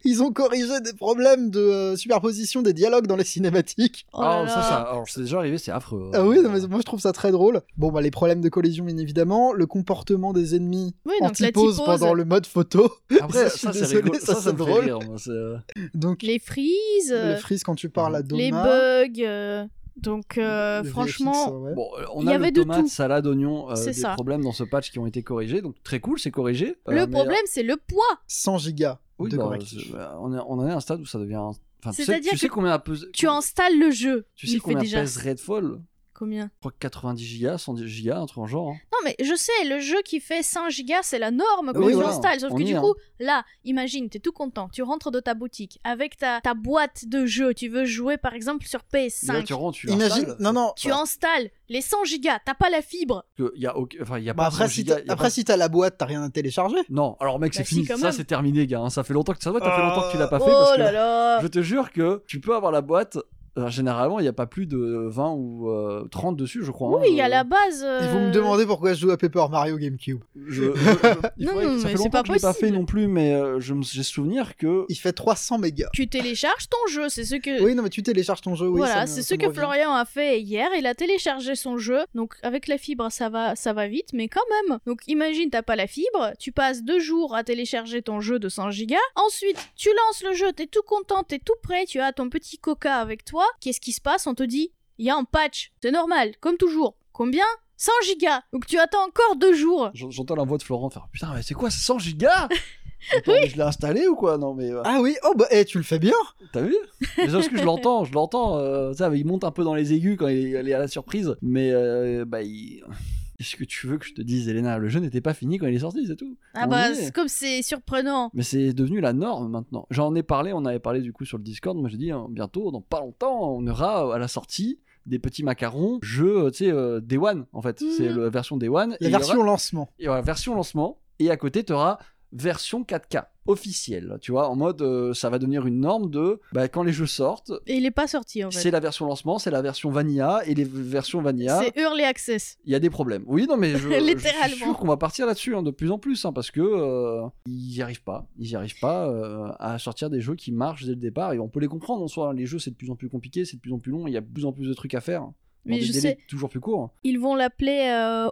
B: Ils ont corrigé des problèmes de euh, superposition des dialogues dans les cinématiques.
A: Oh
C: Ah,
A: là
C: ça,
A: là.
C: ça- alors c'est déjà arrivé, c'est affreux. hein.
B: Ah oui, non, mais moi je trouve ça très drôle. Bon, bah les problèmes de collision, bien évidemment, le comportement des ennemis
A: Oui,
B: en
A: donc la
B: antipose
A: typose,
B: pendant le mode photo.
C: Après,
B: je suis
C: ça, c'est
B: désolé,
C: rigolo.
B: ça,
C: Ça,
B: c'est
C: ça me fait
B: drôle.
C: rire. moi, c'est, euh,
B: Donc,
A: les freezes,
B: les
A: euh,
B: frises quand tu parles à Doma.
A: les bugs. euh, donc euh,
B: le VFX,
A: franchement,
B: ouais.
C: Bon, euh, on
A: Il y
C: a
A: avait
C: le
A: de
C: tomate,
A: tout.
C: salade, oignon, euh,
A: C'est
C: des
A: ça.
C: problèmes dans ce patch qui ont été corrigés. Donc très cool, c'est corrigé. Euh,
A: le
C: mais,
A: problème c'est le poids.
B: 100 gigas
C: Oui,
B: de
C: bah,
B: correctif.
C: c'est- bah, on, est- on en est à un stade où ça devient. Enfin, tu sais,
A: C'est-à-dire
C: tu sais
A: que
C: combien pèse,
A: Tu installes le jeu.
C: tu
A: Il
C: sais
A: fait
C: combien
A: déjà
C: pèse Redfall
A: combien
C: Je crois que 90 gigas, 110 gigas, un truc en genre. hein.
A: Non mais je sais, le jeu qui fait 5 gigas, c'est la norme quand
B: Oui,
A: tu
B: voilà,
A: installes. Sauf
C: on
A: que
C: y
A: du
C: est,
A: coup,
B: hein.
A: là, imagine, t'es tout content, tu rentres de ta boutique avec ta, ta boîte de jeux, tu veux jouer par exemple sur
C: Et
A: PS5.
C: Là, tu rentres, tu
B: Imagine,
C: installes,
B: non, non.
A: Tu installes les 100 gigas, t'as pas la fibre.
C: parce que y a, aucun- enfin, y a
B: Bah,
C: pas
B: après,
C: 100
B: si
C: gigas,
B: t'as
C: y a
B: après,
C: pas-
B: si t'as la boîte, t'as rien à télécharger.
C: Non, alors mec, c'est
A: Bah, si,
C: fini.
A: quand
C: ça,
A: même.
C: c'est terminé, gars. hein. Ça fait longtemps que ça doit. T'as fait
B: Euh,
C: longtemps que tu l'as pas fait parce
A: Oh
C: que
A: là là
C: je te jure que tu peux avoir la boîte. euh, généralement, il n'y a pas plus de 20 ou euh, 30 dessus, je crois. hein.
A: Oui, il y a
C: Je-
A: la base. euh,
B: Ils vont me demander pourquoi je joue à Paper Mario GameCube.
C: Je, je- je- il
A: Non,
C: faudrait que-
A: non,
C: ça
A: mais
C: fait
A: c'est
C: longtemps
A: pas
C: que je l'ai pas
A: possible.
C: fait non plus, mais euh, je me- j'ai souvenir que
B: Il fait 300 mégas.
A: Tu télécharges ton jeu, c'est ce que.
B: Oui, non, mais tu télécharges ton jeu. Oui, ça
A: voilà,
B: me-
A: c'est
B: ça
A: ce
B: me
A: que
B: revient.
A: Florian a fait hier. Il a téléchargé son jeu. Donc avec la fibre, ça va, ça va vite, mais quand même. Donc imagine, t'as pas la fibre, tu passes deux jours à télécharger ton jeu de 100 gigas. Ensuite, tu lances le jeu, t'es tout content, t'es tout prêt, tu as ton petit coca avec toi. Qu'est-ce qui se passe On te dit, il y a un patch. C'est normal, comme toujours. Combien 100 gigas. Donc tu attends encore deux jours.
C: j'en- j'entends la voix de Florent faire Putain, mais c'est quoi, c'est 100 gigas Attends, mais Je l'ai installé ou quoi Non, mais euh,
B: Ah oui, oh bah, eh, tu le fais bien.
C: t'as vu Mais Parce que je l'entends, je l'entends. euh, ça, il monte un peu dans les aigus quand il est, il est à la surprise, mais euh, bah, il. Est-ce que tu veux que je te dise, Elena Le jeu n'était pas fini quand il est sorti, c'est tout.
A: Ah
C: On
A: bah,
C: y est.
A: c'est- comme c'est surprenant.
C: Mais c'est devenu la norme maintenant. J'en ai parlé, on avait parlé du coup sur le Discord. Moi j'ai dit hein, bientôt, dans pas longtemps, on aura euh, à la sortie des petits macarons, jeu, euh, tu sais, euh, Day One en fait.
A: Mhm.
C: C'est la version Day One. et
B: Mmh. La
C: il y aura-
B: version lancement.
C: il y aura version lancement et à côté tu auras version 4K officielle, tu vois, en mode euh, ça va devenir une norme de bah, quand les jeux sortent,
A: Et il est pas sorti en fait.
C: c'est la version lancement, c'est la version vanilla et les versions vanilla,
A: C'est Early Access.
C: il y a des problèmes. Oui, non mais je, je suis
A: Littéralement.
C: sûr qu'on va partir là-dessus hein, de plus en plus hein, parce que euh, ils n'y arrivent pas, ils n'y arrivent pas euh, à sortir des jeux qui marchent dès le départ et on peut les comprendre en soi, hein. les jeux c'est de plus en plus compliqué, c'est de plus en plus long, il y a de plus en plus de trucs à faire. hein. dans
A: Mais
C: des
A: je
C: délais
A: sais,
C: toujours plus courts. hein.
A: ils vont l'appeler euh,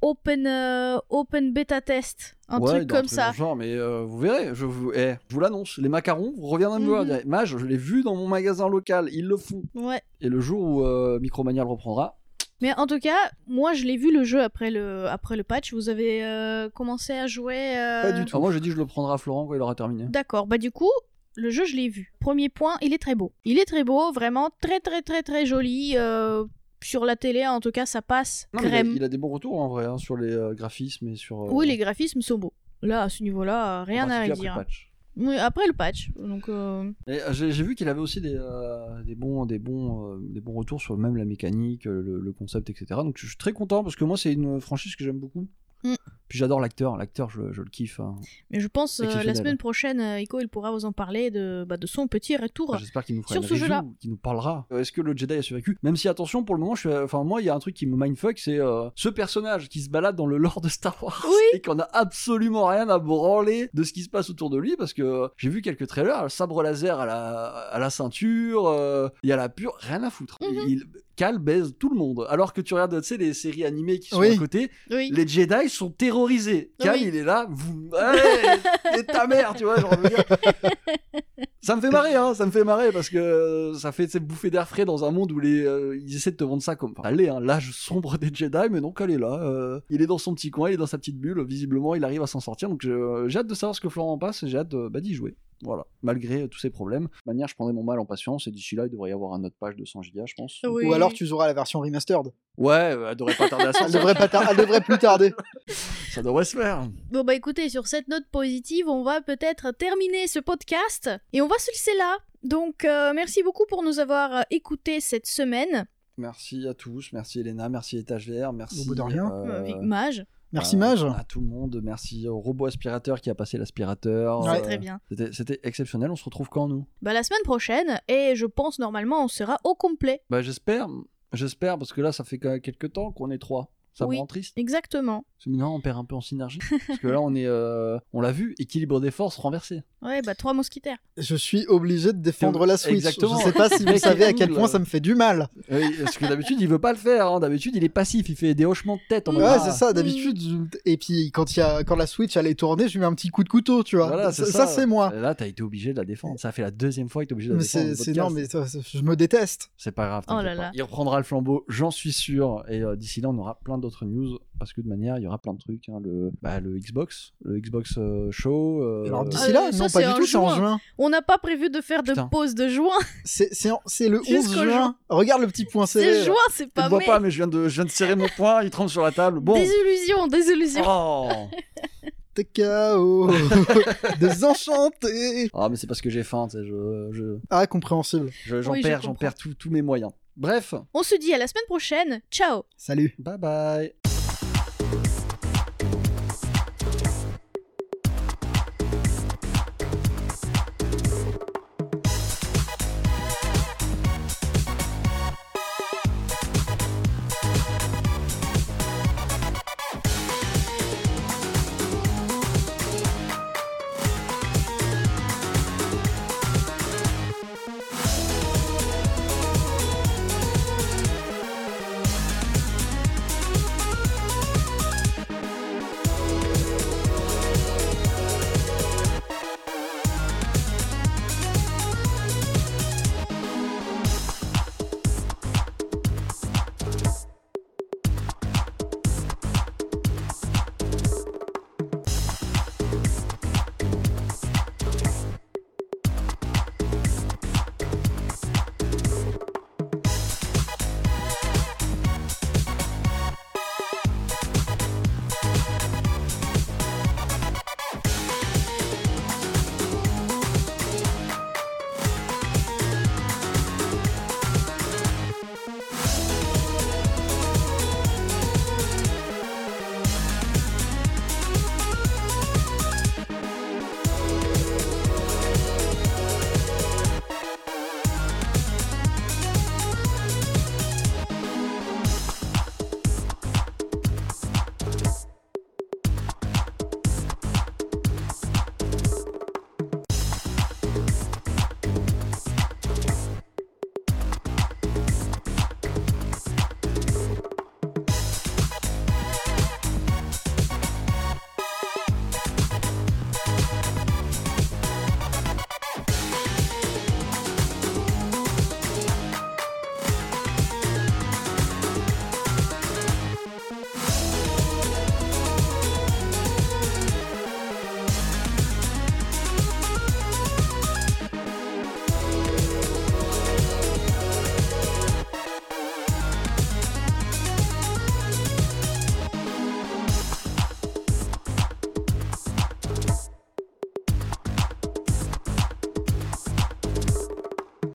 A: Open euh, Open Beta Test, un
C: Ouais,
A: truc
C: dans un
A: comme ça.
C: dans le Genre, mais euh, vous verrez, je vous, eh, je vous l'annonce, les macarons, vous reviendrez me voir.
A: Mhm.
C: vous direz, Mage, je l'ai vu dans mon magasin local, ils le font.
A: Ouais.
C: Et le jour où euh, Micromania le reprendra,
A: Mais en tout cas, moi je l'ai vu le jeu après le après le patch. Vous avez euh, commencé à jouer. euh,
B: Pas du tout.
C: enfin, Ah, moi je dis je le prendrai à Florent quand il aura terminé.
A: D'accord. Bah du coup. Le jeu, je l'ai vu. Premier point, il est très beau. Il est très beau, vraiment très très très très joli. euh, sur la télé, en tout cas, ça passe
C: Non, mais il, a,
A: crème.
C: il a des bons retours en vrai hein, sur les euh, graphismes et sur. euh,
A: Oui, les graphismes sont beaux. Là, à ce niveau-là, euh,
C: en
A: rien à
C: particulier
A: dire.
C: après le patch.
A: Oui, après le patch. Donc, euh,
C: Et, euh, J'ai j'ai vu qu'il avait aussi des, euh, des bons, des bons, euh, des bons retours sur même la mécanique, euh, le, le concept, etc. Donc je suis très content parce que moi c'est une franchise que j'aime beaucoup.
A: Mm.
C: Puis j'adore l'acteur, l'acteur je, je le kiffe. hein.
A: Mais je pense euh, la
C: Exceptionnel.
A: semaine prochaine, euh, Ico, il pourra vous en parler de, bah, de son petit retour.
C: Ah, J'espère qu'il nous fera
A: Sur
C: une
A: ce jeu-là.
C: review, qu'il nous parlera. Euh, Est-ce que le Jedi a survécu Même si, attention, pour le moment, je suis, enfin moi, il y a un truc qui me mindfuck, c'est euh, ce personnage qui se balade dans le lore de Star Wars
A: Oui.
C: et qu'on a absolument rien à branler de ce qui se passe autour de lui, parce que euh, j'ai vu quelques trailers, le sabre laser à la, à la ceinture, euh, il y a la pure, rien à foutre.
A: Mhm.
C: Il cale, baise tout le monde. Alors que tu regardes, tu sais, les séries animées qui sont
B: Oui.
C: à côté,
A: Oui.
C: les Jedi sont terrorisés. Cal,
A: Oui.
C: il est là, vous, Ouais, et ta mère, tu vois, genre, je veux dire. Ça me fait marrer, hein, ça me fait marrer parce que euh, ça fait cette bouffée d'air frais dans un monde où les, euh, ils essaient de te vendre ça comme enfin, allez, hein, l'âge sombre des Jedi, mais non, Cal est là. euh, il est dans son petit coin, il est dans sa petite bulle, visiblement, il arrive à s'en sortir. Donc je- j'ai hâte de savoir ce que Florent en passe et j'ai hâte euh, bah, d'y jouer. Voilà, malgré euh, tous ces problèmes. De toute manière, je prendrai mon mal en patience et d'ici là, il devrait y avoir un autre page de 100 gigas, je pense.
A: Oui.
B: Ou alors tu joueras la version remastered.
C: Ouais, euh, elle devrait pas tarder à
B: Elle
C: sortir.
B: devrait, pas tar- elle devrait plus tarder.
C: ça devrait se faire.
A: Bon, bah écoutez, sur cette note positive, on va peut-être terminer ce podcast et on va se laisser là. Donc, euh, merci beaucoup pour nous avoir euh, écoutés cette semaine.
C: Merci à tous, merci Elena, merci Étagère, merci.
B: Au bout de rien.
C: euh,
A: Euh, Mage,
B: Merci
C: à-
B: Mage.
C: À tout le monde, merci au robot aspirateur qui a passé l'aspirateur.
B: Ouais.
A: c'est très bien.
C: C'était- C'était exceptionnel, on se retrouve quand nous
A: Bah, la semaine prochaine, et je pense normalement, on sera au complet.
C: Bah j'espère, j'espère parce que là ça fait quand même quelques temps qu'on est trois. Ça
A: Oui.
C: me rend triste.
A: Exactement.
C: Parce que maintenant, on perd un peu en synergie. parce que là, on est, euh, on l'a vu, équilibre des forces renversé.
A: Ouais, bah trois mousquetaires.
B: Je suis obligé de défendre la Switch.
C: Exactement.
B: Je sais pas si vous
C: Mec,
B: savez à
C: cool,
B: quel point
C: là.
B: ça me fait du mal.
C: Oui, parce que d'habitude, il veut pas le faire. hein. D'habitude, il est passif. Il fait des hochements de tête. en mode,
B: Ouais,
C: ah,
B: c'est ça, d'habitude. je- Et puis quand, il y a... quand la Switch allait tourner, je lui mets un petit coup de couteau, tu vois.
C: Voilà, c'est ça.
B: c'est moi.
C: Là, t'as été obligé de la défendre. Ça fait la deuxième fois que t'es obligé de la
B: Mais
C: défendre.
B: c'est
C: dans le
B: c'est-
C: podcast.
B: non, mais ça- ça- je me déteste.
C: C'est pas grave.
A: Oh là
C: t'inquiète pas.
A: là.
C: Il reprendra le flambeau, j'en suis sûr. Et euh, d'ici là, on aura plein d'autres news parce que de manière, il y aura plein de trucs. hein. le, bah, le Xbox, le Xbox euh, Show. euh,
B: Alors
A: Ah,
B: d'ici là,
A: ça,
B: non,
A: c'est
B: pas
A: en
B: du tout, c'est en
A: juin.
B: juin.
A: On n'a pas prévu de faire de
C: Putain.
A: pause de juin.
B: C'est c'est en- c'est le 11
A: Jusqu'au
B: juin.
A: juin.
B: Regarde le petit point serré.
A: C'est
B: là.
A: juin, c'est
C: Je ne
A: pas
C: vois
A: mai.
C: pas, mais je viens, de, je viens de serrer mon poing. Il tremble sur la table. Bon.
A: Désillusion, désillusion.
C: Oh.
B: T'es KO. Désenchanté.
C: Ah, mais c'est parce que j'ai faim. tu sais, Je, je,
B: Ah, compréhensible.
C: je- j'en
A: Oui, je
C: perds, j'en
A: comprends.
C: perds tout- tous mes moyens. Bref,
A: On se dit à la semaine prochaine. Ciao.
B: Salut.
C: bye bye.